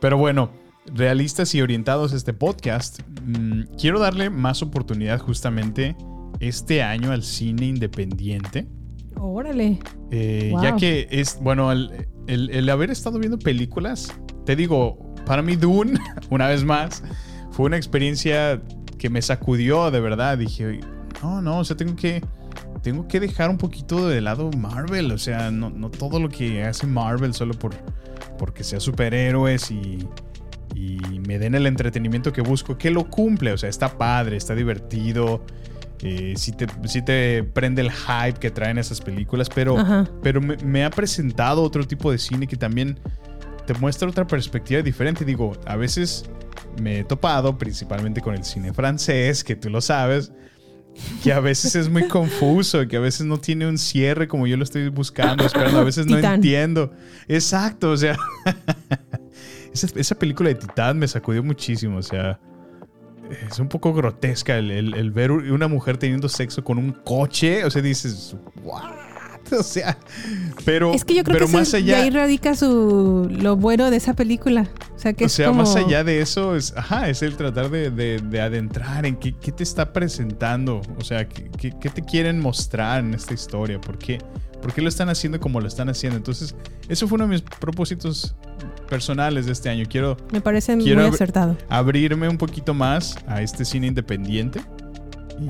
[SPEAKER 2] Pero bueno, realistas y orientados a este podcast, mm, quiero darle más oportunidad justamente este año al cine independiente.
[SPEAKER 3] Órale.
[SPEAKER 2] Eh,
[SPEAKER 3] Wow.
[SPEAKER 2] Ya que es, bueno, el, el- el haber estado viendo películas, te digo, para mí Dune, una vez más, fue una experiencia que me sacudió de verdad. Dije, no, no, o sea, tengo que, tengo que dejar un poquito de lado Marvel. O sea, no, no todo lo que hace Marvel solo por, porque sea superhéroes y, y me den el entretenimiento que busco, que lo cumple. O sea, está padre, está divertido. eh, sí, te, sí te prende el hype que traen esas películas, pero
[SPEAKER 3] Ajá.
[SPEAKER 2] pero me, me ha presentado otro tipo de cine que también te muestra otra perspectiva diferente. Digo, a veces me he topado, principalmente con el cine francés, que tú lo sabes, que a veces es muy confuso, que a veces no tiene un cierre como yo lo estoy buscando, esperando, a veces no
[SPEAKER 3] Titán.
[SPEAKER 2] entiendo. Exacto, o sea, esa, esa película de Titán me sacudió muchísimo, o sea... Es un poco grotesca el, el- el ver una mujer teniendo sexo con un coche. O sea, dices, ¿what? O sea, pero,
[SPEAKER 3] Es que yo creo
[SPEAKER 2] pero
[SPEAKER 3] que
[SPEAKER 2] más
[SPEAKER 3] eso-
[SPEAKER 2] allá.
[SPEAKER 3] de ahí radica su, lo bueno de esa película. O sea, que
[SPEAKER 2] O
[SPEAKER 3] es
[SPEAKER 2] sea,
[SPEAKER 3] como-
[SPEAKER 2] más allá de eso, es, ajá, es el tratar de, de- de adentrar en qué, qué te está presentando. O sea, qué, qué- qué te quieren mostrar en esta historia. ¿Por qué? ¿Por qué lo están haciendo como lo están haciendo? Entonces, eso fue uno de mis propósitos personales de este año. Quiero
[SPEAKER 3] Me parece
[SPEAKER 2] Quiero
[SPEAKER 3] muy
[SPEAKER 2] abri-
[SPEAKER 3] acertado.
[SPEAKER 2] abrirme un poquito más a este cine independiente.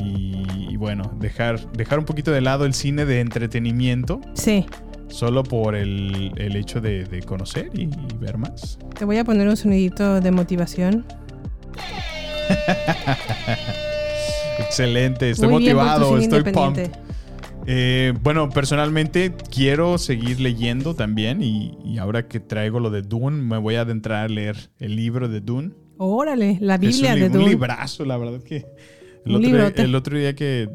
[SPEAKER 2] Y, y bueno, dejar, dejar un poquito de lado el cine de entretenimiento
[SPEAKER 3] Sí,
[SPEAKER 2] solo por el, el hecho de, de conocer y- y ver más.
[SPEAKER 3] te voy a poner un sonidito de motivación.
[SPEAKER 2] Excelente, estoy
[SPEAKER 3] Muy bien por tu
[SPEAKER 2] motivado,
[SPEAKER 3] cine
[SPEAKER 2] estoy
[SPEAKER 3] independiente.
[SPEAKER 2] pumped. Eh, bueno, personalmente quiero seguir leyendo también y, y ahora que traigo lo de Dune, me voy a adentrar a leer el libro de Dune.
[SPEAKER 3] Órale, la
[SPEAKER 2] Es un,
[SPEAKER 3] Biblia
[SPEAKER 2] li-
[SPEAKER 3] de
[SPEAKER 2] un
[SPEAKER 3] Dune.
[SPEAKER 2] librazo, la verdad que El
[SPEAKER 3] Un
[SPEAKER 2] otro, día,
[SPEAKER 3] librote.
[SPEAKER 2] el otro día que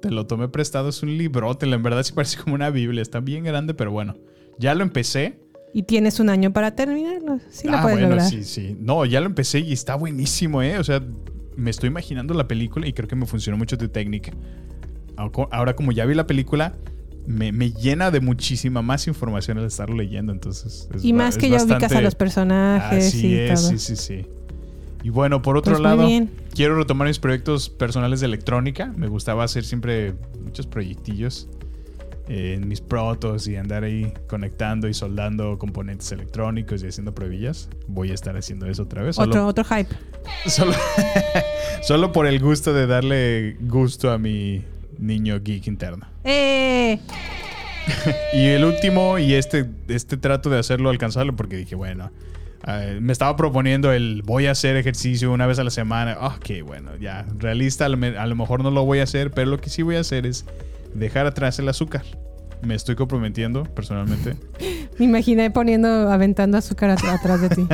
[SPEAKER 2] te lo tomé prestado es un librote. En verdad sí parece como una Biblia. Está bien grande, pero bueno. Ya lo empecé.
[SPEAKER 3] Y tienes un año para terminarlo. Sí lo
[SPEAKER 2] ah,
[SPEAKER 3] puedes
[SPEAKER 2] bueno,
[SPEAKER 3] lograr.
[SPEAKER 2] sí, sí. No, ya lo empecé y está buenísimo, ¿eh? O sea, me estoy imaginando la película y creo que me funcionó mucho tu técnica. Ahora- Ahora, como ya vi la película, me, me llena de muchísima más información al estarlo leyendo. Entonces, es
[SPEAKER 3] y
[SPEAKER 2] ba-
[SPEAKER 3] más
[SPEAKER 2] es
[SPEAKER 3] que ya ubicas a
[SPEAKER 2] bastante-
[SPEAKER 3] los personajes
[SPEAKER 2] Así
[SPEAKER 3] y
[SPEAKER 2] es,
[SPEAKER 3] todo.
[SPEAKER 2] sí, sí, sí. Y bueno, por otro
[SPEAKER 3] Pues muy
[SPEAKER 2] lado,
[SPEAKER 3] bien.
[SPEAKER 2] quiero retomar mis proyectos personales de electrónica. Me gustaba hacer siempre muchos proyectillos eh, en mis protos y andar ahí conectando y soldando componentes electrónicos y haciendo pruebillas. Voy a estar haciendo eso otra vez.
[SPEAKER 3] Otro,
[SPEAKER 2] Solo,
[SPEAKER 3] otro hype.
[SPEAKER 2] solo, solo por el gusto de darle gusto a mi niño geek interno.
[SPEAKER 3] ¡Eh!
[SPEAKER 2] Y el último, y este, este trato de hacerlo, alcanzarlo, porque dije, bueno, eh, me estaba proponiendo el voy a hacer ejercicio una vez a la semana. Ah, Ok, bueno, ya, realista, a lo, me- a lo mejor no lo voy a hacer, pero lo que sí voy a hacer es dejar atrás el azúcar. Me estoy comprometiendo personalmente,
[SPEAKER 3] Me imaginé poniendo, aventando azúcar at- atrás de ti.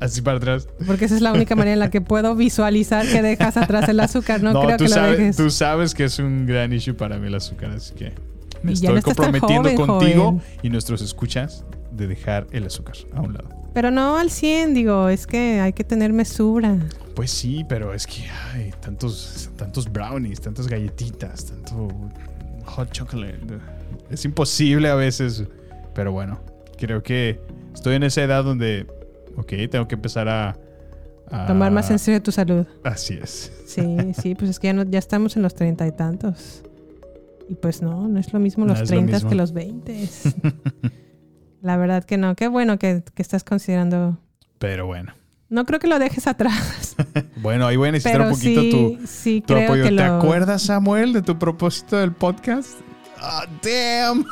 [SPEAKER 2] así para atrás.
[SPEAKER 3] Porque esa es la única manera en la que puedo visualizar que dejas atrás el azúcar. No, creo
[SPEAKER 2] tú,
[SPEAKER 3] que lo
[SPEAKER 2] sabes,
[SPEAKER 3] dejes.
[SPEAKER 2] tú sabes que es un gran issue para mí el azúcar, así que me
[SPEAKER 3] Y ya
[SPEAKER 2] estoy
[SPEAKER 3] no estás tan
[SPEAKER 2] comprometiendo
[SPEAKER 3] joven,
[SPEAKER 2] contigo
[SPEAKER 3] joven.
[SPEAKER 2] y nuestros escuchas de dejar el azúcar a un lado.
[SPEAKER 3] Pero no al 100, digo, es que hay que tener mesura.
[SPEAKER 2] Pues sí, pero es que hay tantos, tantos brownies, tantas galletitas, tanto hot chocolate. Es imposible a veces. Pero bueno, creo que estoy en esa edad donde, ok, tengo que empezar a... a-
[SPEAKER 3] Tomar más en serio tu salud.
[SPEAKER 2] Así es.
[SPEAKER 3] Sí, sí, pues es que ya, no- ya estamos en los treinta y tantos. Y pues no, no es lo mismo
[SPEAKER 2] No
[SPEAKER 3] los
[SPEAKER 2] es lo
[SPEAKER 3] treintas
[SPEAKER 2] mismo.
[SPEAKER 3] que los veintes. La verdad que no. Qué bueno que, que estás considerando.
[SPEAKER 2] Pero bueno.
[SPEAKER 3] No creo que lo dejes atrás,
[SPEAKER 2] Bueno, ahí voy a necesitar
[SPEAKER 3] pero
[SPEAKER 2] un poquito
[SPEAKER 3] sí,
[SPEAKER 2] tu,
[SPEAKER 3] sí
[SPEAKER 2] tu
[SPEAKER 3] creo
[SPEAKER 2] apoyo.
[SPEAKER 3] que
[SPEAKER 2] ¿Te
[SPEAKER 3] lo.
[SPEAKER 2] acuerdas, Samuel, de tu propósito del podcast? Ah, damn.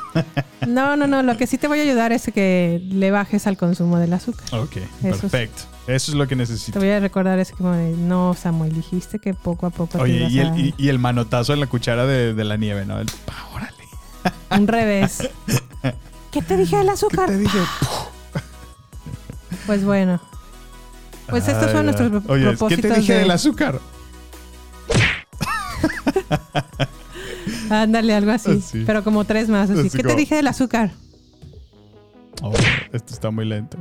[SPEAKER 3] No, no, no. Lo que sí te voy a ayudar es que le bajes al consumo del azúcar.
[SPEAKER 2] Ok,
[SPEAKER 3] Eso es-
[SPEAKER 2] perfecto. Eso es lo que
[SPEAKER 3] Te
[SPEAKER 2] necesito.
[SPEAKER 3] voy a recordar es como de, no, Samuel, dijiste que poco a poco te
[SPEAKER 2] Oye,
[SPEAKER 3] ibas
[SPEAKER 2] y el,
[SPEAKER 3] a-
[SPEAKER 2] y- y el manotazo en la cuchara de, de la nieve, ¿no? El, pa, órale.
[SPEAKER 3] un revés. ¿Qué te dije del azúcar?
[SPEAKER 2] Te dije.
[SPEAKER 3] Pues bueno. Pues estos
[SPEAKER 2] Ay,
[SPEAKER 3] son nuestros
[SPEAKER 2] ay.
[SPEAKER 3] pro-
[SPEAKER 2] Oye, ¿qué
[SPEAKER 3] propósitos.
[SPEAKER 2] te dije
[SPEAKER 3] de-
[SPEAKER 2] del azúcar?
[SPEAKER 3] Ándale, algo así.
[SPEAKER 2] Así.
[SPEAKER 3] Pero como tres más. Así.
[SPEAKER 2] Ah, Así
[SPEAKER 3] ¿Qué
[SPEAKER 2] como-
[SPEAKER 3] te dije del azúcar?
[SPEAKER 2] Oh, esto está muy lento.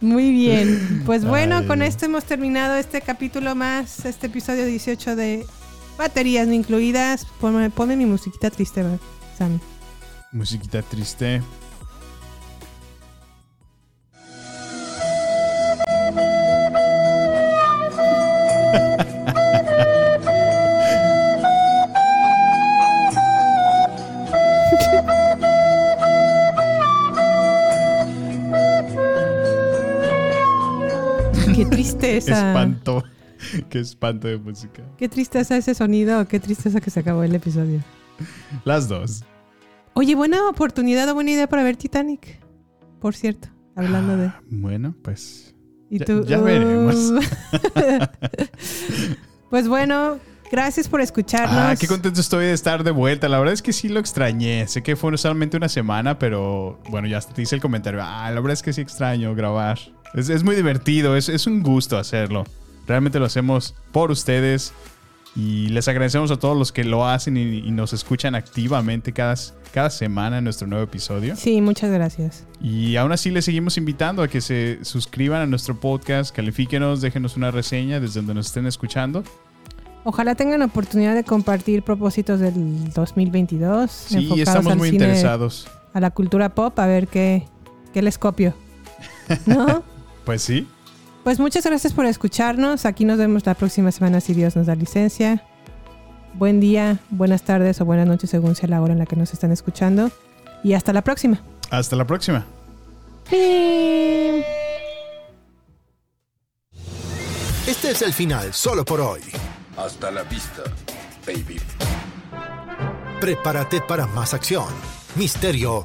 [SPEAKER 3] Muy bien. Pues bueno,
[SPEAKER 2] Ay,
[SPEAKER 3] con
[SPEAKER 2] no.
[SPEAKER 3] esto hemos terminado este capítulo más, este episodio 18 de Baterías no incluidas. Ponme, ponme mi musiquita triste, va, Sammy.
[SPEAKER 2] Musiquita triste.
[SPEAKER 3] Qué tristeza.
[SPEAKER 2] Espanto. Qué espanto de música.
[SPEAKER 3] Qué tristeza ese sonido. Qué tristeza que se acabó el episodio.
[SPEAKER 2] Las dos.
[SPEAKER 3] Oye, buena oportunidad o buena idea para ver Titanic. Por cierto, hablando de.
[SPEAKER 2] Ah, Bueno, pues.
[SPEAKER 3] Y
[SPEAKER 2] Ya-
[SPEAKER 3] tú, uh.
[SPEAKER 2] ya veremos.
[SPEAKER 3] pues bueno, gracias por escucharnos.
[SPEAKER 2] Ah, qué contento estoy de estar de vuelta. La verdad es que sí lo extrañé. Sé que fue solamente una semana, pero bueno, ya hasta te hice el comentario. Ah, la verdad es que sí extraño grabar. Es, es muy divertido, es, es un gusto hacerlo. Realmente lo hacemos por ustedes y les agradecemos a todos los que lo hacen y, y nos escuchan activamente cada, cada semana en nuestro nuevo episodio.
[SPEAKER 3] Sí, muchas gracias.
[SPEAKER 2] Y aún así les seguimos invitando a que se suscriban a nuestro podcast, califíquenos, déjenos una reseña desde donde nos estén escuchando.
[SPEAKER 3] Ojalá tengan oportunidad de compartir propósitos del 2022
[SPEAKER 2] Sí, estamos muy interesados.
[SPEAKER 3] a la cultura pop, a ver qué, qué les copio. ¿No?
[SPEAKER 2] Pues sí.
[SPEAKER 3] Pues muchas gracias por escucharnos. Aquí nos vemos la próxima semana si Dios nos da licencia. Buen día, buenas tardes o buenas noches según sea la hora en la que nos están escuchando. Y hasta la próxima.
[SPEAKER 2] Hasta la próxima.
[SPEAKER 1] Este es el final solo por hoy.
[SPEAKER 4] Hasta la vista, baby.
[SPEAKER 1] Prepárate para más acción, misterio